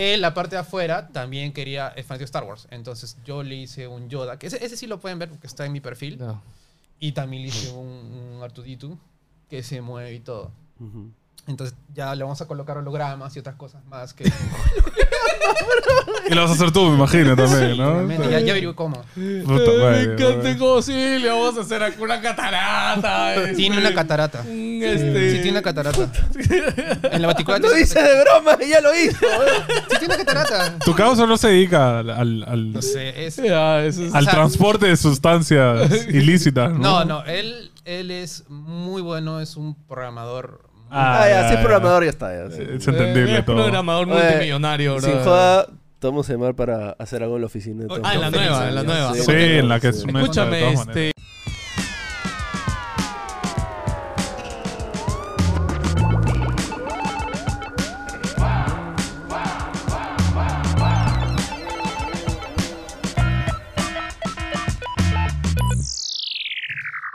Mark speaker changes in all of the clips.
Speaker 1: En la parte de afuera también quería, es fanático de Star Wars. Entonces yo le hice un Yoda, que ese, ese sí lo pueden ver porque está en mi perfil.
Speaker 2: No.
Speaker 1: Y también le hice un, un R2D2 que se mueve y todo. Entonces ya le vamos a colocar hologramas y otras cosas más que...
Speaker 3: Y lo vas a hacer tú, me imagino, también, ¿no?
Speaker 1: Obviamente, ya, ya averigüé cómo.
Speaker 3: Puta
Speaker 2: Eh, me
Speaker 3: madre,
Speaker 2: encanta
Speaker 3: madre.
Speaker 2: como sí, le vamos a hacer aquí una catarata. este,
Speaker 1: Tiene una catarata. Sí,
Speaker 2: un, este,
Speaker 1: tiene una catarata. En la Baticueva
Speaker 4: Lo
Speaker 1: tiene-
Speaker 4: hice de broma, ya lo hizo.
Speaker 1: Sí, tiene catarata.
Speaker 3: Tu causa no se dedica al, al, al-
Speaker 1: No sé, es...
Speaker 2: Ya, Ah, eso es-
Speaker 3: al
Speaker 1: o sea-
Speaker 3: transporte de sustancias ilícitas, ¿no?
Speaker 1: No, no, él, él es muy bueno, es un programador. muy-
Speaker 3: Ah,
Speaker 4: Ah, ya, sí,
Speaker 3: ya,
Speaker 4: programador ya está. ya, sí.
Speaker 3: Es
Speaker 2: Eh,
Speaker 3: entendible
Speaker 2: es
Speaker 3: todo.
Speaker 2: programador
Speaker 4: Oye,
Speaker 2: multimillonario, bro.
Speaker 4: Sin joda, te vamos a llamar para hacer algo en la oficina. de Tom
Speaker 2: Ah, en la
Speaker 4: Tom
Speaker 2: nueva,
Speaker 4: Félix.
Speaker 2: en la nueva.
Speaker 3: Sí, en la que es una- de
Speaker 2: Escúchame,
Speaker 3: todas
Speaker 2: este.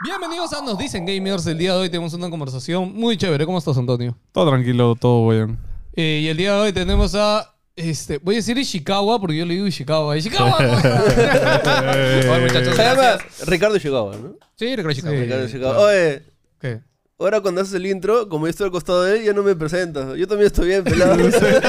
Speaker 2: Bienvenidos a Nos Dicen Gamers. El día de hoy tenemos una conversación muy chévere. ¿Cómo estás, Antonio?
Speaker 3: Todo tranquilo, todo bien.
Speaker 2: Eh, y el día de hoy tenemos a. Este, voy a decir Ishikawa porque yo le digo Ishikawa. ¡Ishikawa! ¿cómo estás?
Speaker 1: Oye, muchachos,
Speaker 4: Se llama
Speaker 1: gracias.
Speaker 4: Ricardo Chihuahua, ¿no?
Speaker 1: Sí, Ricardo Chicago.
Speaker 2: Sí.
Speaker 4: Ricardo Chihuahua. Oye,
Speaker 2: ¿Qué?
Speaker 4: ahora cuando haces el intro, como yo estoy al costado de él, ya no me presentas. Yo también estoy bien, pelado.
Speaker 3: También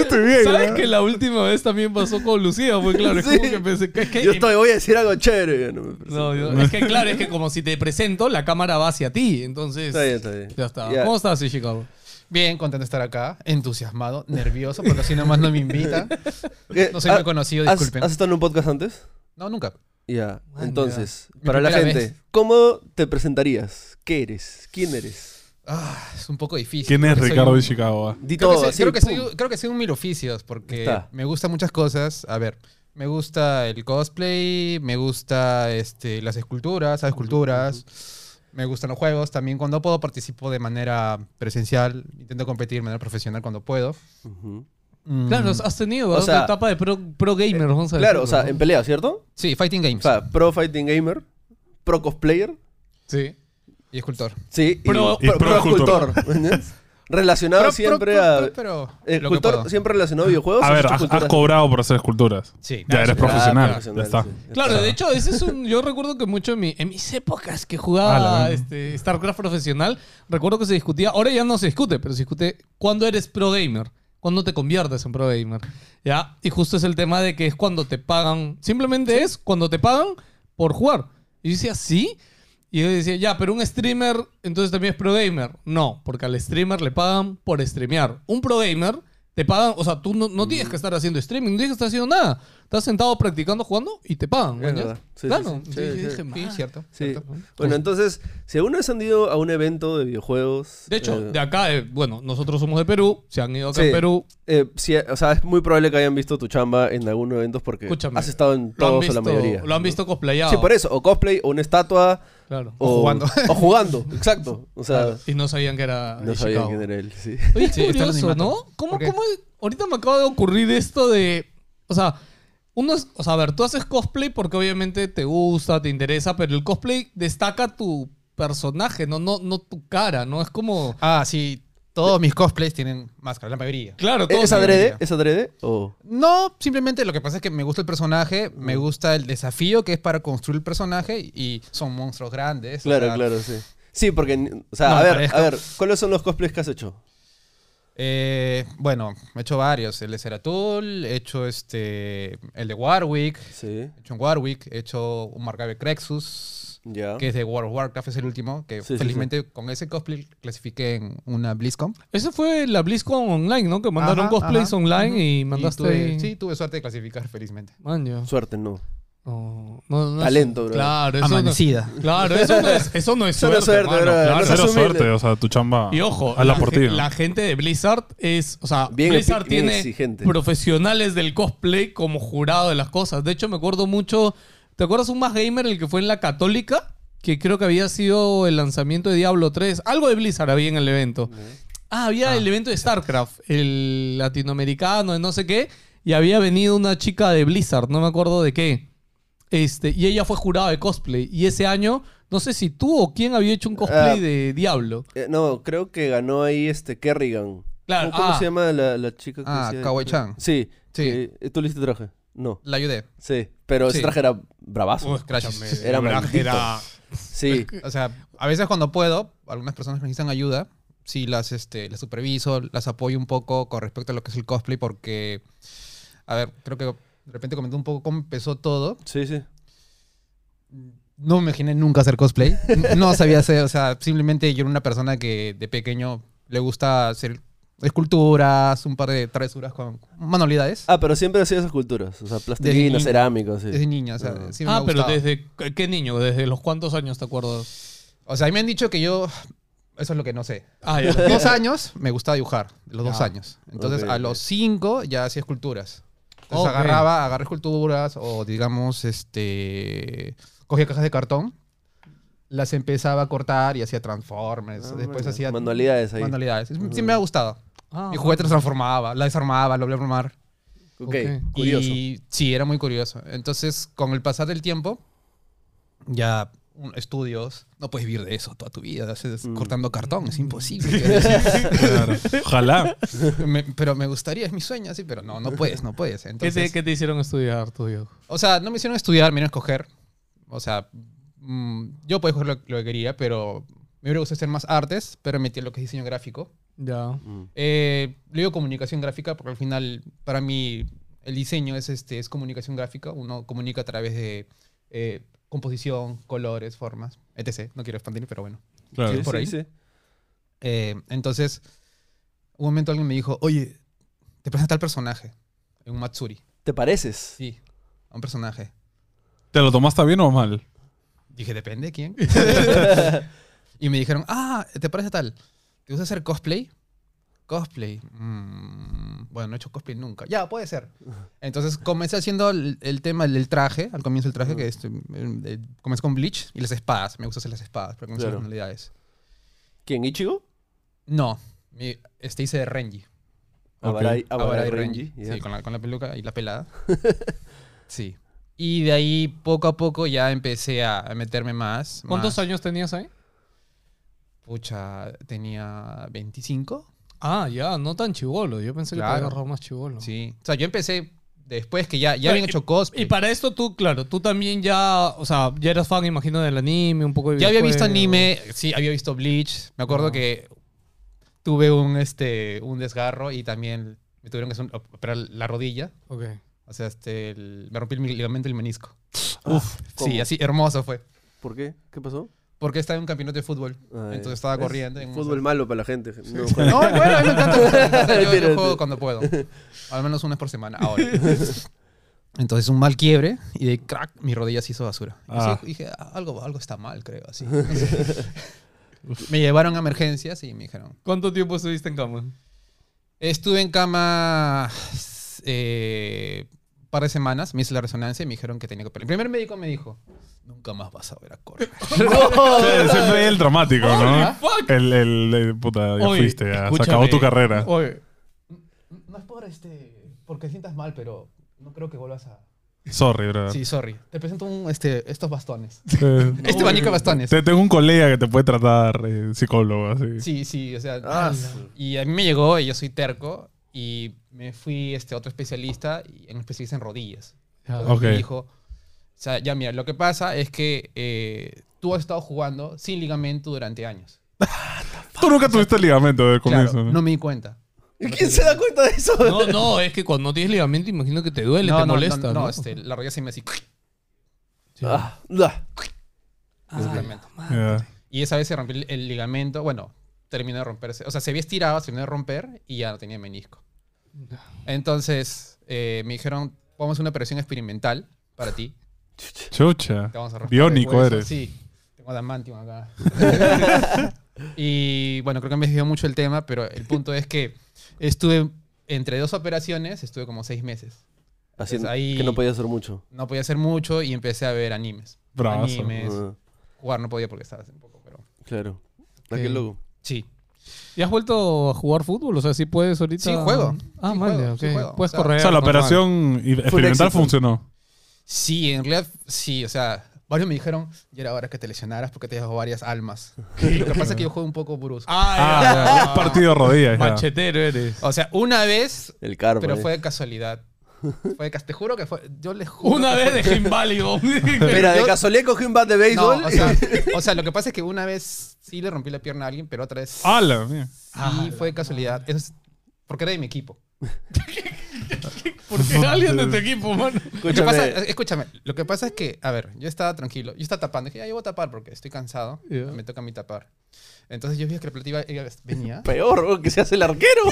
Speaker 3: estoy bien.
Speaker 2: ¿Sabes
Speaker 3: ¿no?
Speaker 2: que la última vez también pasó con Lucía? Fue claro, es
Speaker 4: Sí.
Speaker 2: como que pensé que... es que-
Speaker 4: Yo estoy, voy a decir algo chévere. Ya no me presento.
Speaker 2: No, pues, yo- es que claro, es que como si te presento, la cámara va hacia ti, entonces...
Speaker 4: Está bien, está bien.
Speaker 2: Ya está.
Speaker 4: Ya.
Speaker 2: ¿Cómo estás, Ishikawa?
Speaker 1: Bien, contento de estar acá, entusiasmado, nervioso, porque así nomás no me invitan.
Speaker 4: ¿Qué?
Speaker 1: No soy muy
Speaker 4: Ah,
Speaker 1: conocido,
Speaker 4: ¿has-
Speaker 1: disculpen.
Speaker 4: ¿Has estado en un podcast antes?
Speaker 1: No, nunca.
Speaker 4: Ya,
Speaker 2: Man,
Speaker 4: entonces,
Speaker 1: Mi
Speaker 4: para la
Speaker 1: primera
Speaker 4: gente,
Speaker 1: vez.
Speaker 4: ¿cómo te presentarías? ¿Qué eres? ¿Quién eres?
Speaker 1: Ah, es un poco difícil.
Speaker 3: ¿Quién es
Speaker 1: Creo que soy
Speaker 3: Ricardo
Speaker 1: un-
Speaker 3: de Chicago? ah?
Speaker 4: Di
Speaker 1: Creo que,
Speaker 4: todo,
Speaker 1: soy,
Speaker 4: así,
Speaker 1: creo, que
Speaker 4: ¡pum!
Speaker 1: soy- creo que soy un miloficios porque
Speaker 4: Está.
Speaker 1: me gustan muchas cosas. A ver, me gusta el cosplay, me gusta este, las esculturas, las esculturas, me gustan los juegos. También cuando puedo participo de manera presencial, intento competir de manera profesional cuando puedo.
Speaker 4: Ujú.
Speaker 1: Mm,
Speaker 2: Claro, has tenido
Speaker 4: O
Speaker 2: una
Speaker 4: sea,
Speaker 2: etapa de pro, pro gamer, vamos a
Speaker 4: Claro,
Speaker 2: decirlo,
Speaker 4: o sea, em-
Speaker 2: ¿no?
Speaker 4: en pelea, ¿cierto?
Speaker 1: Sí, Fighting
Speaker 4: O
Speaker 1: Games
Speaker 4: sea, pro fighting gamer, pro cosplayer,
Speaker 2: Sí.
Speaker 1: y escultor.
Speaker 4: sí, y
Speaker 2: Pro-
Speaker 3: y pro
Speaker 4: escultor. ¿entiendes? relacionado
Speaker 1: Pero-
Speaker 4: siempre
Speaker 1: pero-
Speaker 4: a.
Speaker 1: pero- pero
Speaker 4: eh,
Speaker 1: lo que
Speaker 4: escultor
Speaker 1: puedo.
Speaker 4: siempre relacionado a videojuegos.
Speaker 3: A
Speaker 4: o
Speaker 3: ver,
Speaker 4: has
Speaker 3: has,
Speaker 4: hecho
Speaker 3: has
Speaker 4: esculturas?
Speaker 3: cobrado por hacer esculturas.
Speaker 1: Sí,
Speaker 3: Ya
Speaker 1: ah,
Speaker 3: eres
Speaker 1: sí.
Speaker 3: profesional.
Speaker 4: profesional,
Speaker 3: ya está.
Speaker 4: sí.
Speaker 2: Claro, de hecho, ese es un. Yo recuerdo que mucho en, mi- en mis épocas que jugaba
Speaker 3: Ah, la verdad.
Speaker 2: este, StarCraft profesional, recuerdo que se discutía. Ahora ya no se discute, pero se discute cuándo eres pro gamer. Cuándo te conviertes en pro gamer. ¿Ya? Y justo es el tema de que es cuando te pagan. Simplemente es cuando te pagan por jugar. Y yo decía, sí. Y yo decía, ya, pero un streamer entonces también es pro gamer. No, porque al streamer le pagan por streamear. Un pro gamer te pagan, o sea, tú no, no tienes que estar haciendo streaming, no tienes que estar haciendo nada. Estás sentado practicando, jugando y te pagan.
Speaker 4: Es
Speaker 2: ¿no?
Speaker 4: verdad. Sí,
Speaker 2: claro. Ah.
Speaker 4: sí, sí.
Speaker 2: Yo
Speaker 4: Sí,
Speaker 2: dije,
Speaker 4: sí.
Speaker 2: "Man".
Speaker 1: Sí, cierto.
Speaker 4: Sí.
Speaker 1: cierto.
Speaker 4: Bueno, entonces, si alguna vez han ido a un evento de videojuegos.
Speaker 2: De hecho,
Speaker 4: eh,
Speaker 2: de acá, eh, bueno, nosotros somos de Perú, se han ido acá
Speaker 4: Sí.
Speaker 2: en Perú.
Speaker 4: eh, si- o sea, es muy probable que hayan visto tu chamba en algunos eventos porque
Speaker 2: Escúchame,
Speaker 4: has estado en
Speaker 2: Lo han,
Speaker 4: todos o
Speaker 2: visto,
Speaker 4: la mayoría.
Speaker 2: lo han visto cosplayado.
Speaker 4: Sí, por eso. O cosplay, o una estatua.
Speaker 2: Claro.
Speaker 4: O,
Speaker 1: O jugando.
Speaker 4: O jugando, exacto. O sea,
Speaker 2: Claro. Y no sabían que era.
Speaker 4: no
Speaker 2: de
Speaker 4: sabía
Speaker 2: Chicago.
Speaker 4: quién era él. Sí.
Speaker 2: Oye, es
Speaker 1: Sí, está
Speaker 2: curioso,
Speaker 1: anonimato.
Speaker 2: ¿no? ¿Cómo,
Speaker 1: ¿Por qué?
Speaker 2: cómo es- Ahorita me acaba de ocurrir esto de. O sea, uno es. O sea, a ver, tú haces cosplay porque obviamente te gusta, te interesa, pero el cosplay destaca tu personaje, no, no, no tu cara, ¿no? Es como.
Speaker 1: Ah, sí, todos mis cosplays tienen máscara, la mayoría.
Speaker 2: Claro, todo.
Speaker 4: ¿Es adrede? ¿Es adrede? O.
Speaker 1: No, simplemente lo que pasa es que me gusta el personaje,
Speaker 4: Mm.
Speaker 1: me gusta el desafío que es para construir el personaje y son monstruos grandes. o
Speaker 4: Claro,
Speaker 1: sea,
Speaker 4: claro, sí. Sí, porque. ni- O sea,
Speaker 1: No
Speaker 4: a
Speaker 1: me
Speaker 4: ver,
Speaker 1: parezco.
Speaker 4: a ver, ¿cuáles son los cosplays que has hecho?
Speaker 1: eh, bueno, he hecho varios. El de Ceratul, he hecho este, el de Warwick,
Speaker 4: Sí.
Speaker 1: he hecho un Warwick, he hecho un Margaret Crexus,
Speaker 4: Ya.
Speaker 1: que es de World of Warcraft, es el último, que
Speaker 4: Sí, sí,
Speaker 1: felizmente con ese cosplay clasifiqué en una BlizzCon.
Speaker 2: Ese fue la BlizzCon online, ¿no? Que mandaron
Speaker 1: Ajá,
Speaker 2: cosplays
Speaker 1: ajá,
Speaker 2: online
Speaker 1: ujú.
Speaker 2: y mandaste.
Speaker 1: tuve-
Speaker 2: ahí-
Speaker 1: sí, tuve suerte de clasificar, felizmente.
Speaker 2: Man, ya.
Speaker 4: Suerte, no.
Speaker 2: No, no, no es-
Speaker 4: Talento, bro.
Speaker 2: Claro, eso
Speaker 1: Amanecida.
Speaker 2: no, claro, eso no es, eso no es
Speaker 4: Eso no
Speaker 2: suerte,
Speaker 4: es suerte,
Speaker 2: mano,
Speaker 4: bro.
Speaker 2: claro.
Speaker 4: No
Speaker 3: Cero
Speaker 4: Asumirle.
Speaker 3: suerte, o sea, tu chamba.
Speaker 2: Y ojo,
Speaker 3: Hazla
Speaker 2: la,
Speaker 3: por
Speaker 2: gen-
Speaker 3: ti.
Speaker 2: la gente de Blizzard es, o sea,
Speaker 4: Bien
Speaker 2: Blizzard
Speaker 4: exi- bien
Speaker 2: tiene
Speaker 4: exigente.
Speaker 2: profesionales del cosplay como jurado de las cosas. De hecho, me acuerdo mucho, ¿te acuerdas un más gamer el que fue en la Católica? Que creo que había sido el lanzamiento de Diablo 3. Algo de Blizzard había en el evento. Ah, había el evento de StarCraft, el latinoamericano, de no sé qué. Y había venido una chica de Blizzard, no me acuerdo de qué. Este, y ella fue jurada de cosplay. Y ese año, no sé si tú o quién había hecho un cosplay
Speaker 4: Ah.
Speaker 2: de Diablo.
Speaker 4: Eh, no, creo que ganó ahí este Kerrigan.
Speaker 2: Claro,
Speaker 4: ¿Cómo, cómo
Speaker 2: ah,
Speaker 4: se llama la, la chica que
Speaker 1: Ah,
Speaker 4: hacía-
Speaker 1: Kawai-chan.
Speaker 4: Sí.
Speaker 1: Sí.
Speaker 4: que- ¿Tú le hiciste traje? No.
Speaker 1: La ayudé.
Speaker 4: Sí. Pero ese
Speaker 1: Sí.
Speaker 4: traje era bravazo.
Speaker 1: Uf, gracias.
Speaker 4: Era maldito.
Speaker 5: era-
Speaker 4: Sí.
Speaker 1: O sea, a veces cuando puedo, algunas personas que necesitan ayuda, sí las, este, las superviso, las apoyo un poco con respecto a lo que es el cosplay, porque, a ver, creo que de repente comenté un poco cómo empezó todo.
Speaker 4: Sí, sí.
Speaker 1: No me imaginé nunca hacer cosplay. No sabía hacer, o sea, simplemente yo era una persona que de pequeño le gusta hacer esculturas, un par de travesuras con manualidades.
Speaker 4: Ah, pero siempre hacía esas culturas. O sea, plastilina,
Speaker 1: niño.
Speaker 4: cerámica, sí.
Speaker 1: Desde niño, o sea,
Speaker 4: Ah.
Speaker 1: sí me
Speaker 2: ah, pero
Speaker 1: gustaba.
Speaker 2: desde qué- qué niño, desde los cuántos años te acuerdas.
Speaker 1: O sea, ahí me han dicho que yo, eso es lo que no sé.
Speaker 2: Ah, ya.
Speaker 1: dos años me gustaba dibujar, de los dos
Speaker 2: Ya.
Speaker 1: años. Entonces,
Speaker 4: Ok,
Speaker 1: a
Speaker 4: ok.
Speaker 1: los cinco ya hacía esculturas. Entonces,
Speaker 2: Ok.
Speaker 1: agarraba, agarré esculturas o, digamos, este... Cogía cajas de cartón, las empezaba a cortar y hacía transformers.
Speaker 4: Ah,
Speaker 1: Después
Speaker 4: mira.
Speaker 1: hacía...
Speaker 4: Manualidades ahí.
Speaker 1: Manualidades. Siempre me ha gustado.
Speaker 2: Ah,
Speaker 1: Mi juguete los transformaba, la desarmaba, lo volvía a armar.
Speaker 4: ok,
Speaker 2: Ok.
Speaker 4: curioso.
Speaker 1: Y sí, era muy curioso. Entonces, con el pasar del tiempo, ya un- estudios, no puedes vivir de eso toda tu vida, haces- cortando cartón,
Speaker 2: Mm.
Speaker 1: es imposible.
Speaker 3: Claro. Ojalá.
Speaker 1: Me- pero me gustaría, es mi sueño, sí, pero no, no puedes, no puedes.
Speaker 2: ¿Qué
Speaker 1: Entonces,
Speaker 2: te, qué te hicieron estudiar tú, Diego?
Speaker 1: O sea, no me hicieron estudiar, me hicieron escoger. O sea, mm, yo podía escoger lo, lo que quería, pero me hubiera gustado hacer más artes, pero me metí en lo que es diseño gráfico.
Speaker 2: Ya.
Speaker 4: Mm.
Speaker 1: Eh, le digo comunicación gráfica porque al final, para mí, el diseño es, este, es comunicación gráfica. Uno comunica a través de eh, composición, colores, formas, etc. No quiero expandir, pero bueno.
Speaker 3: Claro.
Speaker 4: Sí,
Speaker 1: por
Speaker 4: sí,
Speaker 1: ahí.
Speaker 4: sí.
Speaker 1: Eh, entonces, un momento alguien me dijo, oye, te presenta tal personaje en un Matsuri.
Speaker 4: ¿Te pareces?
Speaker 1: Sí, a un personaje.
Speaker 3: ¿Te lo tomaste bien o mal?
Speaker 1: Dije, depende quién. y me dijeron, ah, ¿te parece tal? ¿Te gusta hacer cosplay? Cosplay. mm, bueno, no he hecho cosplay nunca. Ya, puede ser. Entonces comencé haciendo el, el tema del traje, al comienzo el traje, que es, eh, eh, comencé con Bleach y las espadas. Me gusta hacer las espadas, pero con
Speaker 4: Claro.
Speaker 1: las manualidades.
Speaker 4: ¿Quién? ¿Ichigo?
Speaker 1: No, mi- este hice de Renji.
Speaker 4: Abarai, Abarai
Speaker 1: Abarai
Speaker 4: Ah, Renji. ya.
Speaker 1: Sí, con la, con la peluca y la pelada. sí. Y de ahí, poco a poco, ya empecé a a meterme más.
Speaker 2: ¿Cuántos
Speaker 1: más.
Speaker 2: años tenías ahí?
Speaker 1: Pucha, tenía 25.
Speaker 2: Ah, ya, no tan chivolo. Yo pensé que te
Speaker 1: Claro.
Speaker 2: había agarrado más chivolo.
Speaker 1: Sí. O sea, yo empecé después que ya, ya
Speaker 2: Pero,
Speaker 1: habían
Speaker 2: y-
Speaker 1: hecho cosplay.
Speaker 2: Y para esto tú, claro, tú también ya, o sea, ya eras fan, imagino, del anime, un poco de
Speaker 1: ya había visto
Speaker 2: videojuegos.
Speaker 1: anime, sí, había visto Bleach. Me acuerdo
Speaker 2: Ah.
Speaker 1: que tuve un, este, un desgarro y también me tuvieron que hacer un- operar la rodilla.
Speaker 2: Ok.
Speaker 1: O sea, este, el- me rompí el ligamento y el menisco.
Speaker 4: Uf,
Speaker 1: Sí, así hermoso fue.
Speaker 4: ¿Por qué? ¿Qué pasó?
Speaker 1: Porque estaba en un campeonato de fútbol.
Speaker 4: Ah, ya.
Speaker 1: entonces estaba
Speaker 4: ¿Ves?
Speaker 1: corriendo. en un-
Speaker 4: Fútbol malo para la gente. No,
Speaker 1: No, bueno, a mí me encanta. el fútbol. Yo- Yo,
Speaker 4: Mentira,
Speaker 1: juego
Speaker 4: mentira.
Speaker 1: cuando puedo. Al menos una vez por semana, ahora. Entonces un mal quiebre y de crack mi rodilla se hizo basura. Y
Speaker 3: Ah.
Speaker 1: sí, dije, "Ah, algo, algo está mal, creo, así. me llevaron a emergencias y me dijeron,
Speaker 2: ¿Cuánto tiempo estuviste en cama?
Speaker 1: estuve en cama eh, un par de semanas, me hice la resonancia y me dijeron que tenía que operar. El primer médico me dijo, nunca más vas a ver a correr.
Speaker 3: Sí, siempre el dramático, ¿no?
Speaker 2: fuck.
Speaker 3: El, el, el- puta, ya
Speaker 2: Oye,
Speaker 3: fuiste, ya. se
Speaker 2: escúchame.
Speaker 3: acabó tu carrera.
Speaker 2: Oye,
Speaker 1: No es por este, porque sientas mal, pero no creo que vuelvas a...
Speaker 3: Sorry, bro.
Speaker 1: Sí, sorry. Te presento un, este, estos bastones.
Speaker 3: Eh,
Speaker 1: Este abanico de bastones.
Speaker 3: te- tengo un colega que te puede tratar eh, psicólogo, así.
Speaker 1: Sí, sí, o sea.
Speaker 4: Ah,
Speaker 1: ala.
Speaker 4: su-
Speaker 1: y a mí me llegó, y yo soy terco, y me fui este, a otro especialista, y un especialista en rodillas.
Speaker 2: Ya.
Speaker 1: Entonces me
Speaker 3: Ok.
Speaker 1: dijo, o sea, ya mira, lo que pasa es que eh, tú has estado jugando sin ligamento durante años.
Speaker 3: Tú nunca tuviste el ligamento del
Speaker 1: Claro,
Speaker 3: comienzo. ¿no?
Speaker 1: no me di cuenta.
Speaker 4: ¿Quién se da cuenta de eso?
Speaker 2: no, no, es que cuando no tienes ligamento, imagino que te duele,
Speaker 1: no,
Speaker 2: te
Speaker 1: no,
Speaker 2: molesta.
Speaker 1: no,
Speaker 2: No,
Speaker 1: no, este, la rodilla se me así.
Speaker 2: Sí.
Speaker 4: Ah, ah.
Speaker 2: Ah,
Speaker 1: ligamento.
Speaker 3: Ya.
Speaker 1: Y esa vez se rompió el, el ligamento, bueno, terminó de romperse. O sea, se había estirado, se terminó de romper y ya no tenía menisco. Entonces, eh, me dijeron, vamos a hacer una operación experimental para ti.
Speaker 3: Chucha.
Speaker 1: Te vamos a raspar el
Speaker 3: Biónico
Speaker 1: hueso.
Speaker 3: eres.
Speaker 1: Sí, tengo adamantium acá. y bueno, creo que me desvió mucho el tema, pero el punto es que estuve entre dos operaciones, estuve como seis meses.
Speaker 4: Así
Speaker 1: Pues ahí-
Speaker 4: que no podía hacer mucho.
Speaker 1: No podía hacer mucho y empecé a ver animes.
Speaker 3: Bravazo.
Speaker 1: Animes.
Speaker 4: Ah,
Speaker 1: Jugar no podía porque estaba hace un poco, pero
Speaker 4: claro. Ah, qué
Speaker 2: Ok.
Speaker 4: loco.
Speaker 1: sí.
Speaker 2: ¿Y has vuelto a jugar fútbol? O sea, sí puedes ahorita.
Speaker 1: Sí, juego.
Speaker 2: Ah,
Speaker 1: Sí,
Speaker 2: man,
Speaker 1: juego,
Speaker 2: ya,
Speaker 1: sí,
Speaker 2: ok.
Speaker 1: juego.
Speaker 2: Puedes
Speaker 1: O sea,
Speaker 2: correr.
Speaker 3: O sea, la
Speaker 2: normal.
Speaker 3: operación experimental
Speaker 4: éxito.
Speaker 3: funcionó.
Speaker 1: Sí, en realidad sí, o sea, Varios me dijeron, ya era hora que te lesionaras porque te dejó varias almas. Lo que pasa es que yo juego un poco brusco.
Speaker 3: Ah, ya,
Speaker 2: ya.
Speaker 3: un partido de rodillas. ya.
Speaker 2: Machetero eres.
Speaker 1: O sea, una vez,
Speaker 4: El karma.
Speaker 1: pero
Speaker 4: eh.
Speaker 1: fue de casualidad. Fue de cas- te juro que fue. Yo les juro.
Speaker 2: Una
Speaker 1: que
Speaker 2: vez
Speaker 1: fue-
Speaker 2: dejé inválido.
Speaker 4: Espera, de
Speaker 1: yo-
Speaker 4: casualidad cogí un bat de
Speaker 1: No,
Speaker 4: béisbol.
Speaker 1: o sea, o sea, lo que pasa es que una vez sí le rompí la pierna a alguien, pero otra vez.
Speaker 3: Ala, mira.
Speaker 1: Sí, fue de casualidad. Eso es porque era de mi equipo.
Speaker 2: ¿Por qué alguien de tu equipo, mano?
Speaker 1: Lo que
Speaker 4: Escúchame,
Speaker 1: pasa- escúchame, lo que pasa es que, a ver, yo estaba tranquilo, yo estaba tapando, dije, ya, yo voy a tapar porque estoy cansado,
Speaker 2: Ya.
Speaker 1: me toca a mí tapar. Entonces yo vi que la pelota iba- iba- venía.
Speaker 4: peor, weón, que se hace el arquero.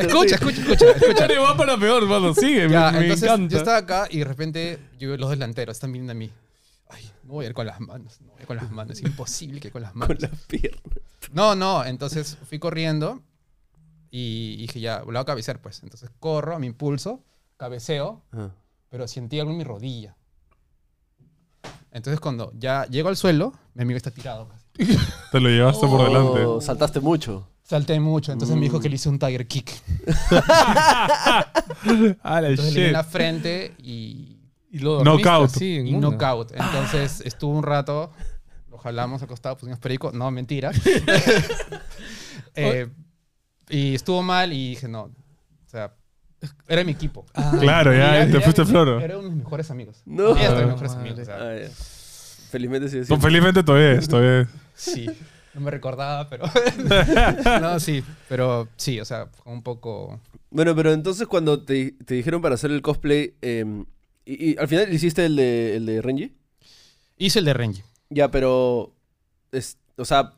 Speaker 1: escucha,
Speaker 4: Sí.
Speaker 1: escucha, escucha, escucha.
Speaker 2: Dale, va para peor, mano. Sigue, me-
Speaker 1: Ya,
Speaker 2: me,
Speaker 1: entonces
Speaker 2: encanta.
Speaker 1: yo estaba acá y de repente yo veo los delanteros están viendo a mí. Ay, no voy a ir con las manos, no voy a ir con las manos, es imposible que con las manos.
Speaker 4: Con la pierna.
Speaker 1: No, no, entonces fui corriendo y dije, ya, lo voy a cabecear, pues. Entonces corro a mi impulso, cabeceo, pero sentí algo en mi rodilla. Entonces cuando ya llego al suelo, mi amigo está tirado. pues. casi.
Speaker 3: Te lo llevaste por
Speaker 4: Oh,
Speaker 3: delante.
Speaker 4: saltaste mucho.
Speaker 1: Salté mucho, entonces me dijo que le hice un tiger kick.
Speaker 3: Ala,
Speaker 1: Entonces le di en
Speaker 3: shit.
Speaker 1: la frente y,
Speaker 2: Y lo dormiste
Speaker 3: Knockout.
Speaker 2: así, en
Speaker 1: y
Speaker 2: una.
Speaker 1: knockout. Entonces estuvo un rato, lo jalamos acostado, pusimos perico. No, mentira. Eh, y estuvo mal y dije, no, o sea, era mi equipo.
Speaker 3: Claro, ya, te fuiste floro.
Speaker 1: Era uno de mis mejores amigos.
Speaker 4: No.
Speaker 1: Ella es de mis
Speaker 3: Ah,
Speaker 1: mejores
Speaker 2: madre.
Speaker 1: amigos. o sea,
Speaker 4: Ah, ya. Felizmente sí. sí.
Speaker 3: Pues Felizmente todavía es, todavía es.
Speaker 1: sí. No me recordaba, pero. no, sí. Pero sí, o sea, fue un poco.
Speaker 4: Bueno, pero entonces cuando te, te dijeron para hacer el cosplay, em, y, y al final hiciste el de, el de Renji.
Speaker 1: Hice el de Renji.
Speaker 4: Ya, pero. es- o sea,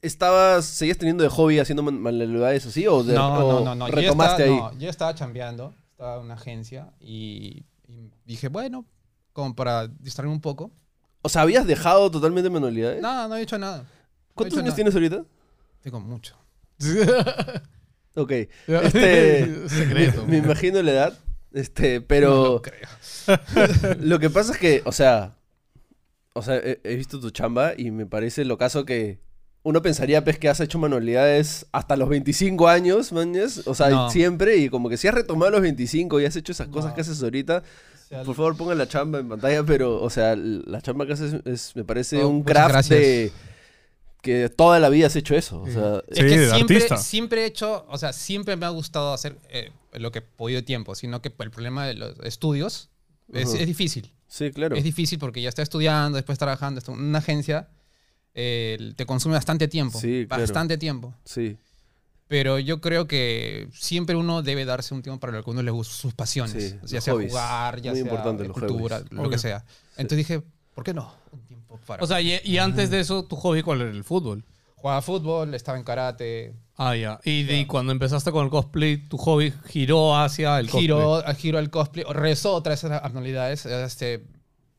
Speaker 4: ¿estabas. ¿Seguías teniendo de hobby haciendo man- manualidades así? O, de-
Speaker 1: No,
Speaker 4: o
Speaker 1: no, no, no. Yo
Speaker 4: retomaste
Speaker 1: estaba,
Speaker 4: ahí.
Speaker 1: no, yo estaba chambeando, estaba en una agencia y, y dije, bueno, como para distraerme un poco.
Speaker 4: O sea, ¿habías dejado totalmente manualidades?
Speaker 1: Nada, no he hecho nada.
Speaker 4: ¿Cuántos
Speaker 1: no he
Speaker 4: años
Speaker 1: hecho
Speaker 4: tienes ahorita?
Speaker 1: Tengo mucho.
Speaker 4: Ok. Este.
Speaker 2: Secreto.
Speaker 4: Me imagino la edad.
Speaker 1: No
Speaker 4: Este,
Speaker 1: lo
Speaker 4: pero.
Speaker 1: creo.
Speaker 4: Lo que pasa es que, o sea, o sea, he, he visto tu chamba y me parece lo caso que uno pensaría, pues, que has hecho manualidades hasta los 25 años, mañas, o sea,
Speaker 1: No.
Speaker 4: siempre, y como que si has retomado los 25 y has hecho esas cosas
Speaker 1: No.
Speaker 4: que haces ahorita,
Speaker 1: O sea,
Speaker 4: por favor pongan la chamba en pantalla, pero, o sea, la chamba que haces es, me parece
Speaker 1: Oh,
Speaker 4: un
Speaker 1: muchas
Speaker 4: craft
Speaker 1: gracias.
Speaker 4: de... que toda la vida has hecho eso, o sea...
Speaker 1: Es que
Speaker 3: Sí, de
Speaker 1: siempre,
Speaker 3: artista.
Speaker 1: siempre he hecho, o sea, siempre me ha gustado hacer eh, lo que he podido tiempo, sino que el problema de los estudios es,
Speaker 4: Ujú.
Speaker 1: es difícil.
Speaker 4: Sí, claro.
Speaker 1: Es difícil porque ya está estudiando, después trabajando, está en una agencia, eh, te consume bastante tiempo.
Speaker 4: Sí, claro.
Speaker 1: Bastante tiempo.
Speaker 4: Sí,
Speaker 1: Pero yo creo que siempre uno debe darse un tiempo para lo que a uno le gusta, sus pasiones.
Speaker 4: Sí,
Speaker 1: ya
Speaker 4: los
Speaker 1: sea
Speaker 4: hobbies.
Speaker 1: jugar, ya
Speaker 4: Muy
Speaker 1: sea
Speaker 4: importante los
Speaker 1: cultura,
Speaker 4: hobbies.
Speaker 1: lo
Speaker 2: Obvio.
Speaker 1: que sea. Entonces dije, ¿por qué no? Un tiempo para.
Speaker 2: O sea, y, y antes de eso, tu hobby, ¿cuál era? El fútbol.
Speaker 1: jugaba fútbol, estaba en karate,
Speaker 2: Ah, ya. Y, de- y cuando empezaste con el cosplay, tu hobby giró hacia el cosplay.
Speaker 1: giro, giro al cosplay, o regresó otra vez a las manualidades. Este,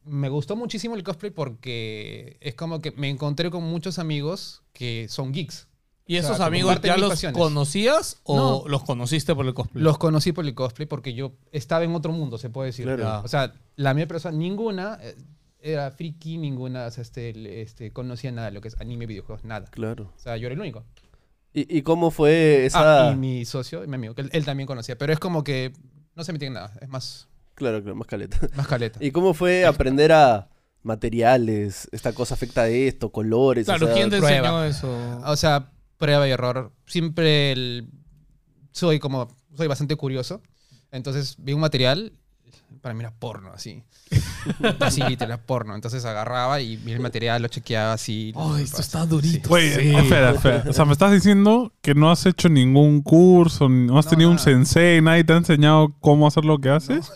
Speaker 1: me gustó muchísimo el cosplay porque es como que me encontré con muchos amigos que son geeks.
Speaker 2: ¿Y
Speaker 1: O sea,
Speaker 2: esos
Speaker 1: como
Speaker 2: amigos
Speaker 1: parte de
Speaker 2: ya
Speaker 1: mis
Speaker 2: los
Speaker 1: pasiones.
Speaker 2: conocías o
Speaker 1: No.
Speaker 2: los conociste por el cosplay?
Speaker 1: Los conocí por el cosplay porque yo estaba en otro mundo, se puede decir.
Speaker 4: Claro.
Speaker 1: O sea, la mía persona, ninguna eh, era friki, ninguna o sea, este, el- este, conocía nada de lo que es anime, videojuegos, nada.
Speaker 4: claro.
Speaker 1: O sea, yo era el único.
Speaker 4: ¿Y, y cómo fue esa...?
Speaker 1: Ah, y mi socio, mi amigo, que él, él también conocía. Pero es como que no se metía en nada. Es más,
Speaker 4: Claro, claro, más caleta.
Speaker 1: más caleta.
Speaker 4: ¿Y cómo fue aprender a materiales? Esta cosa afecta a esto, colores. o
Speaker 2: Claro,
Speaker 4: sea,
Speaker 2: ¿quién te
Speaker 1: prueba. Ah,
Speaker 2: enseñó eso?
Speaker 1: O sea, prueba y error. Siempre el- soy como, soy bastante curioso. Entonces vi un material, para mí era porno, así. así literal, era porno. Entonces agarraba y vi el material, lo chequeaba así. lo
Speaker 2: Ay, esto
Speaker 1: palpaba.
Speaker 2: está durito.
Speaker 3: Güey,
Speaker 2: sí.
Speaker 3: espera, espera. O sea, me estás diciendo que no has hecho ningún curso, no has
Speaker 1: No,
Speaker 3: tenido un
Speaker 1: nada.
Speaker 3: sensei, nadie te ha enseñado cómo hacer lo que haces.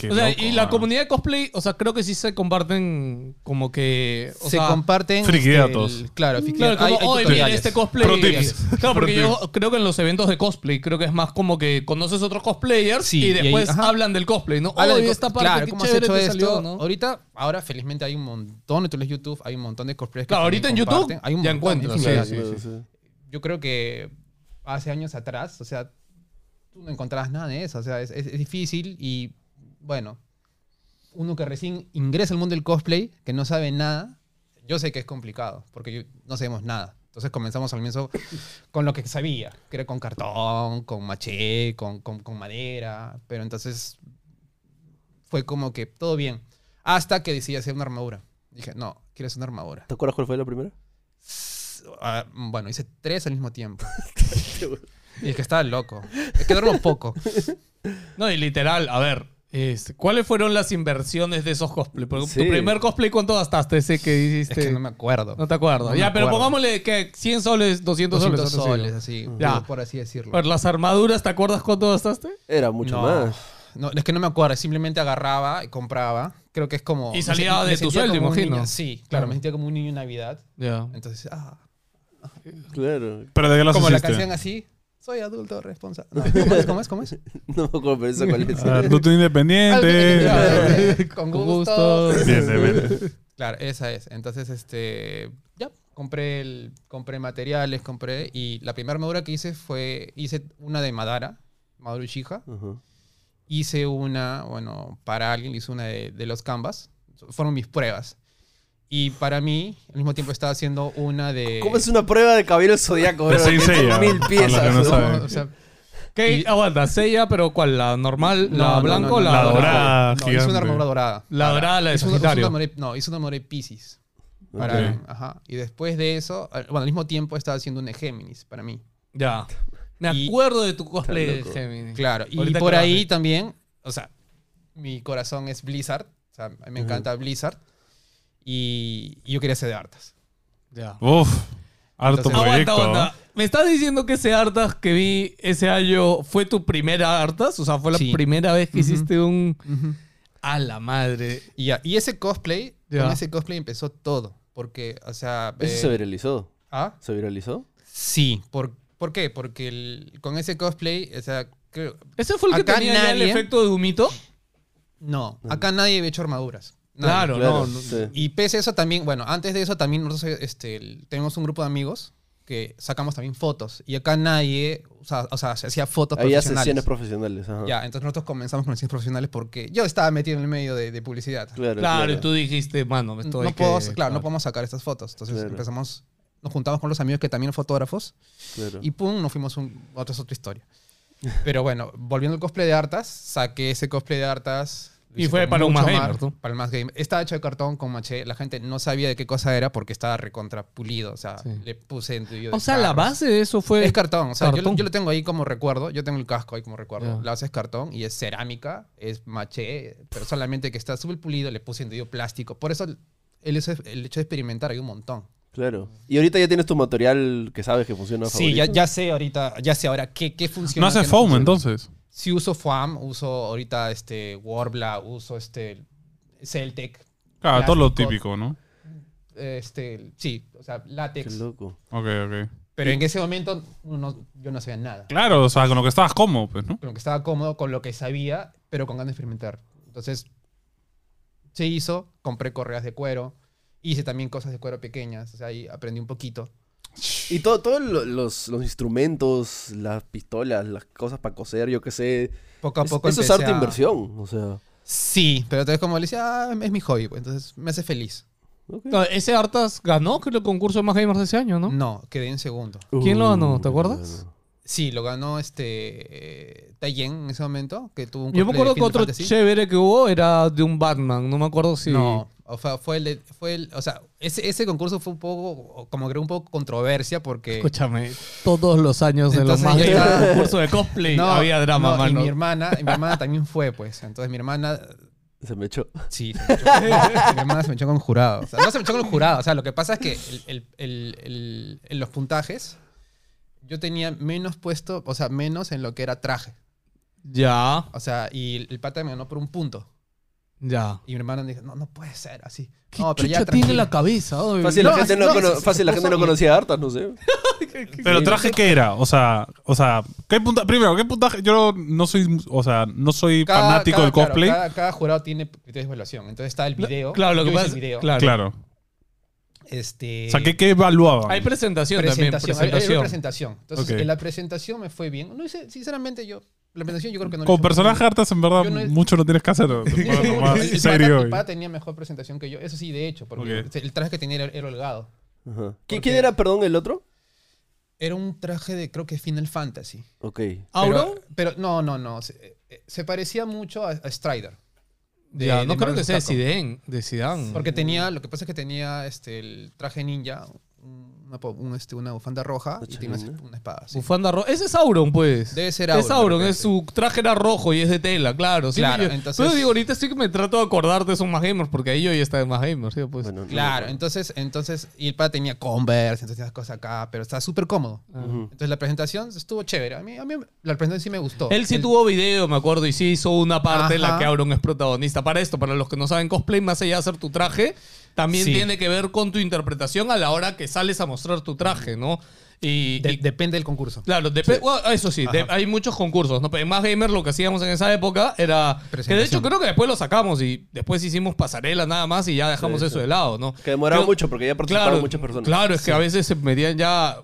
Speaker 3: Qué
Speaker 2: O sea,
Speaker 3: loco,
Speaker 2: y la
Speaker 3: ah.
Speaker 2: comunidad de cosplay, o sea, creo que sí se comparten como que. O
Speaker 1: se
Speaker 2: sea,
Speaker 1: comparten este,
Speaker 3: friquidatos.
Speaker 1: el- claro,
Speaker 2: Mm, Claro,
Speaker 1: friquidatos.
Speaker 2: como,
Speaker 1: Hay- hay
Speaker 2: "Oye, mira,
Speaker 1: tutoriales".
Speaker 2: este cosplay.
Speaker 3: Pro tips.
Speaker 2: Claro, porque
Speaker 3: Pro
Speaker 2: yo creo que en los eventos de cosplay, creo que es más como que conoces otros cosplayers
Speaker 1: Sí,
Speaker 2: y
Speaker 1: y ahí-
Speaker 2: después
Speaker 1: ajá.
Speaker 2: hablan del cosplay, ¿no?
Speaker 1: Habla
Speaker 2: Oye,
Speaker 1: de co-
Speaker 2: esta parte,
Speaker 1: claro,
Speaker 2: qué
Speaker 1: ¿cómo has
Speaker 2: chévere
Speaker 1: hecho
Speaker 2: te
Speaker 1: esto?
Speaker 2: salió, ¿no?
Speaker 1: Ahorita, ahora felizmente hay un montón de tutoriales de YouTube, hay un montón de cosplayers que
Speaker 2: Claro,
Speaker 1: también
Speaker 2: ahorita en YouTube
Speaker 1: comparten. hay un
Speaker 2: ya
Speaker 1: montón,
Speaker 2: encuentras,
Speaker 1: infinidad.
Speaker 2: sí, sí,
Speaker 1: Yo creo que hace años atrás, o sea, tú no encontrabas nada de eso, o sea, es, es- es difícil y bueno, uno que recién ingresa al mundo del cosplay, que no sabe nada, yo sé que es complicado, porque yo- no sabemos nada. Entonces comenzamos al comienzo con lo que sabía, que era con cartón, con maché, con, con- con madera, pero entonces fue como que todo bien, hasta que decidí hacer una armadura. Dije, no, quieres una armadura.
Speaker 4: ¿Te acuerdas cuál fue la primera?
Speaker 1: Ah, bueno, hice tres al mismo tiempo. y es que estaba loco. Es que duermo poco.
Speaker 2: No, y literal, a ver, este, ¿cuáles fueron las inversiones de esos cosplays? Porque
Speaker 4: Sí.
Speaker 2: tu primer cosplay, ¿cuánto gastaste ese que
Speaker 1: Es
Speaker 2: hiciste?
Speaker 1: que no
Speaker 2: no,
Speaker 1: me acuerdo.
Speaker 2: te acuerdo.
Speaker 1: no me
Speaker 2: ya, pero
Speaker 1: acuerdo.
Speaker 2: pongámosle que 100 soles, 200,
Speaker 1: 200
Speaker 2: soles.
Speaker 1: soles, así,
Speaker 2: Ya.
Speaker 1: por así decirlo.
Speaker 2: Por Pues las armaduras, ¿te acuerdas cuánto gastaste?
Speaker 4: Era mucho
Speaker 1: No.
Speaker 4: más.
Speaker 1: No, es que no me acuerdo, simplemente agarraba y compraba. Creo que es como.
Speaker 2: Y
Speaker 1: me
Speaker 2: salía
Speaker 1: sen- me
Speaker 2: de tu
Speaker 1: sentía
Speaker 2: sueldo,
Speaker 1: como un
Speaker 2: imagino.
Speaker 1: niño- sí, claro,
Speaker 2: Claro.
Speaker 1: me sentía como un niño en Navidad.
Speaker 2: Ya.
Speaker 1: Entonces, ah.
Speaker 4: Claro.
Speaker 3: Pero de qué las
Speaker 1: Como la
Speaker 3: hiciste.
Speaker 1: canción así. Soy adulto responsable. No, ¿Cómo es? ¿Cómo es? ¿Cómo es?
Speaker 4: No me acuerdo, pero esa cuál es.
Speaker 3: Ah, tú tú independiente.
Speaker 1: Algo que- Ah, Con
Speaker 2: Con
Speaker 1: gusto.
Speaker 2: gusto.
Speaker 3: Bien, bien.
Speaker 1: Claro, esa es. Entonces, este. Ya, compré, el, compré materiales, compré. Y la primera armadura que hice fue. Hice una de Madara, Madoru Uchiha.
Speaker 4: Ajá.
Speaker 1: hice una, bueno, para alguien, hice una de, de los canvas. Fueron mis pruebas. Y para mí, al mismo tiempo estaba haciendo una de...
Speaker 4: ¿Cómo es una prueba de cabello zodiaco?
Speaker 3: De
Speaker 4: bro?
Speaker 3: Saint
Speaker 4: Que son
Speaker 3: Seiya, para
Speaker 4: Mil
Speaker 3: los
Speaker 4: piezas.
Speaker 3: que no
Speaker 4: ¿no?
Speaker 3: saben.
Speaker 1: O sea,
Speaker 2: ¿Qué?
Speaker 1: Y-
Speaker 2: Aguanta, sella, pero ¿cuál? ¿La normal?
Speaker 1: No,
Speaker 2: ¿La
Speaker 1: no,
Speaker 2: blanca
Speaker 1: no,
Speaker 2: o la,
Speaker 1: no,
Speaker 3: La
Speaker 1: no,
Speaker 3: dorada.
Speaker 1: no, hice
Speaker 3: gigante.
Speaker 1: una armadura dorada.
Speaker 2: La
Speaker 1: Para-
Speaker 2: dorada, la de
Speaker 1: hice una- hice una
Speaker 2: Sagitario.
Speaker 1: armadura- No, hice una armadura Pisces. Para,
Speaker 3: Ok.
Speaker 1: ajá. Y después de eso, al- bueno, al mismo tiempo estaba haciendo una de Géminis para mí.
Speaker 2: Ya. Me
Speaker 1: Y-
Speaker 2: acuerdo de tu cosplay
Speaker 4: Está
Speaker 2: de
Speaker 4: loco.
Speaker 2: Gemini.
Speaker 1: Claro, y
Speaker 2: Ahorita
Speaker 1: por
Speaker 2: que
Speaker 1: ahí
Speaker 2: baje.
Speaker 1: también, o sea, mi corazón es Blizzard, o sea, me encanta Blizzard, y, y yo quería ser de hartas.
Speaker 2: Ya.
Speaker 3: Uf, harto
Speaker 1: Entonces-
Speaker 2: Aguanta,
Speaker 3: proyecto.
Speaker 2: aguanta. ¿Me estás diciendo que ese Artas que vi ese año fue tu primera Artas? O sea, fue la
Speaker 1: Sí.
Speaker 2: primera vez que
Speaker 1: Ujú.
Speaker 2: hiciste un... A la madre.
Speaker 1: Y, ya, y ese cosplay,
Speaker 2: Ya.
Speaker 1: con ese cosplay empezó todo. Porque, o sea.
Speaker 4: Eso
Speaker 1: eh,
Speaker 4: se viralizó.
Speaker 1: ¿Ah?
Speaker 4: ¿Se viralizó?
Speaker 1: Sí. ¿Por, ¿por qué? Porque el- con ese cosplay, o sea, creo-
Speaker 2: ¿Ese fue el que
Speaker 1: Acá
Speaker 2: tenía ya el
Speaker 1: nadie-
Speaker 2: efecto de humito?
Speaker 1: No, acá nadie había hecho armaduras. Nadie.
Speaker 2: Claro, no.
Speaker 4: Claro.
Speaker 2: no.
Speaker 4: sí.
Speaker 1: Y pese a eso también, bueno, antes de eso también nosotros este, el- tenemos un grupo de amigos que sacamos también fotos. Y acá nadie, o sea, o sea, se hacía fotos
Speaker 4: Ahí hace
Speaker 1: profesionales.
Speaker 4: sesiones profesionales. Ajá.
Speaker 1: ya, entonces nosotros comenzamos con las sesiones profesionales porque yo estaba metido en el medio de, de publicidad.
Speaker 2: Claro,
Speaker 4: Claro, claro.
Speaker 2: y tú dijiste, mano, me estoy...
Speaker 1: no
Speaker 2: que-
Speaker 1: puedo, claro, no podemos sacar estas fotos. Entonces
Speaker 4: Claro.
Speaker 1: empezamos, nos juntamos con los amigos que también eran fotógrafos
Speaker 4: claro.
Speaker 1: y pum, nos fuimos un, otra es otra historia. Pero bueno, volviendo al cosplay de hartas, saqué ese cosplay de hartas.
Speaker 2: Y fue para un
Speaker 1: mucho
Speaker 2: más gamer, ¿no?
Speaker 1: Para el más gamer. Estaba hecho de cartón con maché. La gente no sabía de qué cosa era porque estaba recontra pulido. O sea,
Speaker 2: Sí.
Speaker 1: le puse en tu
Speaker 2: O sea, la base de eso fue...
Speaker 1: es cartón. O sea, yo lo-
Speaker 2: cartón.
Speaker 1: Yo, lo tengo ahí como recuerdo. Yo tengo el casco ahí como recuerdo.
Speaker 2: Ya.
Speaker 1: La base es cartón y es cerámica, es maché, pero solamente que está súper pulido. Le puse entendido plástico. Por eso el, el hecho de- el hecho de experimentar hay un montón.
Speaker 4: claro. Y ahorita ya tienes tu material que sabes que funciona.
Speaker 1: Sí, ya, ya sé ahorita, ya sé ahora qué, qué funciona.
Speaker 3: No hace
Speaker 1: qué
Speaker 3: foam
Speaker 1: funciona.
Speaker 3: entonces.
Speaker 1: Sí uso foam, uso ahorita este Warbla, uso este Celtec.
Speaker 3: Claro, todo lo
Speaker 1: Plástico.
Speaker 3: típico, ¿no?
Speaker 1: Este, sí, o sea,
Speaker 4: Qué
Speaker 1: látex.
Speaker 4: loco.
Speaker 3: Ok, ok.
Speaker 1: Pero en ese momento uno- yo no sabía nada.
Speaker 3: Claro, o sea, con lo que estabas cómodo, pues, ¿no?
Speaker 1: con lo que estaba cómodo, con lo que sabía, pero con ganas de experimentar. Entonces, se hizo, compré correas de cuero, hice también cosas de cuero pequeñas, o sea, ahí aprendí un poquito.
Speaker 4: Y todos los, los instrumentos, las pistolas, las cosas para coser, yo qué sé.
Speaker 1: Poco a
Speaker 4: Es-
Speaker 1: poco
Speaker 4: eso es
Speaker 1: empecé
Speaker 4: arte
Speaker 1: a-
Speaker 4: inversión. O sea,
Speaker 1: Sí, pero entonces como le decía, ah, es mi hobby, pues, entonces me hace feliz.
Speaker 4: ok.
Speaker 2: No, Ese Artas ganó creo, el concurso de más gamers de ese año, ¿no?
Speaker 1: No, quedé en segundo.
Speaker 2: ¿Quién lo ganó?
Speaker 4: Uh,
Speaker 2: ¿Te acuerdas?
Speaker 1: Sí, lo ganó este eh, Tayen en ese momento, que tuvo un
Speaker 2: Yo me
Speaker 1: cosplay de
Speaker 2: acuerdo que otro
Speaker 1: Final Fantasy.
Speaker 2: chévere que hubo era de un Batman. No me acuerdo si...
Speaker 1: No, o sea, fue el, de- fue el, o sea, ese, ese concurso fue un poco, como creo, un poco controversia porque...
Speaker 2: Escúchame, todos los años de los
Speaker 1: eh. Entonces
Speaker 2: más
Speaker 1: ya
Speaker 2: gamers
Speaker 1: está.
Speaker 2: concurso de cosplay
Speaker 1: No,
Speaker 2: había drama,
Speaker 1: no, Y
Speaker 2: mano.
Speaker 1: mi hermana, y mi hermana también fue, pues. Entonces mi hermana,
Speaker 4: Se me echó.
Speaker 1: sí, se me echó- mi hermana se me echó con jurado. O sea, no se me echó con jurado. O sea, lo que pasa es que el- el- el- el- en los puntajes yo tenía menos puesto, o sea, menos en lo que era traje.
Speaker 2: Ya,
Speaker 1: O sea, y el- el pata me ganó por un punto.
Speaker 2: ya.
Speaker 1: Y mi hermana dijo, no, no puede ser así.
Speaker 2: ¿Qué
Speaker 1: No, pero ya
Speaker 2: chucha tiene la
Speaker 1: tranquila".
Speaker 2: cabeza? oye?
Speaker 4: Fácil,
Speaker 1: No,
Speaker 4: la gente
Speaker 1: es-
Speaker 4: no,
Speaker 1: no,
Speaker 4: cono-
Speaker 1: es-
Speaker 4: fácil la
Speaker 1: es
Speaker 4: gente no
Speaker 1: cosa
Speaker 4: conocía hartas, no sé.
Speaker 3: Pero traje qué era, o sea, o sea, ¿qué punta primero, qué puntaje? Yo no soy, o sea, no soy
Speaker 1: Cada-
Speaker 3: fanático
Speaker 1: cada-
Speaker 3: del
Speaker 1: claro,
Speaker 3: cosplay.
Speaker 1: cada, cada jurado tiene criterios de evaluación. Entonces está el video.
Speaker 2: Claro, lo
Speaker 1: yo
Speaker 2: que
Speaker 1: hice
Speaker 2: pasa
Speaker 1: el video.
Speaker 2: Claro.
Speaker 3: claro.
Speaker 1: Este,
Speaker 3: O sea, ¿qué, qué evaluaban?
Speaker 2: Hay presentación,
Speaker 1: presentación.
Speaker 2: también.
Speaker 1: Hay- hay una
Speaker 2: Presentación.
Speaker 1: presentación. Entonces,
Speaker 3: Ok.
Speaker 1: en la presentación me fue bien. No hice, sinceramente, yo. La presentación yo creo que no. le
Speaker 3: Con
Speaker 1: hice muy
Speaker 3: personajes hartas, en verdad,
Speaker 1: Yo no he-
Speaker 3: mucho no tienes que hacer. Te
Speaker 1: bien.
Speaker 3: puedo tomar
Speaker 1: El- el pata-
Speaker 3: serio.
Speaker 1: el pata tenía mejor presentación que yo. Eso sí, de hecho, porque
Speaker 3: Ok.
Speaker 1: el traje que tenía era, era holgado.
Speaker 4: Ajá. ¿Qui-
Speaker 1: Porque-
Speaker 4: ¿Quién era, perdón, el otro?
Speaker 1: Era un traje de, creo que Final Fantasy.
Speaker 4: Ok.
Speaker 3: ¿Ah,
Speaker 2: ¿Auro?
Speaker 1: Pero, pero no, no, no. Se, eh, se parecía mucho a, a Strider. de-
Speaker 2: ya,
Speaker 1: de
Speaker 2: no creo
Speaker 1: Marvel
Speaker 2: que sea de
Speaker 1: Capcom.
Speaker 2: Zidane, de Zidane.
Speaker 3: Mm.
Speaker 1: Porque tenía, lo que pasa es que tenía este, el traje ninja, una, po- un, este, una bufanda roja y
Speaker 4: Traje
Speaker 1: tenía
Speaker 4: ninja.
Speaker 1: una, una espada. sí.
Speaker 2: Bufanda roja. Ese es Sauron, pues.
Speaker 1: Debe ser
Speaker 2: Es
Speaker 1: Auron,
Speaker 2: Sauron,
Speaker 1: de
Speaker 2: es
Speaker 1: repente.
Speaker 2: su traje era rojo y es de tela, claro. sí,
Speaker 1: Claro,
Speaker 2: yo-
Speaker 1: entonces-
Speaker 2: Pero digo, ahorita sí que me trato de acordar de esos más gamers, porque ahí yo ya estaba en más gamers, ¿sí? pues.
Speaker 4: Bueno, no me
Speaker 1: Claro,
Speaker 4: acuerdo.
Speaker 1: entonces, entonces, y el pata tenía Converse, entonces esas cosas acá, pero estaba súper cómodo.
Speaker 4: Ujú.
Speaker 1: Entonces la presentación estuvo chévere. A mí, a mí la presentación sí me gustó.
Speaker 2: Él sí
Speaker 1: El-
Speaker 2: tuvo video, me acuerdo, y sí hizo una parte en la
Speaker 1: Ajá.
Speaker 2: que Auron es protagonista. Para esto, para los que no saben cosplay, más allá de hacer tu traje, también
Speaker 3: Sí.
Speaker 2: tiene que ver con tu interpretación a la hora que sales a mostrar tu traje, ¿no? Y,
Speaker 1: de-
Speaker 2: y-
Speaker 1: depende del concurso.
Speaker 2: claro, depe- bueno, eso sí, de- hay muchos concursos, ¿no? Pero en más gamer lo que hacíamos en esa época era... Que de hecho
Speaker 1: Presentación.
Speaker 2: creo que después lo sacamos y después hicimos pasarela nada más y ya dejamos
Speaker 4: Sí,
Speaker 2: eso
Speaker 4: sí.
Speaker 2: de lado, ¿no?
Speaker 4: Que demoraba
Speaker 2: Creo-
Speaker 4: mucho porque ya participaron
Speaker 2: Claro,
Speaker 4: muchas personas.
Speaker 2: claro, es que a veces se metían ya.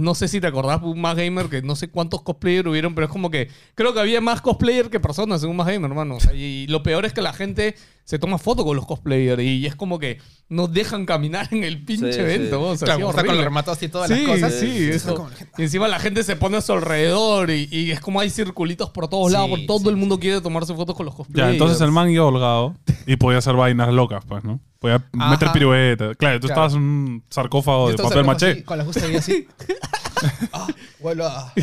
Speaker 2: No sé si te acordás, un más gamer que no sé cuántos cosplayers hubieron, pero es como que creo que había más cosplayer que personas en un más gamer, hermano. O sea, y lo peor es que la gente se toma foto con los cosplayers y es como que nos dejan caminar en el pinche
Speaker 4: Sí, sí.
Speaker 2: evento. ¿no? O sea,
Speaker 1: Claro,
Speaker 2: sí,
Speaker 1: como está con los
Speaker 2: horrible.
Speaker 1: rematos y todas
Speaker 2: Sí,
Speaker 1: las cosas.
Speaker 2: sí,
Speaker 1: Está
Speaker 2: eso.
Speaker 1: como la gente.
Speaker 2: Y encima la gente se pone a su alrededor y, y es como hay circulitos por todos
Speaker 1: Sí,
Speaker 2: lados, por todo
Speaker 1: sí,
Speaker 2: el mundo quiere tomarse fotos con los cosplayers.
Speaker 3: Ya, entonces el man iba holgado y podía hacer vainas locas, pues, ¿no? Podía
Speaker 1: Ajá.
Speaker 3: meter piruetas. Claro,
Speaker 1: Claro.
Speaker 3: tú estabas en un sarcófago
Speaker 1: Yo
Speaker 3: de
Speaker 1: estaba
Speaker 3: papel
Speaker 1: sacando así,
Speaker 3: maché.
Speaker 1: Con la justa vida así. ah, vuelo a.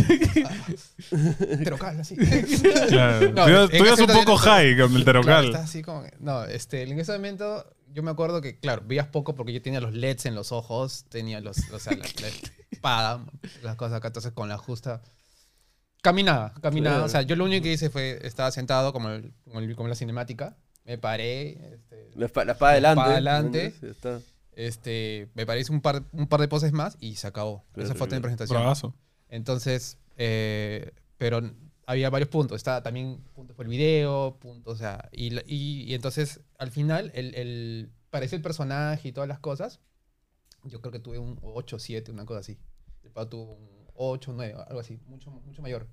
Speaker 1: Terocal, así.
Speaker 3: Claro.
Speaker 1: No,
Speaker 3: tú
Speaker 1: en
Speaker 3: ibas-
Speaker 1: ese
Speaker 3: tú ibas un
Speaker 1: entonces-
Speaker 3: poco high con el
Speaker 1: Claro,
Speaker 3: terocal.
Speaker 1: está así como que- no, este, en ese momento yo me acuerdo que, claro, veías poco porque yo tenía los LEDs en los ojos, tenía los, o sea, la, la espada, las cosas acá, entonces con la justa. Caminaba, caminaba.
Speaker 4: Claro.
Speaker 1: O sea, yo lo único que hice fue, estaba sentado como, el- como, el- como la cinemática, me paré, este,
Speaker 4: La espa- la espada adelante.
Speaker 1: espada adelante.
Speaker 4: Sí, está.
Speaker 1: este, me paré hice un par, un par de poses más y se acabó.
Speaker 4: Claro,
Speaker 1: Esa fue toda mi
Speaker 4: claro.
Speaker 1: presentación.
Speaker 3: Bravazo.
Speaker 1: Entonces, eh, pero n- había varios puntos. Estaba también puntos por video, puntos, o sea, y, la- y- y entonces al final el, el, parece el personaje y todas las cosas. Yo creo que tuve un 8, 7, una cosa así. El pavo tuvo un 8, 9, algo así, mucho, mucho mayor.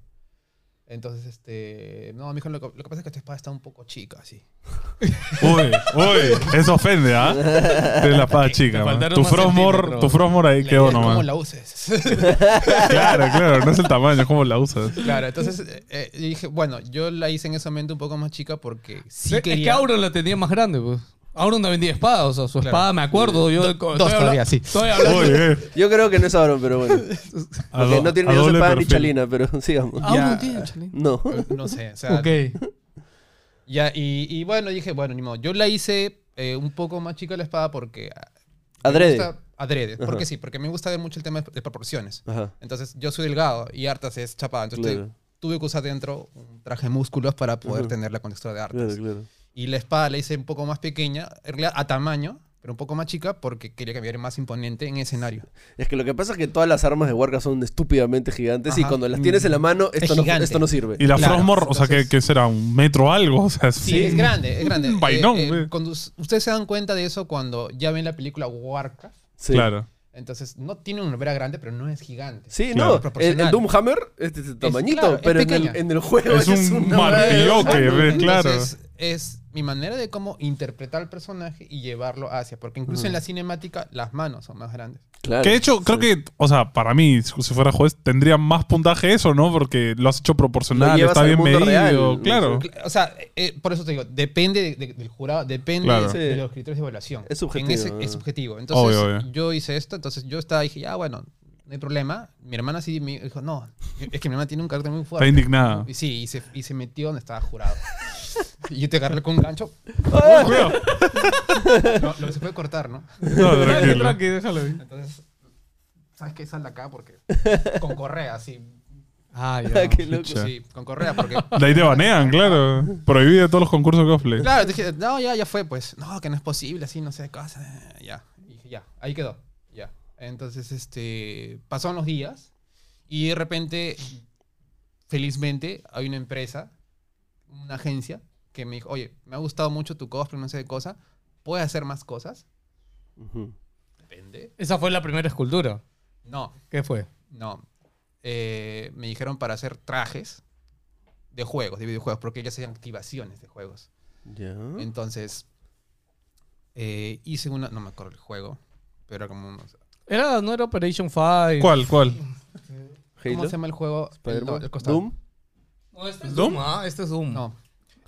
Speaker 1: Entonces, este. No, mijo, lo que, lo que pasa es que tu espada está un poco chica, así.
Speaker 3: Uy, uy, eso ofende, ¿ah? Tienes la espada chica.
Speaker 2: te
Speaker 3: man.
Speaker 2: faltaron
Speaker 3: Tu
Speaker 2: unos
Speaker 3: frostmore,
Speaker 2: centímetros.
Speaker 3: tu frostmore ahí
Speaker 1: La
Speaker 3: quedó
Speaker 1: idea es ¿Cómo
Speaker 3: nomás.
Speaker 1: la uses?
Speaker 3: Claro, claro, no es el tamaño, es cómo la usas.
Speaker 1: claro, entonces eh, eh, dije, bueno, yo la hice en ese momento un poco más chica porque sí
Speaker 2: Es- Es que
Speaker 1: quería.
Speaker 2: Auron la tenía más grande, pues. Auron la vendía espada, o sea, su
Speaker 1: Claro.
Speaker 2: espada, me acuerdo. Yo co- estoy habla-
Speaker 1: todavía, sí.
Speaker 2: Estoy hablando.
Speaker 3: Oye, eh.
Speaker 4: Yo creo que no es Sauron, pero bueno.
Speaker 3: A
Speaker 4: Ok,
Speaker 3: do-
Speaker 4: no tiene
Speaker 3: a
Speaker 4: ni dos
Speaker 3: doble
Speaker 4: espadas ni
Speaker 3: perfil.
Speaker 4: chalina, pero sigamos.
Speaker 1: Ah.
Speaker 2: Auron
Speaker 1: Ya.
Speaker 2: tiene chalín.
Speaker 4: No.
Speaker 1: No sé, o sea,
Speaker 2: Ok.
Speaker 1: Ya, y, y bueno, dije, bueno, ni modo. Yo la hice eh, un poco más chica la espada porque. ah, me
Speaker 4: Adrede.
Speaker 1: gusta- adrede.
Speaker 4: Ajá.
Speaker 1: Porque sí, porque me gusta ver mucho el tema de de proporciones.
Speaker 4: Ajá.
Speaker 1: Entonces, yo soy delgado y Artas es chapada. Entonces,
Speaker 4: Claro.
Speaker 1: tuve que usar dentro un traje de músculos para poder
Speaker 4: Ajá.
Speaker 1: tener la contextura de Artas.
Speaker 4: Claro, claro.
Speaker 1: Y la espada la hice un poco más pequeña, en realidad a tamaño, pero un poco más chica porque quería que me viera más imponente en escenario.
Speaker 4: Es que lo que pasa es que todas las armas de Warcraft son estúpidamente gigantes y
Speaker 1: Ajá.
Speaker 4: cuando las tienes en la mano, esto, no,
Speaker 1: gigante.
Speaker 4: esto no sirve.
Speaker 3: Y la
Speaker 1: Claro,
Speaker 3: frostmore, o sea, que,
Speaker 1: entonces-
Speaker 3: que será un metro o algo. O sea,
Speaker 1: Sí, es grande, es grande.
Speaker 3: Un vainón,
Speaker 1: Eh, eh,
Speaker 3: güey.
Speaker 1: cuando us- ustedes se dan cuenta de eso cuando ya ven la película Warcraft.
Speaker 4: Sí.
Speaker 3: Claro.
Speaker 1: Entonces, no tiene una vera grande, pero no es gigante.
Speaker 4: Sí,
Speaker 3: Claro.
Speaker 4: no. El, el
Speaker 1: Proporcional.
Speaker 4: Doomhammer es de este tamañito,
Speaker 1: claro, es
Speaker 4: pero en el,
Speaker 1: pequeña.
Speaker 4: en el juego
Speaker 3: Es un
Speaker 4: una-
Speaker 3: martillote,
Speaker 4: Exacto.
Speaker 3: ve, claro.
Speaker 1: Ah, Entonces, es mi manera de cómo interpretar al personaje y llevarlo hacia. Porque incluso
Speaker 3: Mm.
Speaker 1: en la cinemática, las manos son más grandes.
Speaker 4: Claro.
Speaker 3: Que de hecho, creo que, o sea, para mí, si fuera juez, tendría más puntaje eso, ¿no? Porque lo has hecho
Speaker 4: Lo
Speaker 3: proporcional,
Speaker 4: llevas
Speaker 3: está
Speaker 4: al
Speaker 3: bien
Speaker 4: mundo
Speaker 3: medido,
Speaker 4: real.
Speaker 3: claro.
Speaker 1: Cl- O sea, eh, por eso te digo, depende de- de- del jurado, depende
Speaker 3: Claro.
Speaker 1: de,
Speaker 4: Sí.
Speaker 1: de los criterios de evaluación.
Speaker 4: Es subjetivo,
Speaker 1: En ese-
Speaker 4: ¿no?
Speaker 1: es subjetivo. Entonces,
Speaker 3: Obvio, obvio.
Speaker 1: yo hice esto, entonces yo estaba dije, ya, bueno, no hay problema. Mi hermana sí me dijo, no, yo- es que mi hermana tiene un carácter muy
Speaker 3: Está
Speaker 1: fuerte.
Speaker 3: indignada.
Speaker 1: Y sí, y se, y se metió donde estaba jurado. y yo te agarré con un gancho,
Speaker 3: Oh, cuidado.
Speaker 1: no, lo que se puede cortar, ¿no?
Speaker 2: Tranqui,
Speaker 3: No, tranquilo.
Speaker 2: tranqui, déjalo ahí.
Speaker 1: Entonces, ¿sabes qué? Sal de acá porque. Con correa, sí.
Speaker 2: Ah,
Speaker 4: Ah,
Speaker 2: ya.
Speaker 4: Qué loco.
Speaker 3: Pucha.
Speaker 1: Sí, con correa porque.
Speaker 3: De ahí te banean, claro. Prohibido todos los concursos de cosplay.
Speaker 1: Claro, dije, no, ya, ya fue, pues. No, que no es posible, así, no sé, cosas. eh, Ya. Y dije, ya, ahí quedó. Ya. Entonces, este. Pasaron los días y de repente, felizmente, hay una empresa, una agencia, que me dijo, oye, me ha gustado mucho tu cosplay, no sé qué cosa. ¿Puedes hacer más cosas?
Speaker 4: Ujú.
Speaker 1: Depende.
Speaker 2: Esa fue la primera escultura.
Speaker 1: No,
Speaker 2: ¿Qué fue?
Speaker 1: No. Eh, me dijeron para hacer trajes de juegos, de videojuegos, porque ellos hacían activaciones de juegos.
Speaker 4: Ya.
Speaker 1: Entonces, eh, hice una, no me acuerdo el juego, pero era como unos-
Speaker 2: Era, no era Operation 5.
Speaker 3: ¿Cuál, cuál?
Speaker 1: ¿Cómo
Speaker 4: Halo,
Speaker 1: se llama el juego? El- no,
Speaker 4: Spider-Man,
Speaker 1: el costado.
Speaker 4: Doom.
Speaker 2: No, este
Speaker 3: es Doom,
Speaker 2: ah, este es Doom.
Speaker 1: No.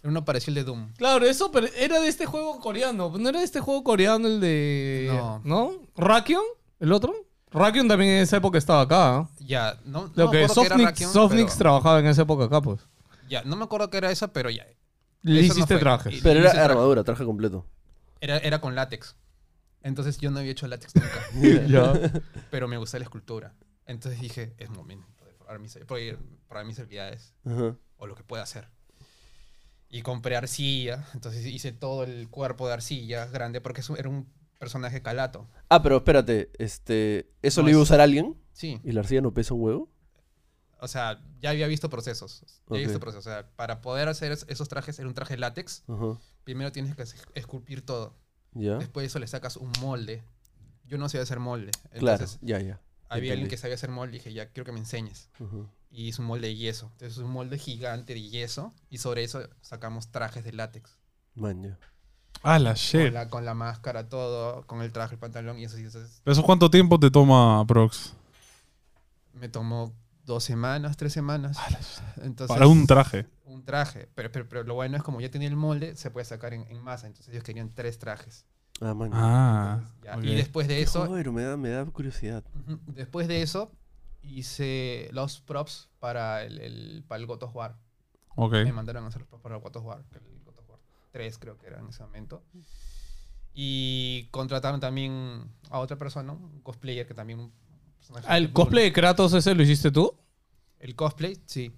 Speaker 1: Uno pareció el de Doom.
Speaker 2: Claro, eso pero era de este juego coreano. ¿No era de este juego coreano el de.
Speaker 1: No.
Speaker 2: ¿No? ¿Rakion? ¿El otro? Rakion también en esa época estaba acá. ¿ah?
Speaker 1: Ya, no, no
Speaker 2: Lo
Speaker 1: me
Speaker 2: que
Speaker 1: acuerdo que
Speaker 2: Softnix,
Speaker 1: era Rakion,
Speaker 2: Softnix
Speaker 1: pero-
Speaker 2: trabajaba en esa época acá, pues.
Speaker 1: Ya, no me acuerdo que era esa, pero ya.
Speaker 2: Le
Speaker 1: Eso no
Speaker 2: hiciste
Speaker 1: fue.
Speaker 2: trajes.
Speaker 1: Y-
Speaker 4: Pero
Speaker 1: y
Speaker 4: era
Speaker 1: dices,
Speaker 4: armadura, traje completo.
Speaker 1: Era, era con látex. Entonces yo no había hecho látex nunca.
Speaker 2: Ya.
Speaker 1: pero me gusta la escultura. Entonces dije, es momento de probar mis, probar- probar mis habilidades
Speaker 4: Ajá.
Speaker 1: o lo que pueda hacer. Y compré arcilla. Entonces hice todo el cuerpo de arcilla grande porque es un- era un personaje calato.
Speaker 4: Ah, pero espérate, este, ¿eso
Speaker 1: No,
Speaker 4: lo iba a
Speaker 1: es-
Speaker 4: usar alguien?
Speaker 1: Sí.
Speaker 4: ¿Y la arcilla no pesa un huevo?
Speaker 1: O sea, ya había visto procesos. Ya había
Speaker 4: Ok.
Speaker 1: visto procesos. O sea, para poder hacer es- esos trajes era un traje látex,
Speaker 4: Ajá.
Speaker 1: primero tienes que es- esculpir todo.
Speaker 4: Ya.
Speaker 1: Después de eso le sacas un molde. Yo no sabía hacer molde.
Speaker 4: Claro,
Speaker 1: Entonces,
Speaker 4: ya, ya.
Speaker 1: había alguien
Speaker 4: entendí.
Speaker 1: que sabía hacer molde y dije, ya quiero que me enseñes.
Speaker 4: Ajá.
Speaker 1: y es un molde de yeso. Entonces es un molde gigante de yeso y sobre eso sacamos trajes de látex.
Speaker 4: Man, ya.
Speaker 3: Ah, la shit.
Speaker 1: Con la, con la máscara, todo, con el traje, el pantalón y eso. Y eso es-
Speaker 3: ¿Eso cuánto tiempo te toma, Prox?
Speaker 1: me tomó dos semanas, tres semanas. Entonces,
Speaker 3: Ah, Para un traje.
Speaker 1: un traje. Pero, pero, pero lo bueno es como ya tenía el molde, se puede sacar en, en masa. Entonces ellos querían tres trajes.
Speaker 4: Ah, man. ya.
Speaker 3: Ah.
Speaker 1: Ya,
Speaker 3: ok.
Speaker 1: Y después de eso,
Speaker 4: Joder, me da, me da curiosidad.
Speaker 1: ujú, después de eso hice los props para el, el, para el Gotos War.
Speaker 3: Ok.
Speaker 1: Me mandaron a hacer los props para God of War, que el God of War 3 creo que era en ese momento. Y contrataron también a otra persona, un cosplayer que también... un personaje
Speaker 2: Ah, ¿El
Speaker 1: muy-
Speaker 2: cosplay de Kratos ese lo hiciste tú?
Speaker 1: El cosplay, sí.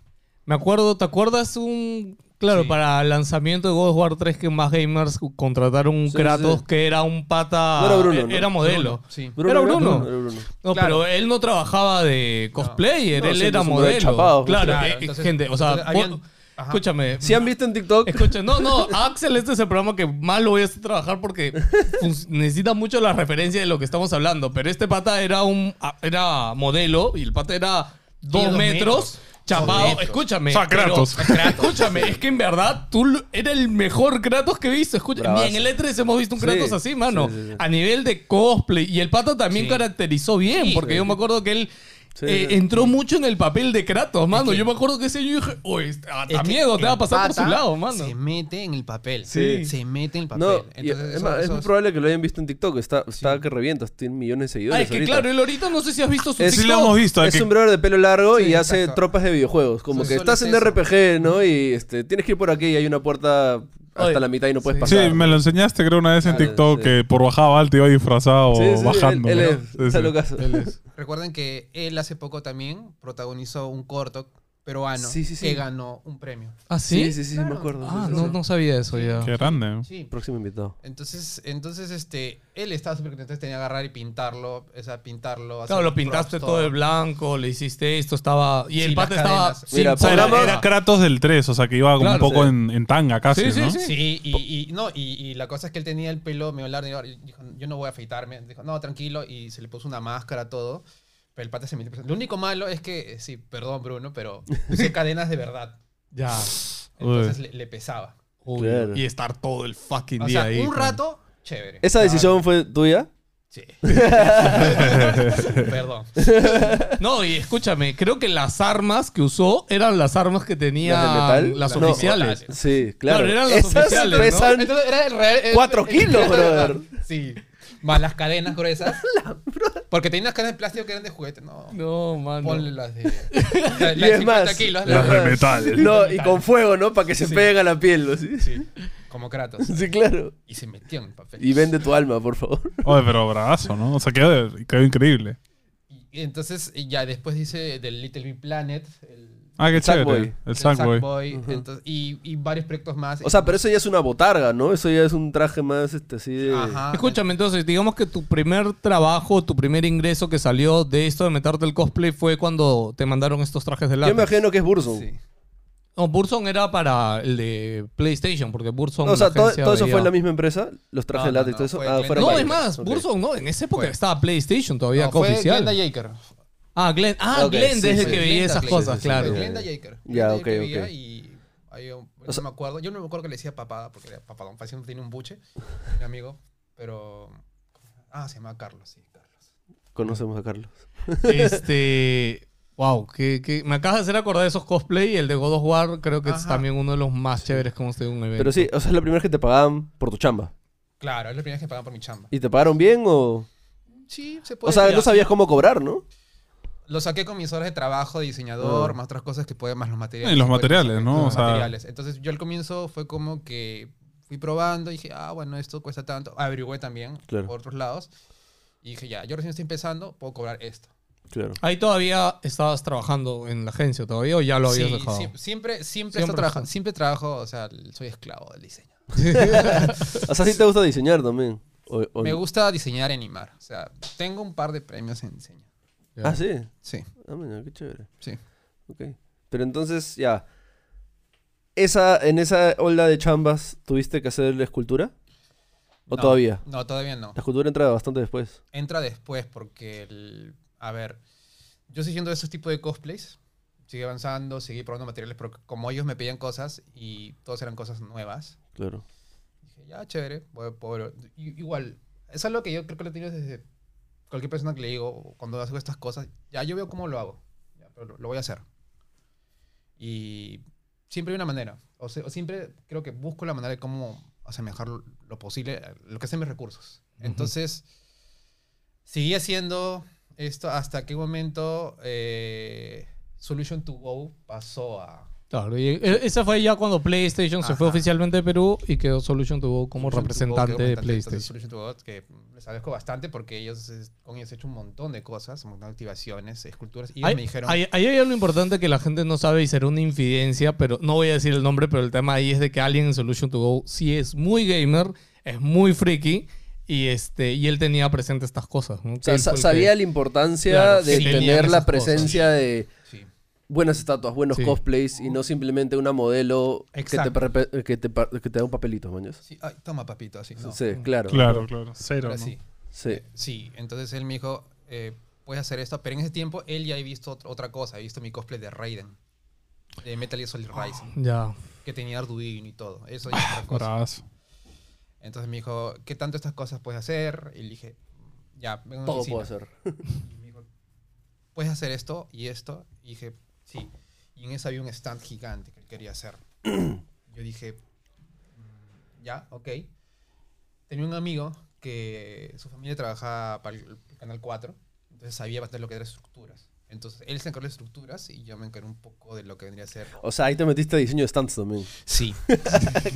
Speaker 2: Me acuerdo, ¿te acuerdas un. Claro,
Speaker 1: Sí.
Speaker 2: para el lanzamiento de God of War 3 que más gamers contrataron un
Speaker 4: Sí,
Speaker 2: Kratos
Speaker 4: sí. que
Speaker 2: que era un pata. eh,
Speaker 4: No era Bruno, ¿no?
Speaker 2: Era modelo.
Speaker 1: Bruno, sí.
Speaker 2: Era Bruno.
Speaker 4: Era Bruno.
Speaker 2: No,
Speaker 1: Claro.
Speaker 2: pero él no trabajaba de cosplayer,
Speaker 4: No,
Speaker 2: él
Speaker 4: sí,
Speaker 2: era
Speaker 4: es un modelo
Speaker 2: modelo.
Speaker 4: chapado,
Speaker 2: claro,
Speaker 1: Claro,
Speaker 2: eh,
Speaker 1: entonces-
Speaker 2: gente, o sea,
Speaker 1: entonces habían-
Speaker 2: vos-
Speaker 1: Ajá.
Speaker 2: escúchame.
Speaker 4: Si han visto en TikTok,
Speaker 2: Escucha, no, no, Axel, este es el programa que más lo voy a hacer trabajar porque fun- necesita mucho la referencia de lo que estamos hablando. Pero este pata era un a- era modelo y el pata era dos,
Speaker 1: Tenía dos
Speaker 2: metros,
Speaker 1: metros.
Speaker 2: chapado.
Speaker 1: Dos metros.
Speaker 2: Escúchame.
Speaker 3: O sea,
Speaker 2: pero-
Speaker 3: Kratos.
Speaker 2: escúchame, es que en verdad tú l- eres el mejor Kratos que he visto. Escucha,
Speaker 4: Bravazo.
Speaker 2: ni en el E3 hemos visto un
Speaker 4: Sí,
Speaker 2: Kratos así, mano.
Speaker 4: sí, sí, sí.
Speaker 2: A nivel de cosplay. Y el pata también
Speaker 1: Sí.
Speaker 2: caracterizó bien,
Speaker 1: Sí,
Speaker 2: porque
Speaker 1: sí.
Speaker 2: yo me acuerdo que él.
Speaker 4: Sí,
Speaker 2: eh,
Speaker 4: sí.
Speaker 2: entró mucho en el papel de Kratos, mano.
Speaker 1: que-
Speaker 2: yo me acuerdo que ese yo dije, "Uy, este, ah,
Speaker 1: Es
Speaker 2: está,
Speaker 1: que
Speaker 2: miedo, te va a
Speaker 1: el
Speaker 2: pasar por su
Speaker 1: pata
Speaker 2: lado, mano.
Speaker 1: Se mete en el papel.
Speaker 4: Sí.
Speaker 1: Se mete en el papel.
Speaker 4: No, y-
Speaker 1: Entonces,
Speaker 4: es,
Speaker 1: eso-
Speaker 4: más, es
Speaker 1: eso
Speaker 4: muy
Speaker 1: es-
Speaker 4: probable que lo hayan visto en TikTok. Está, está que revienta, tiene millones de seguidores.
Speaker 2: Ah, es que
Speaker 4: ahorita.
Speaker 2: claro, él ahorita no sé si has visto su
Speaker 4: Es-
Speaker 3: Sí
Speaker 2: TikTok.
Speaker 3: lo hemos visto.
Speaker 4: Es
Speaker 3: que-
Speaker 4: un brother de pelo largo y
Speaker 1: Sí,
Speaker 4: hace
Speaker 1: exacto.
Speaker 4: tropas de videojuegos. Como
Speaker 1: Sí,
Speaker 4: que
Speaker 1: solo
Speaker 4: estás
Speaker 1: es
Speaker 4: en
Speaker 1: eso.
Speaker 4: RPG, ¿no? Y este, tienes que ir por aquí y hay una puerta hasta
Speaker 2: Oye,
Speaker 4: la mitad y no puedes
Speaker 3: Sí,
Speaker 4: pasar.
Speaker 3: me lo enseñaste creo una vez en
Speaker 4: Claro,
Speaker 3: TikTok
Speaker 4: sí.
Speaker 3: que por bajada alta iba disfrazado
Speaker 4: Sí, sí, sí,
Speaker 3: bajando.
Speaker 4: Él, él
Speaker 3: ¿no?
Speaker 4: es,
Speaker 3: Sí,
Speaker 4: está
Speaker 3: sí.
Speaker 4: locazo.
Speaker 1: Recuerden que él hace poco también protagonizó un corto peruano
Speaker 4: Sí, sí, sí.
Speaker 1: que ganó un premio.
Speaker 2: ¿Ah,
Speaker 4: Sí,
Speaker 2: sí?
Speaker 4: sí, sí, sí, me
Speaker 1: Claro.
Speaker 4: acuerdo.
Speaker 2: Ah,
Speaker 4: Sí, sí,
Speaker 2: no,
Speaker 4: sí.
Speaker 2: no sabía eso ya.
Speaker 3: Qué grande.
Speaker 1: Sí,
Speaker 4: Próximo invitado.
Speaker 1: Entonces, entonces este, él estaba súper contento, entonces tenía que agarrar y pintarlo, o sea, pintarlo.
Speaker 2: Claro,
Speaker 1: hacer
Speaker 2: lo pintaste
Speaker 1: props,
Speaker 2: todo de blanco, le hiciste esto, estaba... Y el
Speaker 1: Sin las
Speaker 2: pata estaba...
Speaker 1: cadenas.
Speaker 2: sin-
Speaker 4: Mira,
Speaker 2: o
Speaker 3: O
Speaker 2: sea,
Speaker 3: sea, era,
Speaker 4: Pongamos-
Speaker 3: era Kratos del 3, o sea que iba
Speaker 2: Claro,
Speaker 3: un poco
Speaker 4: sí.
Speaker 3: en, en tanga casi,
Speaker 2: Sí, sí,
Speaker 3: ¿no?
Speaker 2: sí.
Speaker 1: Sí, y, y- no, y, y la cosa es que él tenía el pelo medio largo y dijo, yo no voy a afeitarme. Dijo, no, tranquilo, y se le puso una máscara, todo. Pero el pata se metió. Lo único malo es que, eh, sí, perdón Bruno, pero usé cadenas de verdad.
Speaker 2: Ya.
Speaker 1: Entonces le, le pesaba.
Speaker 2: Obvio.
Speaker 4: Claro.
Speaker 2: Y estar todo el fucking
Speaker 1: O
Speaker 2: día
Speaker 1: sea,
Speaker 2: ahí.
Speaker 1: un
Speaker 2: con-
Speaker 1: rato, chévere.
Speaker 4: ¿Esa decisión fue tuya?
Speaker 1: Sí. perdón.
Speaker 2: No, y escúchame, creo que las armas que usó eran las armas que tenía...
Speaker 4: ¿Las de metal?
Speaker 2: Las
Speaker 4: No.
Speaker 2: oficiales.
Speaker 4: Sí, claro.
Speaker 2: Claro, eran los oficiales, ¿no?
Speaker 4: pesan-
Speaker 1: Entonces era el real- el-
Speaker 4: Cuatro
Speaker 1: Este el-
Speaker 4: kilos,
Speaker 1: el-
Speaker 4: brother.
Speaker 1: Sí. Más las cadenas gruesas. Porque tenía unas cadenas de plástico que eran de juguete. No.
Speaker 2: No, mano.
Speaker 1: Ponle las de. Las de
Speaker 4: Y es
Speaker 1: 50
Speaker 4: más,
Speaker 1: kilos.
Speaker 3: Las de metal.
Speaker 4: No, y con fuego, ¿no? Para que se
Speaker 1: Sí.
Speaker 4: peguen a la piel, ¿no? Sí.
Speaker 1: Sí. Como Kratos.
Speaker 4: Sí, claro.
Speaker 1: Y se metió en el papel.
Speaker 4: Y vende tu alma, por favor.
Speaker 3: Oye, pero bravazo, ¿no? O sea, quedó, quedó increíble.
Speaker 1: Y- y entonces, y ya después dice del Little Big Planet. El,
Speaker 3: Ah, qué
Speaker 4: El
Speaker 3: chévere.
Speaker 4: Sackboy.
Speaker 3: El
Speaker 1: el
Speaker 3: Sackboy.
Speaker 1: Sackboy, entonces- y, y varios proyectos más.
Speaker 4: O sea, pero eso ya es una botarga, ¿no? Eso ya es un traje más este, así de.
Speaker 1: Ajá.
Speaker 2: Escúchame, entonces, digamos que tu primer trabajo, tu primer ingreso que salió de esto de meterte el cosplay fue cuando te mandaron estos trajes de
Speaker 4: Yo
Speaker 2: látex.
Speaker 4: imagino que es Burson.
Speaker 1: Sí.
Speaker 2: No, Burson era para el de PlayStation, porque Burson.
Speaker 4: No, o sea,
Speaker 2: la
Speaker 4: todo,
Speaker 2: agencia
Speaker 4: todo eso
Speaker 2: veía-
Speaker 4: fue en la misma empresa, los trajes
Speaker 1: No,
Speaker 4: de lata y
Speaker 1: no,
Speaker 4: todo eso.
Speaker 1: fue
Speaker 4: ah,
Speaker 1: Glenn-
Speaker 4: fueron
Speaker 2: No,
Speaker 4: varios.
Speaker 2: es más,
Speaker 4: Ok.
Speaker 2: Burson no, en esa época
Speaker 1: Fue.
Speaker 2: estaba PlayStation todavía
Speaker 1: No,
Speaker 2: acá
Speaker 1: fue
Speaker 2: oficial.
Speaker 1: Glenda Jaker.
Speaker 2: Ah, Glenn. Ah,
Speaker 4: Ok,
Speaker 2: Glenn,
Speaker 4: sí,
Speaker 2: desde
Speaker 4: sí,
Speaker 2: que
Speaker 1: sí.
Speaker 2: veía
Speaker 1: Glenda,
Speaker 2: esas
Speaker 1: Glenn,
Speaker 2: cosas,
Speaker 4: sí, sí,
Speaker 2: claro.
Speaker 4: sí.
Speaker 1: Glenda Jaker.
Speaker 4: Ya,
Speaker 1: Glenda
Speaker 4: ok,
Speaker 1: Jaker
Speaker 4: ok.
Speaker 1: vivía Y ahí yo, yo
Speaker 4: sea-
Speaker 1: no me acuerdo. Yo no me acuerdo que le decía papada, porque era papadón Fácil tiene un buche, mi amigo. Pero. Ah, se llama Carlos, sí, Carlos.
Speaker 4: Conocemos a Carlos.
Speaker 2: Este. Wow, que, que- me acabas de hacer acordar de esos cosplay y el de God of War creo que es
Speaker 1: Ajá.
Speaker 2: también uno de los más chéveres que hemos tenido en un evento.
Speaker 4: Pero sí, o sea, es lo primero que te pagaban por tu chamba.
Speaker 1: Claro, es la primera vez que pagan por mi chamba.
Speaker 4: ¿Y te pagaron bien o...?
Speaker 1: Sí, se puede.
Speaker 4: O sea,
Speaker 1: ya.
Speaker 4: no sabías cómo cobrar, ¿no?
Speaker 1: Lo saqué con mis horas de trabajo de diseñador,
Speaker 4: Ah.
Speaker 1: más otras cosas que puede, más los materiales.
Speaker 3: Ah, Y los
Speaker 1: que puede
Speaker 3: materiales,
Speaker 1: consumir,
Speaker 3: ¿no?
Speaker 1: Los
Speaker 3: O sea-
Speaker 1: materiales. Entonces yo al comienzo fue como que fui probando y dije, ah, bueno, esto cuesta tanto. Averigüé también
Speaker 4: Claro.
Speaker 1: por otros lados. Y dije, ya, yo recién estoy empezando, puedo cobrar esto.
Speaker 4: Claro.
Speaker 2: Ahí todavía estabas trabajando en la agencia todavía o ya lo habías
Speaker 1: Sí,
Speaker 2: dejado.
Speaker 1: sí, pues. siempre, siempre, he
Speaker 2: Siempre
Speaker 1: estado trabaja-
Speaker 2: está.
Speaker 1: siempre trabajo, o sea, soy esclavo del diseño.
Speaker 4: O sea, sí te gusta diseñar también. O- o-
Speaker 1: Me gusta diseñar y animar. O sea, tengo un par de premios en diseño.
Speaker 2: Ya.
Speaker 4: Ah, sí.
Speaker 1: Sí,
Speaker 4: Ah, mira, qué chévere.
Speaker 1: sí.
Speaker 4: Ok. Pero entonces, ya. Esa, en esa ola de chambas, ¿tuviste que hacer la escultura? ¿O
Speaker 1: No,
Speaker 4: todavía?
Speaker 1: No, todavía no.
Speaker 4: La escultura entra bastante después.
Speaker 1: entra después porque el, a ver, yo siguiendo esos tipos de cosplays, seguí avanzando, seguí probando materiales, pero como ellos me pedían cosas y todas eran cosas nuevas,
Speaker 4: Claro.
Speaker 1: dije, ya, chévere, voy, puedo- i- igual, es algo que yo creo que lo he tenido desde cualquier persona que le digo, cuando hago estas cosas, ya yo veo cómo lo hago, ya, pero lo, lo voy a hacer. Y siempre hay una manera, o, sea, o siempre creo que busco la manera de cómo asemejar lo, lo posible, a lo que hacen mis recursos. Entonces, seguí haciendo esto hasta qué momento eh, Solution to Go pasó a...
Speaker 2: Claro, y eh, esa fue ya cuando PlayStation se fue
Speaker 1: Ajá.
Speaker 2: oficialmente de Perú y quedó Solution to Go como
Speaker 1: Solution to Go, que
Speaker 2: representante de
Speaker 1: entonces,
Speaker 2: PlayStation.
Speaker 1: Solution to Go, que les agradezco bastante porque ellos, eh, con ellos he hecho un montón de cosas, un montón de activaciones, esculturas, y ellos
Speaker 2: Ahí,
Speaker 1: me dijeron...
Speaker 2: ahí- ahí hay algo importante que la gente no sabe y será una infidencia, pero no voy a decir el nombre, pero el tema ahí es de que alguien en Solution to Go sí es muy gamer, es muy freaky y este y él tenía presente estas cosas. ¿no?
Speaker 4: O sea,
Speaker 2: Él
Speaker 4: sa-
Speaker 2: fue el
Speaker 4: sabía
Speaker 2: que-
Speaker 4: la importancia
Speaker 2: Claro,
Speaker 4: de
Speaker 2: sí. Tenían
Speaker 4: tener
Speaker 2: esas
Speaker 4: la
Speaker 2: cosas.
Speaker 4: presencia de
Speaker 1: sí.
Speaker 4: buenas estatuas, buenos
Speaker 2: Sí.
Speaker 4: cosplays y no simplemente una modelo que te,
Speaker 1: Exacto.
Speaker 4: perpe- que, te, pa- que te da un papelito, mañas.
Speaker 1: Sí, ay, toma papito, así. no.
Speaker 4: Sí, claro.
Speaker 3: Claro, claro. Cero.
Speaker 1: Pero
Speaker 3: ¿no?
Speaker 1: sí,
Speaker 4: Sí.
Speaker 1: sí. Entonces él me dijo, eh, puedes hacer esto, pero en ese tiempo él ya había visto ot- otra cosa, había visto mi cosplay de Raiden, de Metal Gear Solid Rising,
Speaker 2: Ya.
Speaker 1: que tenía Arduino y todo. Eso ya es otra cosa.
Speaker 3: Bravazo.
Speaker 1: Entonces me dijo, ¿qué tanto estas cosas puedes hacer? Y le dije, ya, vengo a mi
Speaker 4: Todo
Speaker 1: oficina.
Speaker 4: puedo hacer.
Speaker 1: Y me dijo, ¿puedes hacer esto y esto? Y dije, sí. Y en eso había un stand gigante que él quería hacer. Yo dije, "Mm, ya, ok. Tenía un amigo que su familia trabajaba para el Canal 4, entonces sabía bastante lo que era estructuras. Entonces él se encargó de estructuras y yo me encargué un poco de lo que vendría a ser.
Speaker 4: O sea, ahí te metiste a diseño de stands también.
Speaker 1: Sí.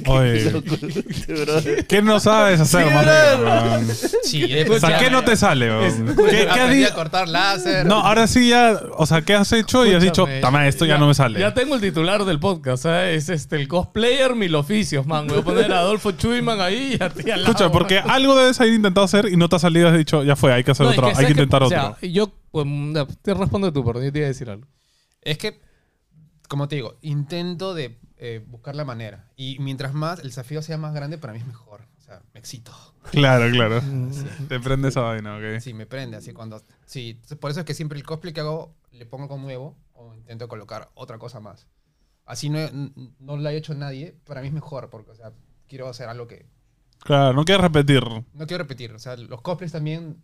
Speaker 3: Oye,
Speaker 4: Brother.
Speaker 3: ¿qué no sabes hacer,
Speaker 4: Sí,
Speaker 3: mano?
Speaker 1: sí
Speaker 3: O sea, ¿qué no te sale, weón? ¿Qué, qué has
Speaker 1: Aprendí a
Speaker 3: dicho?
Speaker 1: cortar láser.
Speaker 3: No, ahora sí ya, o sea, ¿qué has hecho? Y has dicho,
Speaker 2: Escúchame,
Speaker 3: tama, esto ya, no me sale.
Speaker 2: Ya tengo el titular del podcast, ¿sabes? Es este, el cosplayer mil oficios, man. Voy a poner a Adolfo Chuyman ahí y a ti al lado,
Speaker 3: Escucha,
Speaker 2: man.
Speaker 3: porque algo debes haber intentado hacer y no te ha salido, has dicho, ya fue, hay que hacer
Speaker 2: No, es
Speaker 3: otro, hay
Speaker 2: ¿sabes
Speaker 3: que
Speaker 2: qué?
Speaker 3: intentar
Speaker 2: O
Speaker 3: otro.
Speaker 2: sea, yo, pues, ya, te respondo tú, perdón, yo te iba a decir algo.
Speaker 1: Es que, como te digo, intento de eh, buscar la manera. Y mientras más el desafío sea más grande, para mí es mejor. O sea, me excito.
Speaker 3: Claro, claro. Te prende esa vaina, ok.
Speaker 1: Sí, me prende. Así cuando... Sí, entonces, por eso es que siempre el cosplay que hago le pongo algo nuevo o intento colocar otra cosa más. Así no, n- no lo ha hecho nadie. Para mí es mejor porque, o sea, quiero hacer algo que...
Speaker 3: Claro, no quieres repetir.
Speaker 1: No quiero repetir. O sea, los cosplays también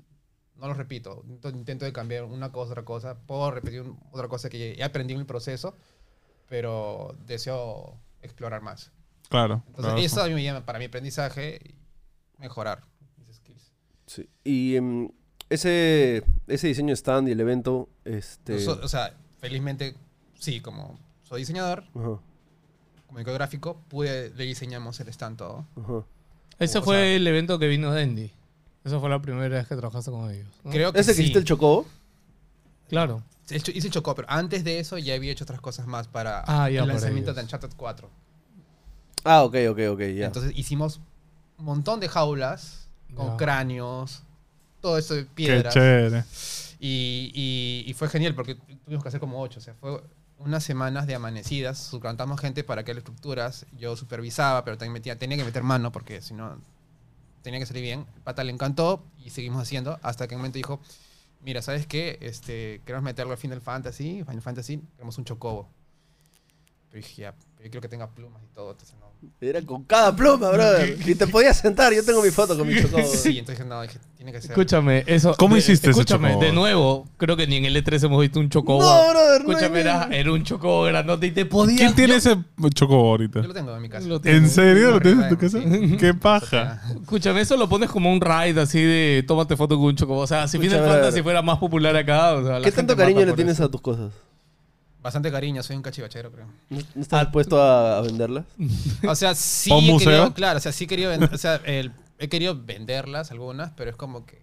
Speaker 1: no los repito. Ento- Intento de cambiar una cosa, otra cosa. Puedo repetir un- otra cosa que he aprendido en el proceso, pero deseo explorar más.
Speaker 3: Claro.
Speaker 1: Entonces,
Speaker 3: bravazo.
Speaker 1: eso a mí me llama para mi aprendizaje y mejorar mis skills.
Speaker 4: Sí. Y em, ese, ese diseño de stand y el evento, este...
Speaker 1: So- o sea, felizmente, sí, como soy diseñador,
Speaker 4: Ajá,
Speaker 1: comunicador gráfico, pude, le diseñamos el stand todo.
Speaker 4: ajá.
Speaker 2: Ese
Speaker 1: O
Speaker 2: fue
Speaker 1: sea-
Speaker 2: el evento que vino Dendy. Esa fue la primera vez que trabajaste con ellos. ¿no?
Speaker 1: Creo que
Speaker 4: Ese que
Speaker 1: sí.
Speaker 4: hiciste el chocobo.
Speaker 2: Claro.
Speaker 1: El cho- hice el chocó, pero antes de eso ya había hecho otras cosas más para
Speaker 2: Ah,
Speaker 1: el
Speaker 2: ya, para
Speaker 1: lanzamiento
Speaker 2: ellos.
Speaker 1: de Uncharted 4.
Speaker 4: Ah, ok, ok, ok, ya.
Speaker 1: Entonces hicimos un montón de jaulas con
Speaker 2: Ya.
Speaker 1: cráneos, todo eso de
Speaker 3: Qué
Speaker 1: piedras.
Speaker 3: chévere.
Speaker 1: Y, y- y fue genial porque tuvimos que hacer como ocho. O sea, fue unas semanas de amanecidas. Suplantamos gente para que las estructuras. Yo supervisaba, pero también metía, tenía que meter mano porque si no tenía que salir bien. El pata le encantó y seguimos haciendo hasta que un momento dijo: Mira, ¿sabes qué? Este, queremos meterlo al Final Fantasy. Final Fantasy, queremos un chocobo. Pero dije: Ya, Yo quiero que tenga plumas y todo. Entonces no.
Speaker 4: Era con cada pluma, brother. Y te podías sentar. Yo tengo mi foto con mi chocobo.
Speaker 1: Sí, entonces no, dije, tiene que ser.
Speaker 2: Escúchame, eso.
Speaker 3: ¿Cómo
Speaker 2: de-
Speaker 3: hiciste ese
Speaker 2: Escúchame,
Speaker 3: chocobo?
Speaker 2: de nuevo, creo que ni en el E3 hemos visto un chocobo.
Speaker 4: No, brother, no
Speaker 2: Escúchame,
Speaker 4: hay
Speaker 2: era,
Speaker 4: nada.
Speaker 2: era un chocobo grandote y te podías.
Speaker 3: ¿Quién tiene ese chocobo ahorita?
Speaker 1: Yo lo tengo en mi casa.
Speaker 2: Lo tengo.
Speaker 3: ¿En serio lo tienes en tu casa?
Speaker 1: Sí.
Speaker 3: ¡Qué paja!
Speaker 2: Escúchame, eso lo pones como un raid así de tómate foto con un chocobo. O sea, si Final
Speaker 4: Escúchame,
Speaker 2: Fantasy
Speaker 4: brother.
Speaker 2: fuera más popular acá. O sea, la
Speaker 4: ¿Qué
Speaker 2: gente
Speaker 4: tanto
Speaker 2: mata
Speaker 4: cariño le
Speaker 2: por
Speaker 4: tienes
Speaker 2: eso.
Speaker 4: a tus cosas?
Speaker 1: Bastante cariño, soy un cachivachero, creo.
Speaker 4: ¿No no estás
Speaker 2: Ah,
Speaker 4: dispuesto a, a venderlas?
Speaker 1: O sea, sí
Speaker 3: ¿Pa un
Speaker 1: he
Speaker 3: museo?
Speaker 1: querido, claro, o sea, sí he querido, vend- o sea, el- he querido venderlas algunas, pero es como que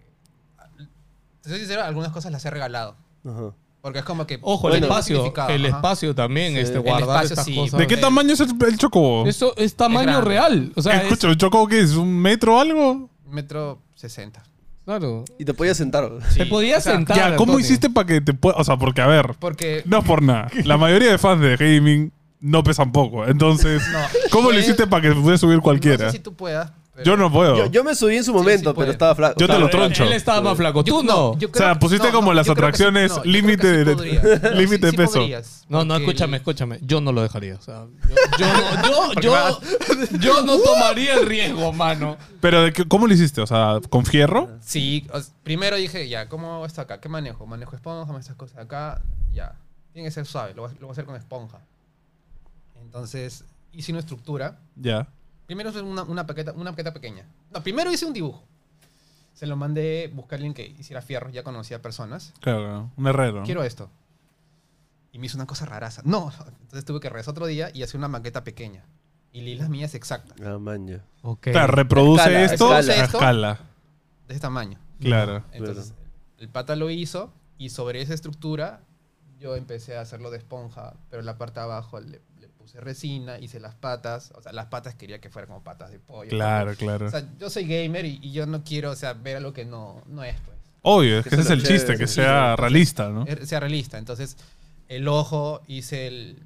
Speaker 1: te soy sincero, algunas cosas las he regalado,
Speaker 4: Ajá.
Speaker 1: porque es como que
Speaker 2: Ojo, el
Speaker 1: Bueno,
Speaker 2: espacio.
Speaker 1: significado,
Speaker 2: El
Speaker 1: ajá.
Speaker 2: espacio también,
Speaker 4: Sí.
Speaker 2: este,
Speaker 4: El
Speaker 2: guardar
Speaker 1: espacio,
Speaker 2: estas
Speaker 1: sí.
Speaker 2: cosas.
Speaker 3: ¿De qué
Speaker 1: Ok.
Speaker 3: tamaño es el, el chocobo?
Speaker 2: Eso es tamaño
Speaker 1: grande.
Speaker 2: real. O sea, es-
Speaker 3: Escucha, ¿el chocobo qué es? ¿Un metro o algo?
Speaker 1: Metro 60.
Speaker 2: claro.
Speaker 4: Y te podías sentar.
Speaker 1: Sí,
Speaker 2: Te podías
Speaker 1: o sea,
Speaker 2: sentar.
Speaker 3: ya, ¿cómo
Speaker 2: Antonio.
Speaker 3: hiciste para que te pueda...? O sea, porque a ver,
Speaker 1: Porque
Speaker 3: no es por nada. La mayoría de fans de gaming no pesan poco. Entonces,
Speaker 1: No.
Speaker 3: ¿cómo lo
Speaker 1: Pues,
Speaker 3: hiciste para que pudiera subir cualquiera?
Speaker 1: no sé si tú puedas. pero-
Speaker 3: Yo no puedo.
Speaker 4: Yo, yo me subí en su momento,
Speaker 1: sí puede.
Speaker 4: pero estaba flaco.
Speaker 3: Yo te lo
Speaker 4: Estaba-
Speaker 3: troncho.
Speaker 2: Él estaba más flaco.
Speaker 1: yo-
Speaker 2: Tú no.
Speaker 1: yo
Speaker 3: O sea,
Speaker 1: que-
Speaker 3: pusiste como las
Speaker 1: yo creo que sí-
Speaker 3: atracciones,
Speaker 1: yo creo que
Speaker 3: límite
Speaker 1: sí
Speaker 3: de-
Speaker 1: podrías. No,
Speaker 3: límite
Speaker 1: sí-
Speaker 3: de
Speaker 1: sí
Speaker 3: peso.
Speaker 1: podrías,
Speaker 2: No, no,
Speaker 1: porque el-
Speaker 2: escúchame, escúchame. Yo no lo dejaría. O sea, yo, yo no, yo, yo, yo no tomaría el riesgo, mano.
Speaker 3: Pero, ¿de qué- ¿cómo lo hiciste? O sea, ¿con fierro?
Speaker 1: Sí, o s- primero dije, ya, ¿cómo hago esto acá? ¿Qué manejo? ¿Manejo esponja? ¿Manejo estas cosas acá? Ya. Tiene que ser suave, lo voy, a- lo voy a hacer con esponja. Entonces, hice una estructura.
Speaker 3: Ya.
Speaker 1: Primero hice una, una, paqueta, una paqueta pequeña. No, primero hice un dibujo. Se lo mandé buscar a alguien que hiciera fierro, ya conocía personas.
Speaker 3: Claro, claro. un herrero.
Speaker 1: Quiero esto. Y me hizo una cosa raraza. No, entonces tuve que regresar otro día y hacer una maqueta pequeña. Y leí las mías exactas, de
Speaker 4: Ah, man, ya.
Speaker 2: Ok.
Speaker 3: Claro, reproduce
Speaker 4: Escala,
Speaker 3: esto
Speaker 4: escala.
Speaker 3: a escala.
Speaker 1: este tamaño.
Speaker 3: Claro.
Speaker 1: Entonces, el pata lo hizo y sobre esa estructura yo empecé a hacerlo de esponja, pero la parte de abajo le, le puse resina, hice las patas, o sea, las patas quería que fueran como patas de pollo.
Speaker 3: Claro, claro.
Speaker 1: O sea, yo soy gamer y, y yo no quiero, o sea, ver algo que no, no es, pues.
Speaker 3: Obvio, es que
Speaker 4: que
Speaker 3: ese es
Speaker 4: sea
Speaker 3: el
Speaker 4: chévere,
Speaker 3: chiste, que
Speaker 4: sí,
Speaker 3: sea
Speaker 1: sí.
Speaker 3: realista, ¿no?
Speaker 1: Er- Sea realista. Entonces, el ojo, hice el...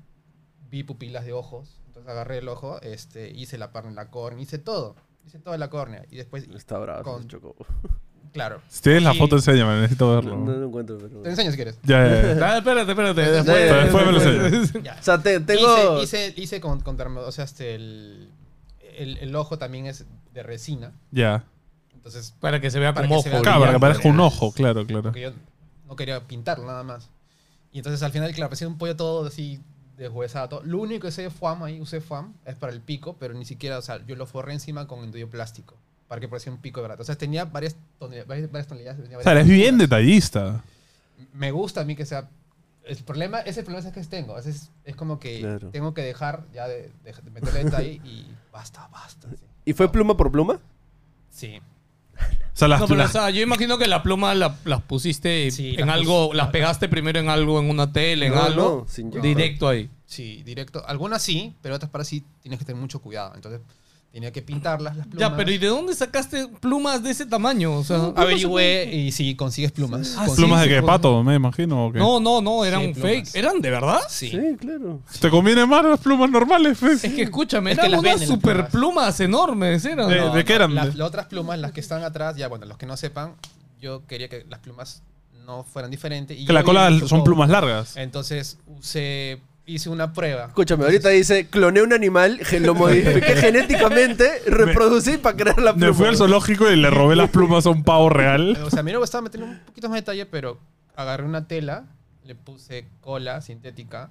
Speaker 1: Vi pupilas de ojos, entonces agarré el ojo, este, hice la parte en la córnea, hice todo. Hice toda la córnea. Y después,
Speaker 4: Está bravo
Speaker 1: Con-
Speaker 4: ese chocobo.
Speaker 1: claro.
Speaker 3: Si tienes la
Speaker 1: Y-
Speaker 3: foto, enséñame, necesito verlo.
Speaker 4: No, no lo encuentro, pero.
Speaker 1: Te enseño si quieres.
Speaker 3: Ya, ya, ya.
Speaker 2: Ah, espérate, espérate.
Speaker 4: No,
Speaker 2: Después,
Speaker 3: después me lo
Speaker 1: Ya.
Speaker 4: O sea, te- tengo.
Speaker 1: Hice, hice, hice con, con termo- o sea, este, el, el, el ojo también es de resina.
Speaker 3: ya.
Speaker 1: Entonces,
Speaker 2: Para que se vea
Speaker 1: Para
Speaker 2: como
Speaker 1: que se
Speaker 2: ojo.
Speaker 1: vea
Speaker 3: Claro, para que
Speaker 1: brillante.
Speaker 3: parezca un ojo, claro, claro.
Speaker 1: porque yo no quería pintarlo nada más. Y entonces al final, claro, parecía un pollo todo así deshuesado. todo. Lo único que usé FUAM ahí, usé FUAM, es para el pico, pero ni siquiera, o sea, yo lo forré encima con endurio plástico para que pareciera un pico de barato. O sea, tenía varias tonelidades. Varias, varias tonelidades tenía
Speaker 3: O
Speaker 1: varias
Speaker 3: sea, eres
Speaker 1: texturas.
Speaker 3: bien detallista.
Speaker 1: Me gusta a mí que sea... El problema, ese problema es que tengo. A veces es como que
Speaker 4: Claro.
Speaker 1: tengo que dejar ya de, de, de meterle detalle y basta, basta. sí.
Speaker 4: ¿Y fue pluma por pluma?
Speaker 1: Sí.
Speaker 3: O sea, las,
Speaker 2: No, pero, o
Speaker 3: las-
Speaker 2: sea, yo imagino que la pluma la- las pusiste
Speaker 1: Sí,
Speaker 2: en
Speaker 1: las
Speaker 2: algo,
Speaker 1: puse,
Speaker 2: las pegaste primero en algo, en una tele, en
Speaker 4: No,
Speaker 2: algo.
Speaker 4: no, sin yo.
Speaker 2: directo ahí.
Speaker 1: Sí, directo. Algunas sí, pero otras para sí tienes que tener mucho cuidado. Entonces, tenía que pintarlas las plumas.
Speaker 2: Ya, pero ¿y de dónde sacaste plumas de ese tamaño? O sea,
Speaker 1: Averigüé y sí, consigues plumas.
Speaker 2: Ah,
Speaker 1: Consigues-
Speaker 3: plumas
Speaker 2: sí,
Speaker 3: de que
Speaker 2: sí,
Speaker 3: pato, me imagino. ¿o qué?
Speaker 2: No, no, no, eran
Speaker 1: Sí,
Speaker 2: fake.
Speaker 1: plumas.
Speaker 2: ¿Eran de verdad?
Speaker 1: Sí.
Speaker 4: claro.
Speaker 3: ¿Te conviene más las plumas normales? pues. Fes?
Speaker 2: Es que escúchame,
Speaker 1: Es que
Speaker 2: eran
Speaker 1: las
Speaker 2: unas
Speaker 1: venden las
Speaker 2: super plumas enormes, eran.
Speaker 3: Eh, ¿De qué eran?
Speaker 1: Las, las otras plumas, las que están atrás, ya bueno, los que no sepan, yo quería que las plumas no fueran diferentes. Y
Speaker 3: que
Speaker 1: yo Eh,
Speaker 3: la
Speaker 1: vi
Speaker 3: cola
Speaker 1: en
Speaker 3: son
Speaker 1: Chocobo.
Speaker 3: plumas largas.
Speaker 1: Entonces, usé, hice una prueba.
Speaker 4: Escúchame, ahorita dice: cloné un animal, gen- lo modifiqué genéticamente, reproducí para crear la pluma.
Speaker 3: Me fui al zoológico y le robé las plumas a un pavo real.
Speaker 1: eh, O sea, a mí me gustaba meterle un poquito más de detalle, pero agarré una tela, le puse cola sintética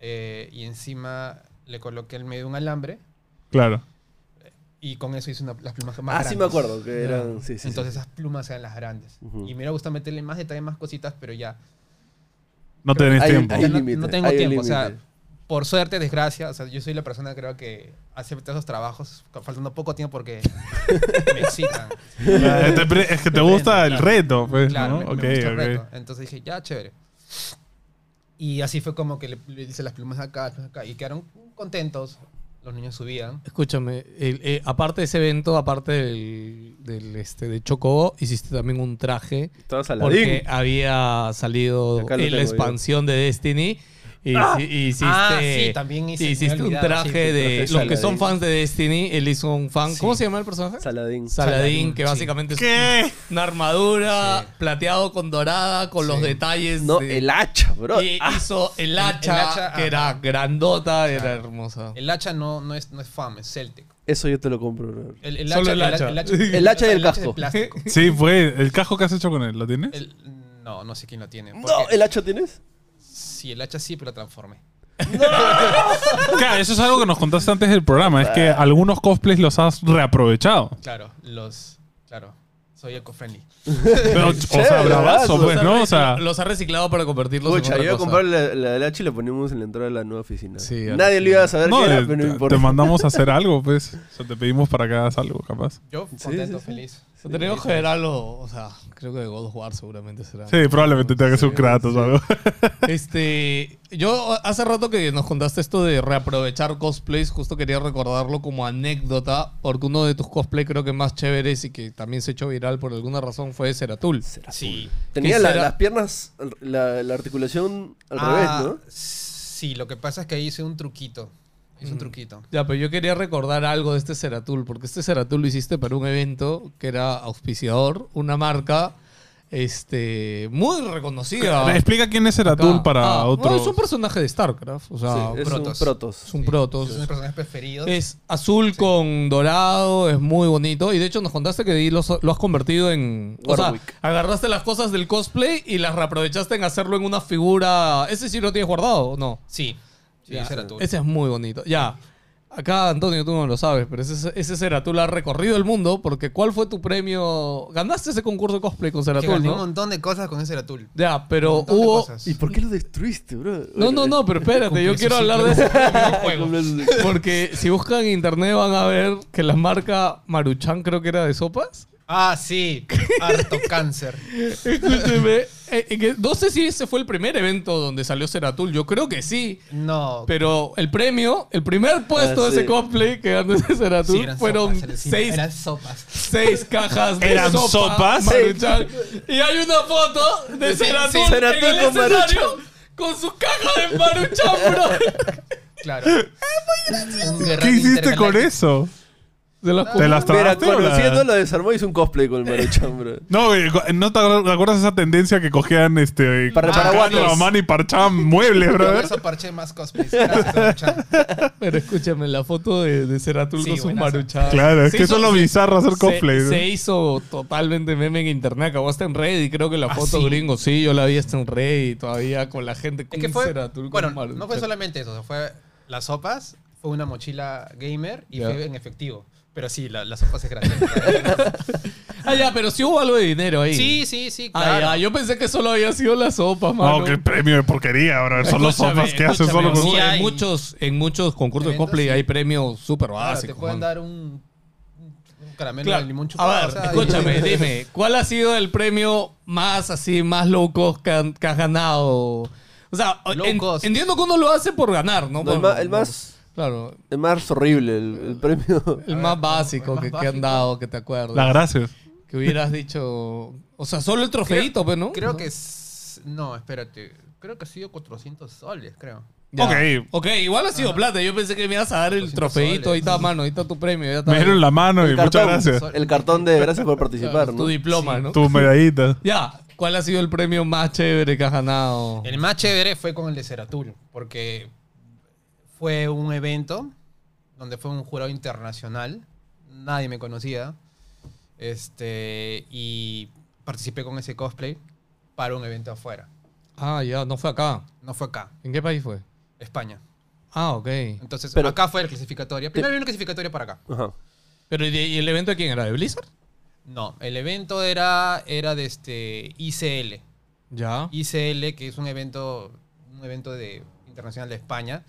Speaker 1: eh, y encima le coloqué en medio un alambre
Speaker 3: Claro.
Speaker 1: y con eso hice una- las plumas más
Speaker 4: Ah,
Speaker 1: grandes.
Speaker 4: sí me acuerdo que eran. Sí, sí, sí.
Speaker 1: Entonces esas plumas eran las grandes.
Speaker 4: Ujú.
Speaker 1: Y me hubiera gustado meterle más detalle, más cositas, pero ya.
Speaker 3: No tenés
Speaker 4: Hay-
Speaker 3: tiempo.
Speaker 1: Ya no,
Speaker 4: límite,
Speaker 1: no tengo
Speaker 4: hay un
Speaker 1: tiempo. O sea,
Speaker 4: límite.
Speaker 1: por suerte, desgracia, o sea, yo soy la persona que creo que acepta esos trabajos con- faltando poco tiempo porque me excitan.
Speaker 3: Ah, te pre- es que te gusta el reto, pues,
Speaker 1: Claro,
Speaker 3: ¿no?
Speaker 1: me, me
Speaker 3: Ok,
Speaker 1: gusta el
Speaker 3: ok.
Speaker 1: reto. Entonces dije, ya, chévere. Y así fue como que le, le hice las plumas acá, las plumas acá, y quedaron contentos. Los niños subían.
Speaker 2: Escúchame, el- eh, aparte de ese evento, aparte del, del, este, de Chocobo, hiciste también un traje
Speaker 4: Estabas al
Speaker 2: porque había salido
Speaker 4: Acá lo
Speaker 2: en la
Speaker 4: tengo yo.
Speaker 2: expansión de Destiny y Y, si- y hiciste,
Speaker 1: Ah, sí, también hice, me
Speaker 2: hiciste
Speaker 1: había
Speaker 2: un
Speaker 1: olvidado,
Speaker 2: traje
Speaker 1: sí,
Speaker 2: de.
Speaker 4: traje
Speaker 2: Los que
Speaker 4: Saladín.
Speaker 2: son fans de Destiny, él hizo un fan. ¿Cómo
Speaker 1: Sí.
Speaker 2: se llama el personaje?
Speaker 4: Saladín.
Speaker 2: Saladín,
Speaker 1: Saladín,
Speaker 2: que
Speaker 1: sí.
Speaker 2: básicamente es
Speaker 3: ¿Qué?
Speaker 2: una armadura plateado con dorada, con los
Speaker 1: Sí.
Speaker 2: detalles.
Speaker 4: No,
Speaker 2: de-
Speaker 4: el hacha, bro.
Speaker 2: y
Speaker 4: Ah,
Speaker 2: hizo el hacha,
Speaker 1: el hacha,
Speaker 2: que era
Speaker 1: ajá.
Speaker 2: grandota, era hermosa.
Speaker 1: El hacha no, no, es, no es fam, es celtic.
Speaker 4: eso yo te lo compro, bro.
Speaker 1: El, el
Speaker 2: Solo
Speaker 1: hacha,
Speaker 2: el hacha.
Speaker 4: El hacha y el
Speaker 1: es de
Speaker 4: casco.
Speaker 1: plástico.
Speaker 3: Sí, fue. ¿El casco que has hecho con él? ¿Lo tienes?
Speaker 1: El- no, no sé quién lo tiene.
Speaker 4: No,
Speaker 1: porque
Speaker 4: ¿el hacha tienes?
Speaker 1: Sí, el hacha sí, pero la transformé.
Speaker 3: Claro, eso es algo que nos contaste antes del programa. Es que algunos cosplays los has reaprovechado.
Speaker 1: Claro, los. Claro, soy eco-friendly.
Speaker 3: Pero, o sea,
Speaker 4: Chévere,
Speaker 3: bravazo,
Speaker 4: bravazo.
Speaker 3: pues, ¿no? O sea,
Speaker 2: los ha reciclado para convertirlos
Speaker 4: Pucha,
Speaker 2: en
Speaker 4: yo
Speaker 2: otra
Speaker 4: iba a
Speaker 2: cosa.
Speaker 4: comprar la, la del hacha y la ponemos en la entrada de la nueva oficina.
Speaker 2: Sí, a la
Speaker 4: Nadie lo iba a saber
Speaker 3: no,
Speaker 4: qué era,
Speaker 3: eh,
Speaker 4: pero no
Speaker 3: te-
Speaker 4: importa.
Speaker 3: te mandamos a hacer algo, pues. O sea, te pedimos para que hagas algo, capaz.
Speaker 1: Yo contento, feliz.
Speaker 2: Tenemos que ver algo, o sea, creo que de God of War seguramente será.
Speaker 3: Sí, probablemente tenga que ser un Kratos o algo.
Speaker 2: Este, yo hace rato que nos contaste esto de reaprovechar cosplays, justo quería recordarlo como anécdota, porque uno de tus cosplays creo que más chéveres y que también se echó viral por alguna razón fue Seratul.
Speaker 1: Sí.
Speaker 4: Tenía
Speaker 2: ¿Qué
Speaker 4: la-
Speaker 2: será?
Speaker 4: las piernas, la, la articulación al
Speaker 1: Ah,
Speaker 4: revés, ¿no?
Speaker 1: Sí, lo que pasa es que ahí hice un truquito. Hice
Speaker 2: Mm.
Speaker 1: un truquito.
Speaker 2: Ya, pero yo quería recordar algo de este Seratul, porque este Seratul lo hiciste para un evento que era auspiciador, una marca este, muy
Speaker 4: ah.
Speaker 2: reconocida.
Speaker 3: Explica quién es Eratul
Speaker 2: Acá.
Speaker 3: para
Speaker 2: Ah,
Speaker 3: otro.
Speaker 2: no, es un personaje de StarCraft, o sea,
Speaker 4: Sí, es
Speaker 1: Protos.
Speaker 4: un protos.
Speaker 2: es un protos.
Speaker 1: Es uno de mis personajes preferidos.
Speaker 2: Es azul con dorado, es muy bonito. Y de hecho nos contaste que ahí lo, lo has convertido en... O sea,
Speaker 4: Warwick.
Speaker 2: agarraste las cosas del cosplay y las reaprovechaste en hacerlo en una figura... ¿Ese sí lo tienes guardado o no?
Speaker 1: Sí. Sí,
Speaker 2: Ya,
Speaker 1: ese era tú.
Speaker 2: Ese es muy bonito. Ya. Acá, Antonio, tú no lo sabes, pero ese, ese Ceratul ha recorrido el mundo porque ¿cuál fue tu premio? Ganaste ese concurso de cosplay con
Speaker 1: Que
Speaker 2: Ceratul,
Speaker 1: gané un
Speaker 2: ¿no?
Speaker 1: montón de cosas con ese Eratul.
Speaker 2: Ya, pero
Speaker 1: montón de
Speaker 2: hubo...
Speaker 1: cosas.
Speaker 4: ¿Y por qué lo destruiste, bro?
Speaker 2: No, no, no, pero espérate,
Speaker 1: Cumplí
Speaker 2: yo
Speaker 1: su
Speaker 2: quiero hablar de
Speaker 1: ciclo.
Speaker 2: ese
Speaker 4: Juego.
Speaker 2: Porque si buscan en internet van a ver que la marca Maruchan creo que era de sopas.
Speaker 1: Ah, sí. Harto cáncer.
Speaker 2: Escúcheme, eh, eh, que no sé si ese fue el primer evento donde salió Ceratul, yo creo que sí.
Speaker 1: No.
Speaker 2: Pero el premio, el primer puesto
Speaker 4: Ah,
Speaker 2: de ese
Speaker 4: sí.
Speaker 2: cosplay que ganó ese Ceratul
Speaker 1: sí, eran
Speaker 2: fueron
Speaker 1: sopas, Alecina,
Speaker 2: seis,
Speaker 1: Eran sopas.
Speaker 2: seis cajas de
Speaker 3: ¿Eran
Speaker 2: sopa,
Speaker 3: sopas?
Speaker 2: Maruchan. Y hay una foto de
Speaker 1: Sí,
Speaker 2: Ceratul
Speaker 1: sí.
Speaker 2: en
Speaker 4: Ceratul
Speaker 2: el
Speaker 4: con
Speaker 2: escenario con su caja de Maruchan, bro.
Speaker 1: Claro. Un guerrero
Speaker 3: ¿Qué hiciste con
Speaker 1: intergaláctico.
Speaker 3: eso?
Speaker 2: Se las
Speaker 3: ¿Te las
Speaker 4: Mira,
Speaker 3: trabaste o las-
Speaker 4: conociendo lo desarmó, hizo un cosplay con el Maruchan, bro.
Speaker 3: No, eh, co- ¿no te acuer- te acuerdas esa tendencia que cogían este
Speaker 4: Para-
Speaker 3: sacaban
Speaker 4: paraguatos.
Speaker 3: la mano y parchaban muebles,
Speaker 1: Con
Speaker 3: brother?
Speaker 1: eso parché más cosplays. Gracias, Maruchan.
Speaker 2: Pero escúchame, la foto de, de Ceratul
Speaker 1: Sí,
Speaker 2: con sus
Speaker 1: buenazo.
Speaker 2: maruchadas.
Speaker 3: Claro, es
Speaker 2: Se
Speaker 3: que
Speaker 2: hizo-
Speaker 3: eso es lo
Speaker 2: se-
Speaker 3: bizarro hacer cosplay.
Speaker 2: Se,
Speaker 3: ¿no?
Speaker 2: se hizo totalmente meme en internet. Acabó hasta en Reddit. Creo que la
Speaker 1: ¿Ah,
Speaker 2: foto
Speaker 1: sí?
Speaker 2: gringo, sí, yo la vi hasta en Reddit todavía con la gente con
Speaker 1: Es que fue.
Speaker 2: Ceratul con
Speaker 1: Bueno,
Speaker 2: maruchan.
Speaker 1: no fue solamente eso. Fue las sopas, fue una mochila gamer y
Speaker 2: Ya.
Speaker 1: fue en efectivo. Pero sí, la- las sopas es gratis.
Speaker 2: Ah, ya, pero sí hubo algo de dinero ahí.
Speaker 1: sí, sí, sí,
Speaker 2: Ah,
Speaker 1: claro.
Speaker 2: ya, yo pensé que solo había sido la sopa, mano.
Speaker 3: No, qué premio de porquería, bro. Son los
Speaker 2: Escúchame,
Speaker 3: sopas que hacen
Speaker 2: escúchame,
Speaker 3: solo con...
Speaker 2: sí,
Speaker 1: con-
Speaker 2: en muchos, en muchos concursos de
Speaker 1: Eventos,
Speaker 2: cosplay
Speaker 1: sí.
Speaker 2: hay premios súper
Speaker 1: Claro,
Speaker 2: básicos.
Speaker 1: te pueden
Speaker 2: mano.
Speaker 1: dar un, un caramelo
Speaker 2: Claro.
Speaker 1: de limón chupado.
Speaker 2: A ver,
Speaker 1: o sea,
Speaker 2: escúchame,
Speaker 1: y-
Speaker 2: dime, ¿cuál ha sido el premio más así, más low cost que, han- que has ganado? O sea,
Speaker 1: Low
Speaker 2: en-
Speaker 1: cost.
Speaker 2: entiendo que uno lo hace por ganar, ¿no?
Speaker 4: No, el,
Speaker 2: Por-
Speaker 4: más, el, más,
Speaker 2: Claro,
Speaker 4: el más horrible, el, el premio.
Speaker 2: el más básico que, que han dado, que te acuerdas.
Speaker 3: La gracias.
Speaker 2: que hubieras dicho, o sea, solo el trofeito, pues, ¿no?
Speaker 1: Creo que es. No, espérate. Creo que ha sido 400 soles, creo.
Speaker 2: Ya.
Speaker 3: Ok.
Speaker 2: Ok, igual ha sido plata. Yo pensé que me ibas a dar el
Speaker 1: 200
Speaker 2: trofeito.
Speaker 1: soles.
Speaker 2: Ahí está, mano, ahí está tu premio. Ya está.
Speaker 3: Me dieron la mano y
Speaker 4: El
Speaker 3: muchas
Speaker 4: cartón.
Speaker 3: gracias.
Speaker 1: gracias.
Speaker 4: El cartón de gracias por participar,
Speaker 2: tu
Speaker 4: ¿no?
Speaker 2: diploma, ¿no?
Speaker 3: Tu medallita.
Speaker 2: Ya, ¿cuál ha sido el premio más chévere que has ganado?
Speaker 1: El más chévere fue con el de Ceratul, porque fue un evento donde fue un jurado internacional, nadie me conocía, este, y participé con ese cosplay para un evento afuera.
Speaker 2: Ah, ya, no fue acá.
Speaker 1: No fue acá,
Speaker 2: ¿En qué país fue?
Speaker 1: España.
Speaker 2: Ah, ok.
Speaker 1: Entonces,
Speaker 4: Pero-
Speaker 1: acá fue la clasificatoria. Primero vino la clasificatoria para acá.
Speaker 4: Ajá.
Speaker 2: Pero ¿y, y el evento de quién era? ¿De Blizzard?
Speaker 1: No, el evento era, era de este ICL.
Speaker 2: Ya.
Speaker 1: ICL, que es un evento, un evento de, internacional de España.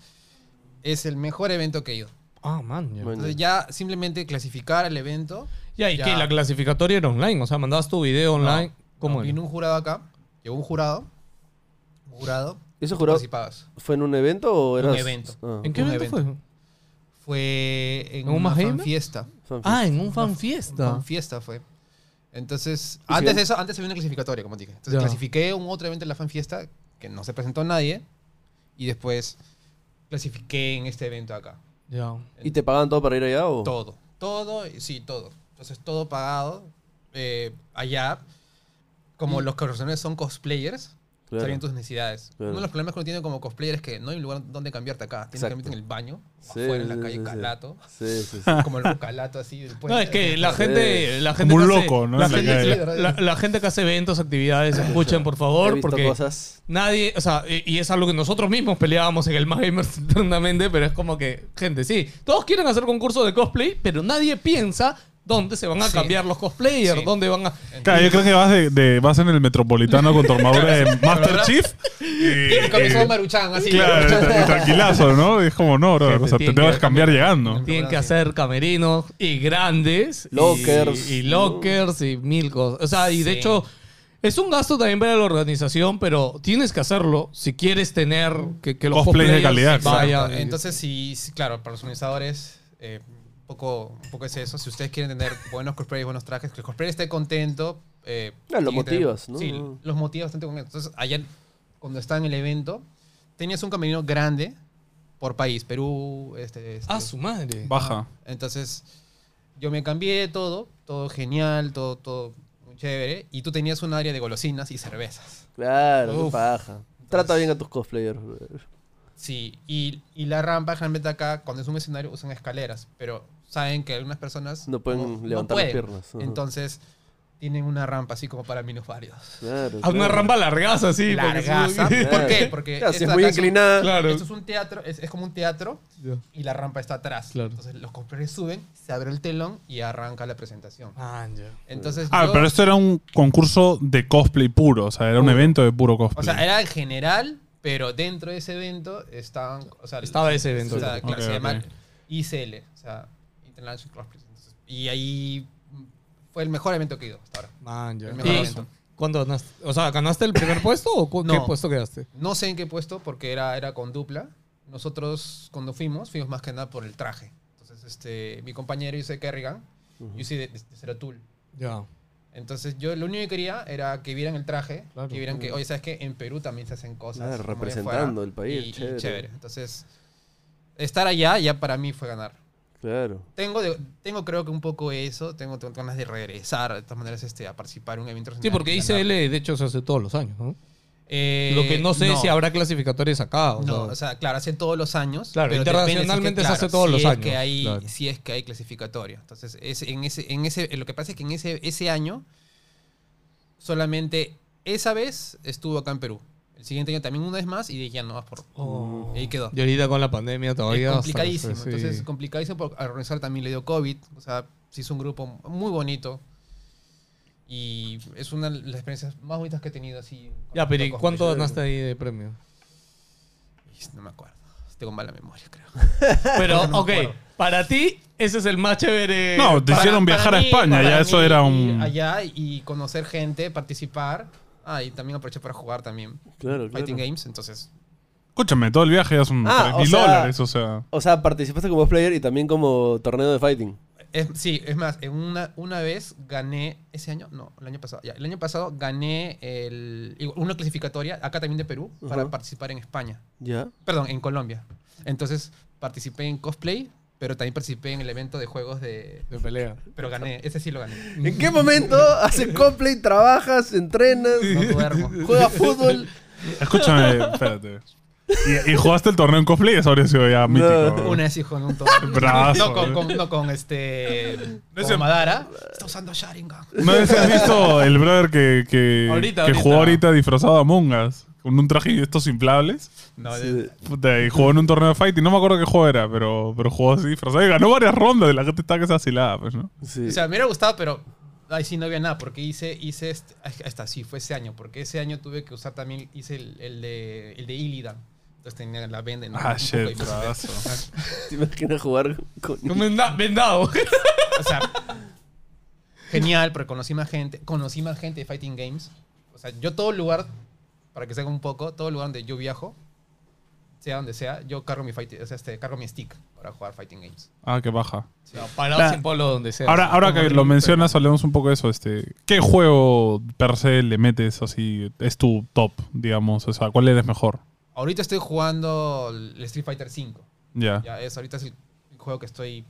Speaker 1: Es el mejor evento que he ido.
Speaker 2: Ah, man. Ya.
Speaker 4: Bueno.
Speaker 1: Entonces ya simplemente clasificar al evento.
Speaker 2: Ya, y
Speaker 1: Ya.
Speaker 2: que la clasificatoria era online. O sea, mandabas tu video online. ¿Cómo
Speaker 1: No,
Speaker 2: era?
Speaker 1: Vino un jurado acá, llegó un jurado, un jurado,
Speaker 4: ¿Ese jurado
Speaker 1: participabas.
Speaker 4: fue en un evento o
Speaker 1: Un
Speaker 4: era...?
Speaker 1: evento.
Speaker 4: Ah,
Speaker 2: ¿En qué
Speaker 1: un
Speaker 2: evento fue?
Speaker 1: Fue en
Speaker 2: ¿En un
Speaker 1: una
Speaker 2: Maheima?
Speaker 1: fan fiesta.
Speaker 4: fan
Speaker 2: Ah, en un fan
Speaker 1: Una
Speaker 2: fiesta.
Speaker 1: fan fiesta fue. Entonces, antes
Speaker 4: bien?
Speaker 1: de eso, antes había una clasificatoria, como te dije. Entonces
Speaker 2: Ya.
Speaker 1: clasifiqué un otro evento en la fan fiesta que no se presentó nadie y después clasifiqué en este evento acá.
Speaker 2: Ya.
Speaker 4: ¿Y te pagaban todo para ir allá o?
Speaker 1: Todo. Todo, y- sí, todo. Entonces, todo pagado eh, allá. Como los corresponsales son cosplayers,
Speaker 4: Claro.
Speaker 1: saben tus necesidades.
Speaker 4: Claro.
Speaker 1: Uno de los problemas que uno tiene como cosplayer es que no hay un lugar donde cambiarte acá. Tienes que
Speaker 4: Exacto.
Speaker 1: cambiarte en el baño, o
Speaker 4: Sí,
Speaker 1: afuera en la
Speaker 4: sí,
Speaker 1: calle
Speaker 4: sí, sí.
Speaker 1: Calato.
Speaker 4: Sí, sí, sí.
Speaker 1: Como el calato así del puente.
Speaker 4: Pues,
Speaker 2: No, es que la gente. La gente
Speaker 3: Como un
Speaker 2: que hace-
Speaker 3: loco, ¿no?
Speaker 2: La
Speaker 3: En la
Speaker 2: gente,
Speaker 1: calle.
Speaker 2: la- la- la gente que hace eventos, actividades, escuchen, por
Speaker 4: He
Speaker 2: favor,
Speaker 4: visto
Speaker 2: porque.
Speaker 4: cosas.
Speaker 2: Nadie, o sea, y y es algo que nosotros mismos peleábamos en el Más Gamers internamente, pero es como que, gente, sí, todos quieren hacer concursos de cosplay, pero nadie piensa dónde se van a
Speaker 1: Sí.
Speaker 2: cambiar los cosplayers,
Speaker 1: Sí.
Speaker 2: dónde van a...
Speaker 4: Eh,
Speaker 3: Claro, yo creo que vas, de, de- vas en el metropolitano con tu armadura de Master
Speaker 1: ¿Verdad?
Speaker 3: Chief. Y,
Speaker 4: Eh,
Speaker 1: Comenzó
Speaker 3: y-
Speaker 1: Maruchan así.
Speaker 3: claro, tra- tranquilazo, ¿no? Es como, no, bro.
Speaker 2: Gente,
Speaker 3: O sea, te
Speaker 2: tiene que
Speaker 3: vas a cambiar llegando.
Speaker 2: Tienen
Speaker 1: Claro,
Speaker 2: que
Speaker 1: sí.
Speaker 2: hacer camerinos y grandes. y-
Speaker 4: Lockers.
Speaker 2: Y, lockers y mil cosas. O sea, y de
Speaker 1: Sí.
Speaker 2: hecho, es un gasto también para la organización, pero tienes que hacerlo si quieres tener que, que los
Speaker 3: Cosplays de
Speaker 2: cosplayers
Speaker 3: calidad,
Speaker 1: Exacto.
Speaker 2: vayan.
Speaker 1: Entonces, sí, sí, claro, para los organizadores, eh, un, poco, un poco es eso. Si ustedes quieren tener buenos cosplayers, buenos trajes, que el cosplayer esté contento. Eh,
Speaker 4: Claro, los
Speaker 1: tiene que tener-
Speaker 4: Ah, motivas, ¿no?
Speaker 1: Sí, los motivos bastante contento. Entonces, ayer, cuando estaba en el evento, tenías un camerino grande por país, Perú, este. este.
Speaker 2: Ah, su madre.
Speaker 3: Baja.
Speaker 1: Entonces, yo me cambié todo, todo genial, todo, todo muy chévere. Y tú tenías un área de golosinas y cervezas.
Speaker 4: Claro, qué
Speaker 1: Uf.
Speaker 4: paja. Trata bien a tus cosplayers.
Speaker 1: Sí, y, y la rampa generalmente acá, cuando es un escenario, usan escaleras, pero saben que algunas personas
Speaker 4: No pueden levantar las piernas, ajá.
Speaker 1: Entonces, tienen una rampa así como para minusválidos.
Speaker 4: Claro,
Speaker 2: A una
Speaker 4: claro.
Speaker 2: rampa largaza, así. porque-
Speaker 1: Largaza. ¿Por qué? Porque
Speaker 4: Claro, Eh, si
Speaker 1: esto
Speaker 4: es muy
Speaker 1: acá es un-
Speaker 4: inclinada.
Speaker 2: Claro.
Speaker 1: Esto es un teatro, es, es como un teatro
Speaker 2: Ya.
Speaker 1: y la rampa está atrás.
Speaker 2: Claro.
Speaker 1: Entonces, los cosplayers suben, se abre el telón y arranca la presentación.
Speaker 2: Ah, ya.
Speaker 1: Entonces,
Speaker 3: Ah,
Speaker 1: yo-
Speaker 3: pero esto era un concurso de cosplay puro. O sea, era un evento de puro
Speaker 1: o
Speaker 3: cosplay.
Speaker 1: sea, era en general, pero dentro de ese evento estaban, o sea,
Speaker 2: Estaba ese evento.
Speaker 1: O sea, claro,
Speaker 3: Ok,
Speaker 1: se llama
Speaker 3: ok.
Speaker 1: ICL, o sea, International Cross Presents. Y ahí fue el mejor evento que he ido hasta ahora.
Speaker 2: Man, ya.
Speaker 1: El mejor
Speaker 2: ¿Y
Speaker 1: evento.
Speaker 2: cuándo ganaste? O sea, ¿ganaste el primer puesto o cu-
Speaker 1: No.
Speaker 2: qué puesto quedaste?
Speaker 1: No sé en qué puesto, porque era, era con dupla. Nosotros, cuando fuimos, fuimos más que nada por el traje. Entonces, este, mi compañero, yo soy Kerrigan, yo soy de, de, de Ceratul.
Speaker 2: Ya.
Speaker 1: Entonces, yo lo único que quería era que vieran el traje,
Speaker 2: Claro.
Speaker 1: que vieran que, oye, ¿sabes qué? En Perú también se hacen cosas.
Speaker 4: Claro,
Speaker 1: como de
Speaker 4: representando
Speaker 1: fuera.
Speaker 4: el país,
Speaker 1: Y- y
Speaker 4: chévere.
Speaker 1: chévere. Entonces, estar allá ya para mí fue ganar.
Speaker 4: Claro.
Speaker 1: Tengo, de- tengo creo que un poco eso, tengo, tengo ganas de regresar de todas maneras este, a participar en un evento.
Speaker 2: Sí, porque ICL,
Speaker 1: internacional.
Speaker 2: de hecho, se hace todos los años, ¿no?
Speaker 1: Eh,
Speaker 2: Lo que no sé es si habrá clasificatorias acá. O
Speaker 1: No,
Speaker 2: sea.
Speaker 1: o sea, claro, hacen todos los años.
Speaker 2: Claro,
Speaker 1: pero depende si es que,
Speaker 2: internacionalmente se
Speaker 1: claro,
Speaker 2: hace todos
Speaker 1: si
Speaker 2: los
Speaker 1: es
Speaker 2: años,
Speaker 1: Que hay,
Speaker 2: claro.
Speaker 1: Si es que hay clasificatoria. Entonces, es, en ese, en ese, eh, lo que pasa es que en ese, ese año solamente esa vez estuvo acá en Perú. El siguiente año también una vez más y dije, ya no más por...
Speaker 2: Oh.
Speaker 1: Y ahí quedó.
Speaker 2: Y ahorita con la pandemia todavía.
Speaker 1: Es
Speaker 2: hasta-
Speaker 1: complicadísimo.
Speaker 2: sí.
Speaker 1: Entonces, complicadísimo porque al organizar también le dio COVID. O sea, se hizo un grupo muy bonito. Y es una de las experiencias más bonitas que he tenido así.
Speaker 2: ya, pero ¿y
Speaker 1: Con-
Speaker 2: cuánto
Speaker 1: con-
Speaker 2: ganaste ahí de premio?
Speaker 1: No me acuerdo. Tengo mala memoria, creo.
Speaker 2: Pero,
Speaker 1: No me
Speaker 2: ok,
Speaker 1: acuerdo.
Speaker 2: para ti, ese es el más chévere.
Speaker 3: No, te hicieron viajar a
Speaker 1: mí-
Speaker 3: España.
Speaker 1: para
Speaker 3: Ya eso
Speaker 1: mí
Speaker 3: era
Speaker 1: ir
Speaker 3: un.
Speaker 1: Allá y conocer gente, participar. Ah, y también aproveché para jugar también.
Speaker 4: Claro, claro.
Speaker 1: Fighting Games, entonces.
Speaker 3: Escúchame, todo el viaje ya son
Speaker 4: Ah,
Speaker 3: 3.000
Speaker 4: o sea-
Speaker 3: dólares. O sea.
Speaker 4: O sea, participaste como player y también como torneo de fighting.
Speaker 1: Es, sí, es más, en una, una vez gané, ese año, no, el año pasado, ya, el año pasado gané el, igual, una clasificatoria, acá también de Perú,
Speaker 4: Ujú.
Speaker 1: para participar en España.
Speaker 4: Ya.
Speaker 1: Perdón, en Colombia. Entonces participé en cosplay, pero también participé en el evento de juegos de...
Speaker 2: De pelea.
Speaker 1: Pero gané, ese sí lo gané.
Speaker 4: ¿En qué momento haces cosplay, trabajas, entrenas,
Speaker 1: No duermo.
Speaker 4: juegas fútbol?
Speaker 3: Escúchame, espérate. Y, y jugaste el torneo en cosplay, eso habría sido ya mítico.
Speaker 1: Una vez hijo en un
Speaker 3: Bravazo,
Speaker 1: No
Speaker 3: eh.
Speaker 1: con, con- no con este...
Speaker 3: No
Speaker 1: No
Speaker 3: sé-
Speaker 1: Madara. Está usando Sharingan.
Speaker 3: ¿No sé si has visto el brother que, que,
Speaker 2: Ahorita,
Speaker 3: que
Speaker 2: ahorita.
Speaker 3: jugó ahorita disfrazado a Among Us? Con un traje de estos inflables.
Speaker 1: No,
Speaker 4: Sí.
Speaker 3: Puta, y jugó en un torneo de fighting. No me acuerdo qué juego era, pero, pero jugó así disfrazado. Y ganó varias rondas. Y la gente está que se vacilaba, pues, ¿no?
Speaker 4: Sí.
Speaker 1: O sea, me hubiera gustado, pero ahí sí no había nada, porque hice, hice este, ay, hasta sí, fue ese año, porque ese año tuve que usar también, hice el, el de, el de Illidan. Entonces tenía la venda. ¿no?
Speaker 3: Ah,
Speaker 1: Un poco
Speaker 3: shit,
Speaker 1: difícil.
Speaker 3: bravazo.
Speaker 4: ¿Te imaginas jugar con...
Speaker 2: Como venda- vendado.
Speaker 1: O sea, genial, porque conocí más gente, conocí más gente de Fighting Games. O sea, yo todo lugar, para que se haga un poco, todo lugar donde yo viajo, sea donde sea, yo cargo mi, fight- o sea, este, cargo mi stick para jugar Fighting Games.
Speaker 3: Ah, qué baja.
Speaker 2: No, parado
Speaker 3: La-
Speaker 2: sin polo donde sea.
Speaker 3: Ahora, ahora que
Speaker 2: Como
Speaker 3: lo
Speaker 2: el-
Speaker 3: mencionas, hablemos un poco de eso. Este, ¿Qué juego per se le metes así? Es tu top, digamos. O sea, ¿cuál eres mejor?
Speaker 1: Ahorita estoy jugando el Street Fighter V.
Speaker 4: Ah.
Speaker 3: Ya.
Speaker 1: Ya, es, ahorita es el juego que estoy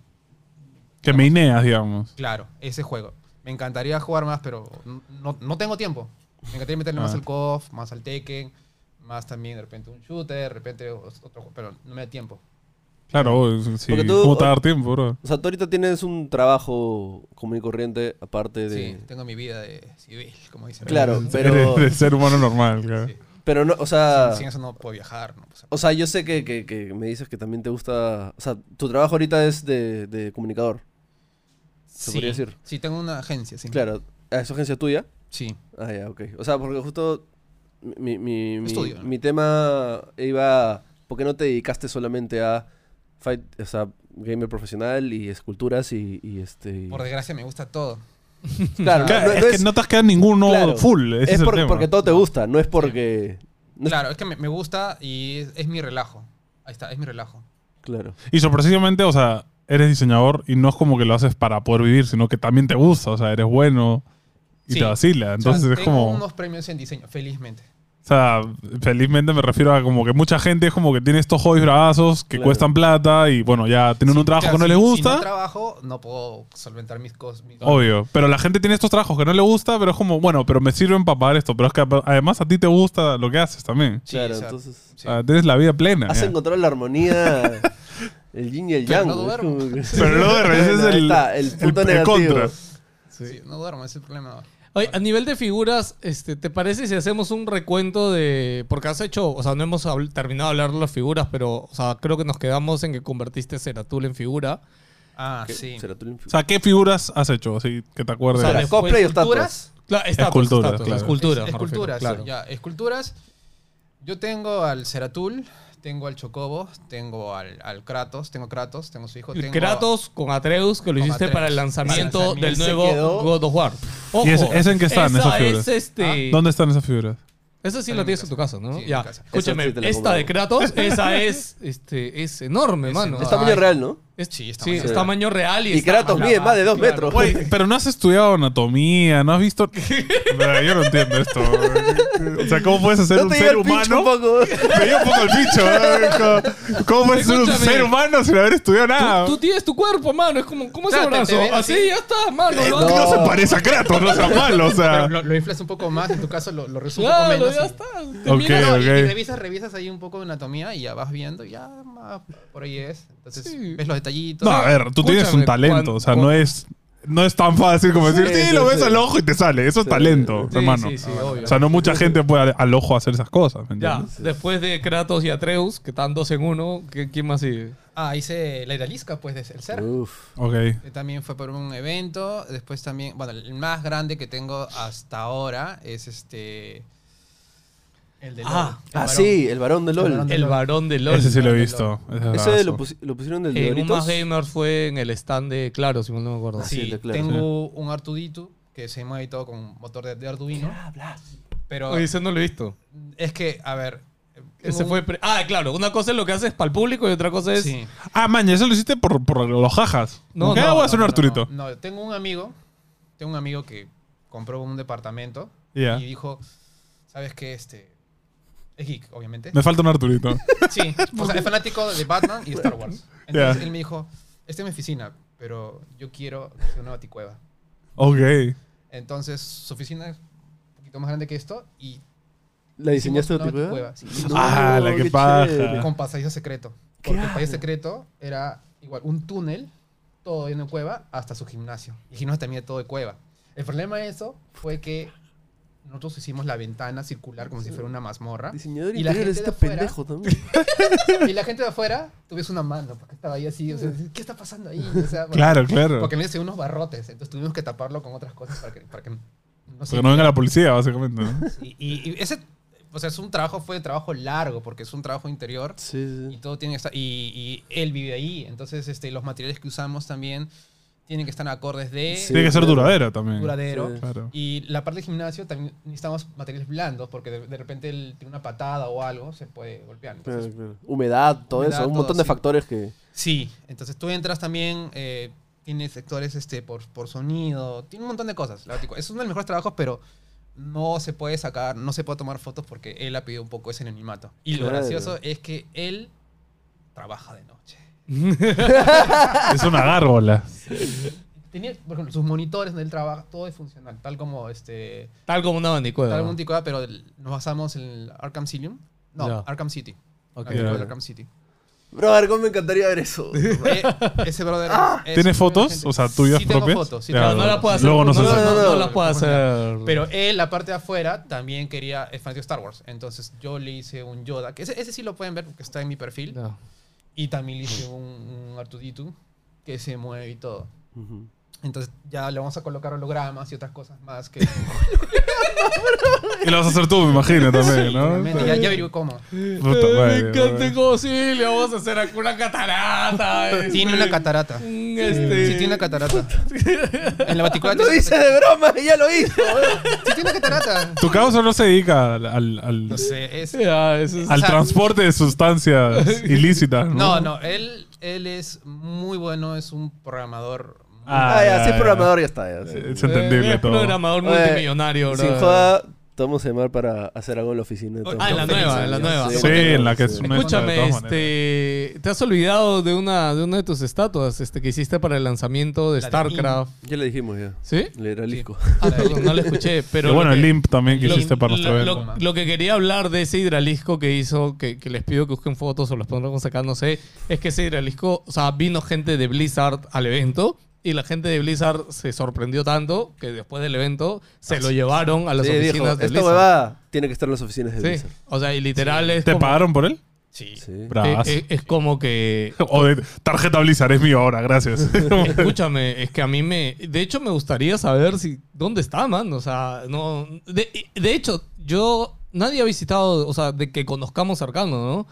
Speaker 3: Que me ineas, digamos.
Speaker 1: Claro, ese juego. Me encantaría jugar más, pero n- no, no tengo tiempo. Me encantaría meterle más
Speaker 3: Ah.
Speaker 1: al KOF, más al Tekken, más también de repente un shooter, de repente os- otro juego, pero no me da tiempo.
Speaker 3: Claro, sí.
Speaker 4: Porque tú-
Speaker 3: ¿Cómo te va a dar tiempo, bro?
Speaker 4: O sea, tú ahorita tienes un trabajo común y corriente, aparte de.
Speaker 1: Sí, tengo mi vida de civil, como dicen.
Speaker 4: Claro,
Speaker 1: Sí,
Speaker 4: pero.
Speaker 3: Eres el ser humano normal, claro.
Speaker 1: Sí.
Speaker 4: Pero no, o sea.
Speaker 1: Sin eso no puedo viajar. No, puedo hacer-
Speaker 4: O sea, yo sé que, que- que me dices que también te gusta. O sea, tu trabajo ahorita es de, de comunicador.
Speaker 1: sí,
Speaker 4: podría decir.
Speaker 1: Sí, tengo una agencia, sí.
Speaker 4: Claro. ¿Ah, ¿Es agencia tuya?
Speaker 1: Sí.
Speaker 4: Ah, ya, ok. O sea, porque justo mi, mi, mi-
Speaker 1: Estudio, ¿no?
Speaker 4: mi tema iba. a, ¿Por qué no te dedicaste solamente a fight, o sea, gamer profesional y esculturas y, y este. y-
Speaker 1: Por desgracia me gusta todo.
Speaker 4: Claro,
Speaker 3: Claro,
Speaker 4: no- no
Speaker 3: es, que no te has quedado ninguno
Speaker 4: claro.
Speaker 3: full. Ese es,
Speaker 4: es
Speaker 3: el
Speaker 4: por-
Speaker 3: tema.
Speaker 4: porque todo te gusta, no es porque. No es-
Speaker 1: Claro, es que me, me gusta y es, es mi relajo. Ahí está, es mi relajo.
Speaker 4: Claro.
Speaker 3: Y sorpresivamente, o sea, eres diseñador y no es como que lo haces para poder vivir, sino que también te gusta, o sea, eres bueno y
Speaker 1: Sí.
Speaker 3: te vacila.
Speaker 1: O sea,
Speaker 3: Entonces es
Speaker 1: tengo
Speaker 3: como.
Speaker 1: unos premios en diseño, felizmente.
Speaker 3: O sea, felizmente me refiero a como que mucha gente es como que tiene estos hobbies bravazos que
Speaker 4: Claro.
Speaker 3: cuestan plata y bueno, ya tienen un trabajo
Speaker 1: Claro,
Speaker 3: que no
Speaker 1: si-
Speaker 3: les
Speaker 1: Si
Speaker 3: gusta.
Speaker 1: no trabajo, no puedo solventar mis cosas. mis-
Speaker 3: Obvio, pero la gente tiene estos trabajos que no le gusta, pero es como, bueno, pero me sirven para pagar esto. Pero es que a- además a ti te gusta lo que haces también.
Speaker 1: Sí,
Speaker 4: claro,
Speaker 1: o sea,
Speaker 4: entonces.
Speaker 1: sí.
Speaker 3: O sea, Ah, tienes la vida plena.
Speaker 4: Has
Speaker 3: ya.
Speaker 4: encontrado la armonía, el yin y el
Speaker 1: Pero
Speaker 4: yang.
Speaker 1: no
Speaker 4: es
Speaker 1: duermo.
Speaker 4: como que-
Speaker 3: Pero no duermes, ese es
Speaker 4: Ahí
Speaker 3: el-
Speaker 4: está, el punto
Speaker 3: el
Speaker 4: negativo.
Speaker 3: contra.
Speaker 1: Sí, no duermo, ese es el problema.
Speaker 2: Oye, a nivel de figuras, este, ¿te parece si hacemos un recuento de. Porque has hecho. O sea, no hemos habl- terminado de hablar de las figuras, pero. O sea, creo que nos quedamos en que convertiste Ceratul en figura.
Speaker 1: Ah,
Speaker 4: ¿Qué?
Speaker 1: sí.
Speaker 4: ¿Será tú el infi-
Speaker 3: O sea, ¿qué figuras has hecho? Así que te
Speaker 2: O
Speaker 3: acuerdes.
Speaker 2: sea,
Speaker 4: ¿Será
Speaker 2: después
Speaker 4: cosplay o
Speaker 1: esculturas.
Speaker 4: estatuas?
Speaker 2: Claro, estatuas,
Speaker 3: Escultura,
Speaker 2: estatuas,
Speaker 3: claro.
Speaker 2: escultura,
Speaker 1: Es-
Speaker 2: me refiero,
Speaker 1: esculturas,
Speaker 2: claro.
Speaker 1: ya, esculturas. Yo tengo al Ceratul, tengo al Chocobo, tengo al, al Kratos, tengo Kratos, tengo su hijo.
Speaker 2: El
Speaker 1: Tengo
Speaker 2: Kratos con Atreus, que lo
Speaker 1: Con
Speaker 2: hiciste para el
Speaker 1: Atreus. Para
Speaker 2: lanzamiento
Speaker 1: el
Speaker 2: del
Speaker 1: lanzamiento.
Speaker 2: nuevo
Speaker 4: Se quedó-
Speaker 2: God of War. Ojo,
Speaker 3: ¿Y ese- ese en qué están,
Speaker 2: esa
Speaker 3: esas
Speaker 2: Es
Speaker 3: figuras?
Speaker 2: este,
Speaker 3: ¿Dónde están esas figuras?
Speaker 2: Esa sí
Speaker 1: Está
Speaker 2: la
Speaker 1: en mi
Speaker 2: tienes en tu
Speaker 1: casa.
Speaker 2: casa, ¿no?
Speaker 1: Ah, Sí, en
Speaker 2: ya.
Speaker 1: mi casa.
Speaker 2: Escúchame,
Speaker 4: Esa sí te la
Speaker 2: esta
Speaker 4: compré.
Speaker 2: de Kratos, esa es, este, es enorme,
Speaker 1: Es
Speaker 2: mano.
Speaker 1: enorme.
Speaker 4: Es tamaño
Speaker 1: Ay.
Speaker 4: real, ¿no?
Speaker 2: Es,
Speaker 1: Sí, está
Speaker 2: sí,
Speaker 1: muy
Speaker 2: es
Speaker 1: grande.
Speaker 2: tamaño real y,
Speaker 4: Y
Speaker 2: está
Speaker 4: Kratos
Speaker 2: más
Speaker 4: mide
Speaker 2: lavado,
Speaker 4: más de dos
Speaker 2: claro.
Speaker 4: metros.
Speaker 3: Güey, pero no has estudiado anatomía, no has visto. Mira, yo no entiendo esto. O sea, ¿cómo puedes hacer
Speaker 4: ¿No
Speaker 3: un
Speaker 4: te llega
Speaker 3: ser
Speaker 4: el pincho un
Speaker 3: humano?
Speaker 4: poco?
Speaker 3: Me dio un poco el pincho. ¿eh? ¿Cómo- ¿Cómo puedes ser un
Speaker 2: Escúchame.
Speaker 3: ser humano sin haber estudiado nada?
Speaker 2: Tú, tú tienes tu cuerpo, mano. Es como, ¿cómo es el
Speaker 1: Claro, te-
Speaker 2: brazo?
Speaker 1: te ven
Speaker 2: Así,
Speaker 1: así.
Speaker 2: ya está, mano. lo
Speaker 4: Eh, no.
Speaker 2: hago.
Speaker 3: Eh, No se parece a Kratos, no sea malo, o
Speaker 1: Pero
Speaker 3: sea.
Speaker 1: lo, lo inflas un poco más, en tu caso lo, lo resumo un poco
Speaker 2: Claro,
Speaker 1: menos.
Speaker 2: ya
Speaker 1: y-
Speaker 2: está.
Speaker 3: Ok.
Speaker 2: Mira,
Speaker 1: No, y- Y,
Speaker 3: ok.
Speaker 1: revisas, revisas ahí un poco de anatomía y ya vas viendo, ya más por ahí es. Entonces
Speaker 2: Sí.
Speaker 1: ves los detallitos.
Speaker 3: No, a ver, tú tienes un
Speaker 2: Escúchame,
Speaker 3: talento, o sea,
Speaker 2: cuando-
Speaker 3: no es. No es tan fácil como decir,
Speaker 4: Sí,
Speaker 3: sí, lo
Speaker 4: sí,
Speaker 3: ves
Speaker 4: sí.
Speaker 3: al ojo y te sale. Eso es
Speaker 4: Sí,
Speaker 3: talento,
Speaker 2: Sí,
Speaker 3: hermano.
Speaker 2: sí, sí, obvio.
Speaker 3: O sea, no mucha gente puede al, al ojo hacer esas cosas, ¿me
Speaker 2: ya,
Speaker 3: entiendes?
Speaker 2: después de Kratos y Atreus, que están dos en uno, ¿qué- ¿quién más sigue?
Speaker 1: Ah, hice la Iralisca, pues, de el ser.
Speaker 4: Uf.
Speaker 3: Ok.
Speaker 1: que También fue por un evento. Después también, bueno, el más grande que tengo hasta ahora es este. El de
Speaker 2: Ah,
Speaker 1: LOL, el
Speaker 4: Ah,
Speaker 1: varón.
Speaker 4: sí, el varón de
Speaker 1: El varón
Speaker 4: LOL.
Speaker 1: de-
Speaker 2: El varón de LOL.
Speaker 3: Ese sí lo he
Speaker 1: Lol.
Speaker 3: visto. ese es
Speaker 4: Ese lo,
Speaker 3: bravazo.
Speaker 4: pusi- lo pusieron del
Speaker 2: En Eh, un más
Speaker 4: Doritos.
Speaker 2: Gamers fue en el stand de Claro, si mal no me acuerdo.
Speaker 1: Sí,
Speaker 4: Sí, claro.
Speaker 1: tengo un Artudito que se mueve todo con motor de, de Arduino. Pero
Speaker 2: Oye, Ah, ese no lo he visto.
Speaker 1: es que, a ver. tengo
Speaker 2: Ese
Speaker 1: un-
Speaker 2: fue pre- ah, claro, una cosa es lo que haces para el público y otra cosa es.
Speaker 1: Sí.
Speaker 3: Ah, maña, eso lo hiciste por, por los jajas.
Speaker 2: No,
Speaker 3: No, ¿Qué
Speaker 2: no,
Speaker 3: hago
Speaker 2: no,
Speaker 3: a hacer un
Speaker 1: No, no,
Speaker 3: Arturito?
Speaker 1: No, no, tengo un amigo, tengo un amigo que compró un departamento
Speaker 3: Ya.
Speaker 1: y dijo, ¿sabes qué? Este es geek, obviamente.
Speaker 3: Me falta un Arturito.
Speaker 1: Sí, o sea, es fanático de Batman y Star Wars. Entonces él me dijo, esta es mi oficina, pero yo quiero hacer una baticueva.
Speaker 3: ok.
Speaker 1: Entonces su oficina es un poquito más grande que esto y
Speaker 4: ¿La diseñaste
Speaker 1: hicimos
Speaker 4: tú, eh?
Speaker 1: una
Speaker 4: cueva?
Speaker 1: baticueva, sí.
Speaker 3: Ah, la que paja.
Speaker 1: con pasadillo secreto.
Speaker 4: Ah. ¿Qué
Speaker 1: Porque el pasadillo
Speaker 4: habla?
Speaker 1: secreto era igual un túnel, todo yendo en cueva, hasta su gimnasio. Y el gimnasio también todo de cueva. El problema de eso fue que nosotros hicimos la ventana circular como si fuera una mazmorra.
Speaker 4: Diseñador
Speaker 1: Y la
Speaker 4: interior
Speaker 1: gente
Speaker 4: está
Speaker 1: de afuera-
Speaker 4: pendejo también.
Speaker 1: Y la gente de afuera tuviese una mano, porque estaba ahí así. O sea, ¿qué está pasando ahí? O sea, porque-
Speaker 3: Claro, claro.
Speaker 1: Porque
Speaker 3: Porque
Speaker 1: me hice unos barrotes, entonces tuvimos que taparlo con otras cosas para que, para que no se
Speaker 3: no venga la policía, básicamente. ¿no?
Speaker 1: Y, y- y ese, o sea, es un trabajo, fue trabajo largo, porque es un trabajo interior.
Speaker 4: Sí,
Speaker 1: y
Speaker 4: sí.
Speaker 1: todo tiene que estar y, y él vive ahí entonces este los materiales que usamos también tienen que estar acordes de
Speaker 4: Sí.
Speaker 3: Tiene que ser duradera también.
Speaker 1: duradero
Speaker 4: Sí.
Speaker 3: Claro.
Speaker 1: y la parte del gimnasio también necesitamos materiales blandos porque de, de repente él tiene una patada o algo se puede golpear entonces,
Speaker 4: Claro, claro. Humedad, todo
Speaker 1: Humedad,
Speaker 4: eso. Un
Speaker 1: todo,
Speaker 4: montón de
Speaker 1: sí.
Speaker 4: factores que.
Speaker 1: sí entonces tú entras también eh, tiene sectores este por, por sonido tiene un montón de cosas la verdad. es uno de los mejores trabajos pero no se puede sacar, no se puede tomar fotos porque él ha pedido un poco ese anonimato. Y lo
Speaker 4: Claro.
Speaker 1: gracioso es que él trabaja de noche.
Speaker 3: Es una gárgola.
Speaker 1: Tenía, por ejemplo, sus monitores donde él trabaja, todo es funcional, tal como este.
Speaker 2: Tal como un abanico. de
Speaker 1: Tal
Speaker 2: verdad.
Speaker 1: Monticoa, pero el- nos basamos en el Arkham Cilium. No,
Speaker 2: Ya.
Speaker 1: Arkham City.
Speaker 2: Ok.
Speaker 1: Arkham-
Speaker 3: Ya.
Speaker 1: Arkham City.
Speaker 4: Bro, Argo, me encantaría ver eso.
Speaker 1: Eh, ese brother. es-
Speaker 3: ¿Tienes
Speaker 1: es
Speaker 3: fotos?
Speaker 1: gente.
Speaker 3: O sea, tuyas
Speaker 1: sí
Speaker 3: propias.
Speaker 1: Tengo fotos, sí
Speaker 3: Ya,
Speaker 2: Pero
Speaker 1: tengo
Speaker 2: no
Speaker 1: fotos.
Speaker 2: las puedo hacer.
Speaker 3: Luego
Speaker 2: no,
Speaker 3: no se
Speaker 2: no,
Speaker 4: hace.
Speaker 2: no, no
Speaker 4: No,
Speaker 2: las puedo hacer.
Speaker 1: Pero él, la parte de afuera, también quería. Es fanático de Star Wars. Entonces yo le hice un Yoda. que ese, ese sí lo pueden ver porque está en mi perfil.
Speaker 2: No.
Speaker 1: Y también le hice un, un Artuditu que se mueve y todo.
Speaker 4: Ujú.
Speaker 1: Entonces ya le vamos a colocar hologramas y otras cosas más que.
Speaker 3: Y lo vas a hacer tú, me imagino, también, ¿no?
Speaker 1: Obviamente, ya, ya averigué cómo.
Speaker 3: Puta
Speaker 2: me
Speaker 3: madre,
Speaker 2: encanta
Speaker 3: madre.
Speaker 2: como sí, le vamos a hacer aquí una catarata. eh.
Speaker 1: Tiene una catarata. Sí,
Speaker 2: Un, este,
Speaker 1: tiene una catarata. En la Baticueva
Speaker 4: Lo
Speaker 1: tiene-
Speaker 4: hice de broma, ya lo hizo.
Speaker 1: Sí, tiene catarata.
Speaker 3: Tu causa no se dedica al, al, al-
Speaker 1: No sé, es.
Speaker 2: Ya, Ah, eso es-
Speaker 3: al
Speaker 1: sea-
Speaker 3: transporte de sustancias ilícitas.
Speaker 1: No,
Speaker 3: No,
Speaker 1: no, él, él es muy bueno, es un programador. muy-
Speaker 3: Ah,
Speaker 4: Ah, ya,
Speaker 3: ya,
Speaker 4: sí,
Speaker 3: ya.
Speaker 4: es programador, ya está. ya, sí.
Speaker 3: Es
Speaker 2: Eh,
Speaker 3: entendible
Speaker 2: es
Speaker 3: todo.
Speaker 2: programador
Speaker 4: Oye,
Speaker 2: multimillonario, bro.
Speaker 4: Sin joda, te vamos a llamar para hacer algo en la oficina.
Speaker 1: Ah, en
Speaker 2: la nueva, en la nueva.
Speaker 3: Sí, en la que es una- de
Speaker 2: Escúchame,
Speaker 3: todas
Speaker 2: este, te has olvidado de una de una de tus estatuas, este que hiciste para el lanzamiento de
Speaker 1: La de
Speaker 2: StarCraft,
Speaker 4: Ya le dijimos ya.
Speaker 2: ¿sí?
Speaker 4: Le era lisco.
Speaker 2: Ah, perdón, no la escuché, pero
Speaker 3: Pero bueno,
Speaker 2: lo
Speaker 3: el
Speaker 2: que-
Speaker 3: limp también que
Speaker 2: lo-
Speaker 3: hiciste para nuestro
Speaker 2: lo,
Speaker 3: evento.
Speaker 2: lo- lo que quería hablar de ese hidralisco que hizo, que, que les pido que busquen fotos o las podrán sacar, no sé, es que ese hidralisco, o sea, vino gente de Blizzard al evento y la gente de Blizzard se sorprendió tanto que después del evento se lo llevaron a las
Speaker 4: Sí,
Speaker 2: oficinas
Speaker 4: viejo,
Speaker 2: de
Speaker 4: esta
Speaker 2: Blizzard.
Speaker 4: huevada tiene que estar en las oficinas de
Speaker 2: Sí,
Speaker 4: Blizzard.
Speaker 2: o sea, y literal es
Speaker 3: ¿Te
Speaker 2: como-
Speaker 3: pagaron por él?
Speaker 1: Sí.
Speaker 4: Sí.
Speaker 3: Bravas.
Speaker 2: eh, eh, es como que
Speaker 3: O de tarjeta Blizzard, es mío ahora, gracias.
Speaker 2: Escúchame, es que a mí me. De hecho, me gustaría saber si. ¿Dónde está, man? O sea, no. De, de hecho, yo. Nadie ha visitado. O sea, de que conozcamos cercano, ¿no?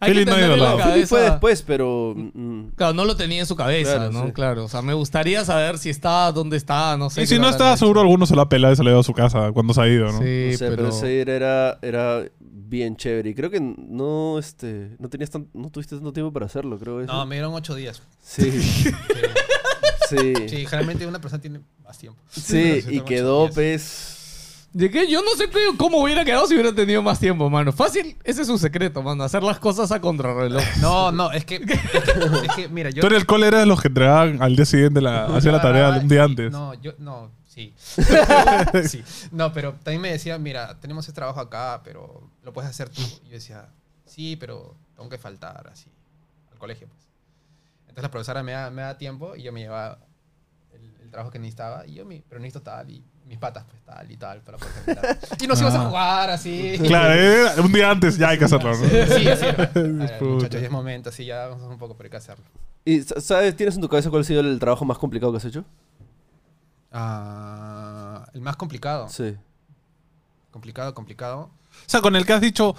Speaker 2: Hay
Speaker 3: Philip
Speaker 2: que
Speaker 3: no ha
Speaker 2: tener
Speaker 3: ido
Speaker 2: en
Speaker 3: al
Speaker 2: la
Speaker 3: lado.
Speaker 4: Philip
Speaker 2: cabeza.
Speaker 4: fue después, pero. mm,
Speaker 2: Claro, no lo tenía en su cabeza,
Speaker 4: Claro,
Speaker 2: ¿no?
Speaker 4: sí.
Speaker 2: Claro. O sea, me gustaría saber si está, dónde está, no sé.
Speaker 3: y si
Speaker 2: qué
Speaker 3: no
Speaker 2: lo habrán
Speaker 3: está,
Speaker 2: hecho.
Speaker 3: seguro alguno se lo ha pelado y se lo ha ido a su casa cuando se ha ido, ¿no?
Speaker 2: Sí,
Speaker 4: no sé, pero,
Speaker 2: pero.
Speaker 4: ese ir era, era bien chévere. Y creo que no, este, no, tenías tan, no tuviste tanto tiempo para hacerlo, creo. eso.
Speaker 1: No, me dieron ocho días.
Speaker 4: Sí, sí,
Speaker 1: Pero-
Speaker 4: sí.
Speaker 1: Sí, generalmente una persona tiene más tiempo.
Speaker 4: y quedó, pues.
Speaker 2: Llegué- yo no sé qué- cómo hubiera quedado si hubiera tenido más tiempo, mano. Fácil, ese es su secreto, mano. Hacer las cosas a contrarreloj.
Speaker 1: No, no, es que, es que, es que, mira, yo...
Speaker 3: Tú en el cole eras los que entregaban al día siguiente, la, hacía la tarea
Speaker 1: agarraba
Speaker 3: un día
Speaker 1: y-
Speaker 3: antes.
Speaker 1: No, yo, no, sí. sí. No, pero también me decían, mira, tenemos ese trabajo acá, pero lo puedes hacer tú. Y yo decía, sí, pero tengo que faltar así al colegio. Pues. Entonces la profesora me da, me da tiempo y yo me llevaba el, el trabajo que necesitaba. Y yo, me, pero necesito tal y mis patas, pues tal y tal para poder terminar. Y nos íbamos a
Speaker 3: Ah.
Speaker 1: jugar así.
Speaker 3: Claro, era un día antes ya hay que hacerlo, ¿no?
Speaker 1: Sí, así era. A ver,
Speaker 3: Puta.
Speaker 1: Muchachos, ya es momento, así ya vamos un poco, pero hay que hacerlo.
Speaker 4: ¿Y sa- sabes, tienes en tu cabeza cuál ha sido el trabajo más complicado que has hecho?
Speaker 1: Ah, el más complicado.
Speaker 4: Sí.
Speaker 1: Complicado, complicado.
Speaker 3: O sea, con el que has dicho,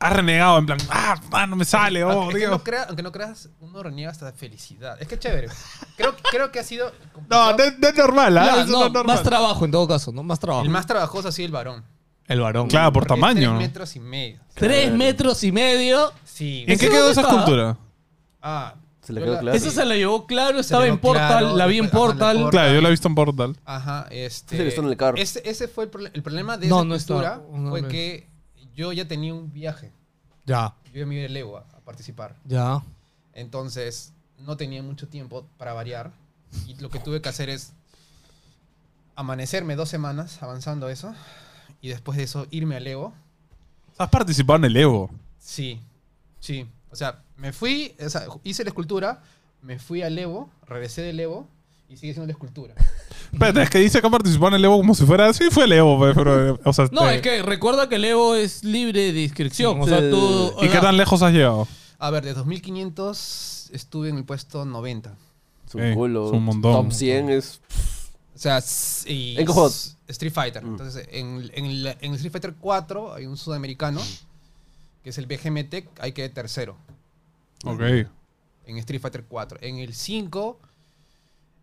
Speaker 3: has renegado, en plan, ah, ah, no me sale, oh,
Speaker 1: aunque, es que
Speaker 3: Dios.
Speaker 1: no crea- aunque no creas, uno reniega hasta de felicidad. Es que es chévere. Creo, creo que ha sido
Speaker 3: No,
Speaker 1: complicado.
Speaker 3: no, es- no es normal, ¿ah?
Speaker 2: Ya,
Speaker 3: Eso no
Speaker 2: no,
Speaker 3: es normal.
Speaker 2: más trabajo en todo caso, ¿no? Más trabajo.
Speaker 1: el más trabajoso ha sido el varón.
Speaker 2: El varón.
Speaker 3: Claro, por
Speaker 1: Porque es
Speaker 3: tamaño.
Speaker 1: Tres
Speaker 3: ¿no?
Speaker 1: metros y medio.
Speaker 2: Tres
Speaker 4: Claro.
Speaker 2: metros y medio.
Speaker 1: Sí.
Speaker 3: ¿En
Speaker 2: ¿Ese
Speaker 3: qué quedó
Speaker 2: dónde
Speaker 3: esa
Speaker 2: estaba?
Speaker 3: escultura?
Speaker 1: Ah.
Speaker 4: Se le
Speaker 1: yo
Speaker 4: quedó
Speaker 1: la-
Speaker 4: claro.
Speaker 2: Esa
Speaker 1: sí.
Speaker 2: se la llevó claro, estaba
Speaker 1: Se la
Speaker 2: en
Speaker 1: llevó
Speaker 2: Portal,
Speaker 1: claro,
Speaker 2: la vi en
Speaker 1: después, ajá, la
Speaker 2: Portal.
Speaker 1: Portal.
Speaker 3: Claro, yo la he visto en Portal.
Speaker 1: Ajá, este.
Speaker 4: Ese que está en el carro.
Speaker 1: Ese, ese fue el, prole- el problema de
Speaker 2: No,
Speaker 1: esa
Speaker 2: no está.
Speaker 1: cultura.
Speaker 2: No,
Speaker 1: fue
Speaker 2: no.
Speaker 1: que yo ya tenía un viaje.
Speaker 2: Ya,
Speaker 1: Yo ya me iba a Lewa a participar.
Speaker 2: ya.
Speaker 1: Entonces, no tenía mucho tiempo para variar. Y lo que tuve que hacer es amanecerme dos semanas avanzando eso. Y después de eso, irme al Evo.
Speaker 3: Has participado en el Evo.
Speaker 1: Sí, sí. O sea, me fui, o sea, hice la escultura, me fui al Evo, regresé del Evo y sigue siendo la escultura.
Speaker 3: Espérate, es que dice que ha participado en el Evo como si fuera. Sí, fue el Evo, pe, pero. O sea,
Speaker 2: No,
Speaker 3: te-
Speaker 2: es que recuerda que el Evo es libre de inscripción. O
Speaker 4: Sí.
Speaker 2: sea, tú.
Speaker 3: ¿Y qué tan lejos has llegado?
Speaker 1: A ver, de 2500 estuve en el puesto 90.
Speaker 4: Es un
Speaker 3: Eh,
Speaker 4: culo.
Speaker 3: es un montón.
Speaker 4: Top 100 es.
Speaker 1: O sea, s- y
Speaker 4: ¿En qué juego? Mm.
Speaker 1: s- Street Fighter. Entonces, en, en, la- en Street Fighter 4 hay un sudamericano,
Speaker 4: Mm.
Speaker 1: que es el BGMT, hay que de tercero.
Speaker 3: Ok.
Speaker 1: en Street Fighter 4. En el 5,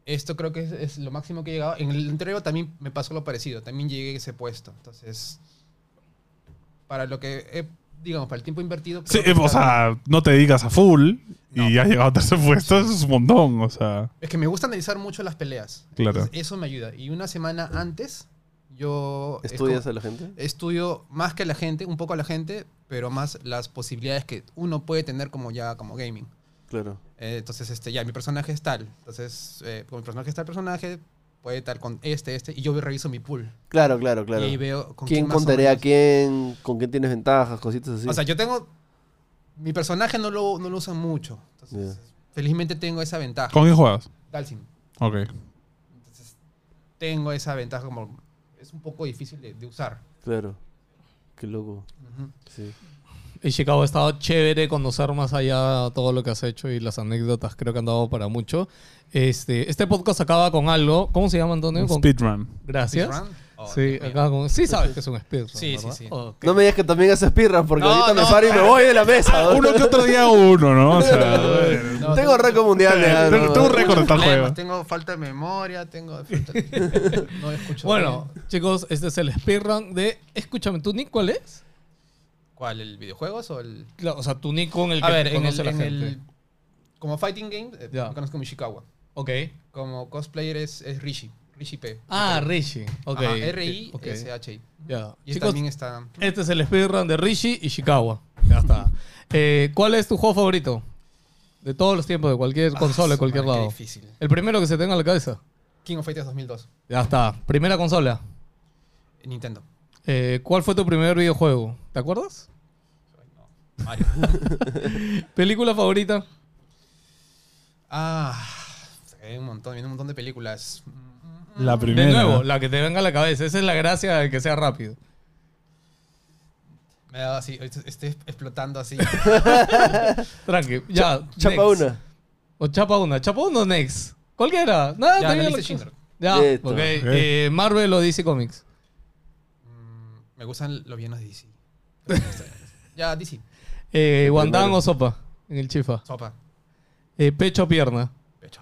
Speaker 1: esto creo que es, es lo máximo que he llegado. En el anterior también me pasó lo parecido, también llegué a ese puesto. Entonces, para lo que, he- digamos, para el tiempo invertido...
Speaker 3: Sí,
Speaker 1: creo que
Speaker 3: o
Speaker 1: está bien.
Speaker 3: sea, no te digas a full y
Speaker 1: No.
Speaker 3: has llegado a tercer puesto, eso es un montón, o sea.
Speaker 1: Es que me gusta analizar mucho las peleas.
Speaker 3: Claro.
Speaker 1: Entonces, eso me ayuda. Y una semana antes, yo es
Speaker 4: ¿Estudias
Speaker 1: como-
Speaker 4: a la gente?
Speaker 1: estudio más que la gente, un poco a la gente, pero más las posibilidades que uno puede tener como ya como gaming.
Speaker 4: Claro.
Speaker 1: Eh, entonces, este, ya, mi personaje es tal. Entonces, eh, con mi personaje está el personaje, puede tal con este, este, y yo reviso mi pool.
Speaker 4: Claro, claro, claro.
Speaker 1: Y ahí veo con
Speaker 4: ¿Quién
Speaker 1: más o
Speaker 4: contaré a
Speaker 1: menos-
Speaker 4: quién? ¿Con quién tienes ventajas? Cositas así.
Speaker 1: O sea, yo tengo... Mi personaje no lo, no lo usan mucho. Entonces,
Speaker 4: Ya.
Speaker 1: felizmente tengo esa ventaja.
Speaker 3: ¿Con quién juegas?
Speaker 1: Dalsim.
Speaker 3: Ok.
Speaker 1: Entonces, tengo esa ventaja como... Es un poco difícil de, de usar.
Speaker 4: Claro. Qué loco.
Speaker 1: Ujú.
Speaker 4: Sí.
Speaker 2: Y Chicago, ha estado chévere conocer más allá todo lo que has hecho y las anécdotas creo que han dado para mucho. Este, este podcast acaba con algo. ¿Cómo se llama, Antonio? Con-
Speaker 3: Speedrun.
Speaker 2: Gracias.
Speaker 1: Speedrun. Oh,
Speaker 2: Sí,
Speaker 1: Dios mío.
Speaker 2: acaba con- sí sabes que es un speedrun,
Speaker 1: Sí, sí,
Speaker 2: ¿verdad?
Speaker 1: sí.
Speaker 2: Ok.
Speaker 4: No me digas que también haces pirras porque
Speaker 1: No,
Speaker 4: ahorita me
Speaker 1: no,
Speaker 4: paro y me
Speaker 1: claro.
Speaker 4: voy de la mesa. ¿no?
Speaker 3: Uno que otro día uno, ¿no? O sea, bueno.
Speaker 1: No,
Speaker 4: Tengo récord mundial. ya,
Speaker 3: Tengo-
Speaker 4: ¿no?
Speaker 3: tengo récord. Recuerdo tal
Speaker 1: problemas,
Speaker 3: juego.
Speaker 1: Tengo falta de memoria, tengo... falta- no escucho
Speaker 2: Bueno,
Speaker 1: bien.
Speaker 2: chicos, este es el speedrun de... Escúchame, ¿tu nick cuál es?
Speaker 1: ¿Cuál? ¿El videojuegos o el...?
Speaker 2: Claro, O sea, tu nick con el que
Speaker 1: A ver, en el,
Speaker 2: conoce la
Speaker 1: en
Speaker 2: gente.
Speaker 1: el- Como fighting game, eh,
Speaker 2: Ya.
Speaker 1: me conozco como Ishikawa.
Speaker 2: Ok.
Speaker 1: Como cosplayer es, es Rishi. Rishi P.
Speaker 2: Ah, Rishi. Ok.
Speaker 1: Ajá, R-I-S-H-I.
Speaker 2: Ya.
Speaker 1: Y
Speaker 2: Chicos,
Speaker 1: también está...
Speaker 2: Este es el speedrun de Rishi y Ishikawa. Ya está. Eh, ¿Cuál es tu juego favorito? De todos los tiempos, de cualquier consola, de
Speaker 1: Ah,
Speaker 2: cualquier
Speaker 1: madre, qué
Speaker 2: lado.
Speaker 1: difícil.
Speaker 2: El primero que se tenga en la cabeza.
Speaker 1: King of Fighters 2002.
Speaker 2: Ya está. Primera consola.
Speaker 1: Nintendo.
Speaker 2: Eh, ¿Cuál fue tu primer videojuego? ¿Te acuerdas?
Speaker 1: Mario.
Speaker 2: ¿Película favorita?
Speaker 1: ah... se viene un montón, viene un montón de películas. Mm,
Speaker 3: La
Speaker 2: De
Speaker 3: primera.
Speaker 2: nuevo, la que te venga a la cabeza. Esa es la gracia de que sea rápido.
Speaker 1: Me he dado así, ahorita estoy explotando así.
Speaker 2: Tranqui. Ya.
Speaker 4: Chapa
Speaker 2: next.
Speaker 4: una.
Speaker 2: O chapa una. Chapa una o next. Cualquiera. Nada,
Speaker 1: Ya,
Speaker 2: te
Speaker 1: la
Speaker 2: viene
Speaker 1: lista
Speaker 2: la-
Speaker 1: Schindler.
Speaker 2: Ya.
Speaker 4: Listo.
Speaker 2: ok.
Speaker 4: Ok.
Speaker 2: Eh, Marvel o DC Comics.
Speaker 1: Mm, me gustan los villanos de DC. Pero me gusta. ya, DC.
Speaker 2: Eh, Guantán
Speaker 4: primero.
Speaker 2: o sopa. En el chifa.
Speaker 1: Sopa.
Speaker 2: Eh, pecho o pierna.
Speaker 1: Pecho.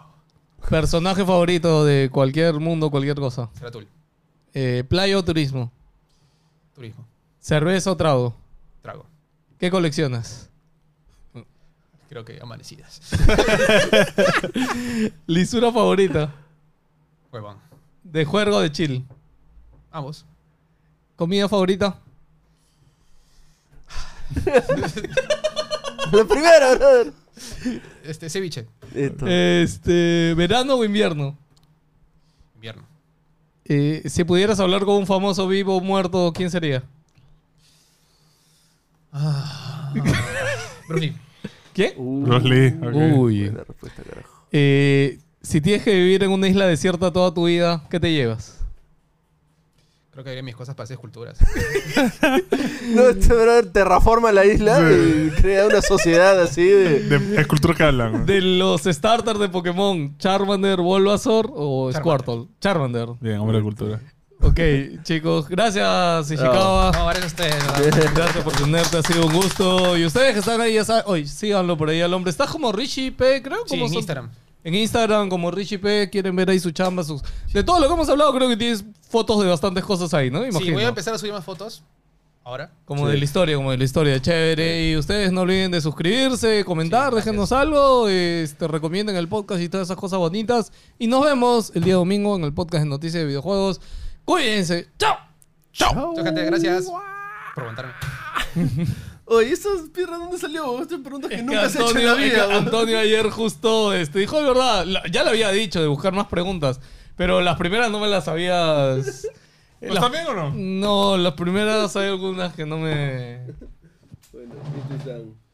Speaker 2: Personaje favorito de cualquier mundo, cualquier cosa.
Speaker 1: Ceratul.
Speaker 2: Eh, playa o turismo.
Speaker 1: Turismo.
Speaker 2: Cerveza o trago.
Speaker 1: Trago.
Speaker 2: ¿Qué coleccionas?
Speaker 1: Creo que amanecidas.
Speaker 2: Lisura favorita.
Speaker 1: Huevón. Ah,
Speaker 2: De juego o de chill.
Speaker 1: Ambos.
Speaker 2: Comida favorita.
Speaker 4: La primera, brother.
Speaker 1: Este, ceviche.
Speaker 4: Esto.
Speaker 2: Este, verano o invierno.
Speaker 1: Invierno.
Speaker 2: Eh, si pudieras hablar con un famoso vivo o muerto, ¿quién sería?
Speaker 1: Bruce Lee.
Speaker 2: ¿Quién?
Speaker 4: Uh,
Speaker 3: Bruce Lee, ok.
Speaker 2: Uy.
Speaker 4: buena respuesta, carajo.
Speaker 2: Eh, si tienes que vivir en una isla desierta toda tu vida, ¿qué te llevas?
Speaker 1: Creo que haría mis cosas para hacer esculturas.
Speaker 4: No, este brother terraforma la isla y crea una sociedad así de.
Speaker 3: De escultura que hablan.
Speaker 2: De los starters de Pokémon, Charmander, Bulbasaur o
Speaker 1: Charmander.
Speaker 2: Squirtle. Charmander.
Speaker 3: Bien, hombre de cultura.
Speaker 2: Ok, chicos, gracias, Ishikawa.
Speaker 1: No, ahora este, es usted,
Speaker 2: Gracias por tenerte, ha sido un gusto. Y ustedes que están ahí, ya saben, oye, síganlo por ahí al hombre. Está como Richie P, creo.
Speaker 1: Sí,
Speaker 2: como
Speaker 1: en
Speaker 2: son-
Speaker 1: Instagram.
Speaker 2: En Instagram, como Richie P, quieren ver ahí su chamba, sus... De todo lo que hemos hablado, creo que tienes fotos de bastantes cosas ahí, ¿no? Imagino.
Speaker 1: Sí, voy a empezar a subir más fotos. Ahora.
Speaker 2: Como
Speaker 4: Sí.
Speaker 2: de la historia, como de la historia, chévere. Y ustedes no olviden de suscribirse, comentar,
Speaker 1: Sí, gracias.
Speaker 2: déjenos algo, este, recomienden el podcast y todas esas cosas bonitas. Y nos vemos el día domingo en el podcast de Noticias de Videojuegos. Cuídense. ¡Chao!
Speaker 1: Chao, gente. Gracias por aguantarme.
Speaker 4: Oye, ¿esas piernas dónde salió? Estas preguntas que,
Speaker 2: Es que
Speaker 4: nunca se ha hecho en la
Speaker 2: es que
Speaker 4: vida. weón.
Speaker 2: Antonio ayer justo este, dijo de verdad, la- ya le había dicho de buscar más preguntas, pero las primeras no me las habías... eh,
Speaker 4: Pues
Speaker 2: las-
Speaker 3: ¿Están bien o no?
Speaker 2: no, las primeras hay algunas que no me...
Speaker 4: Bueno, ¿qué te dan?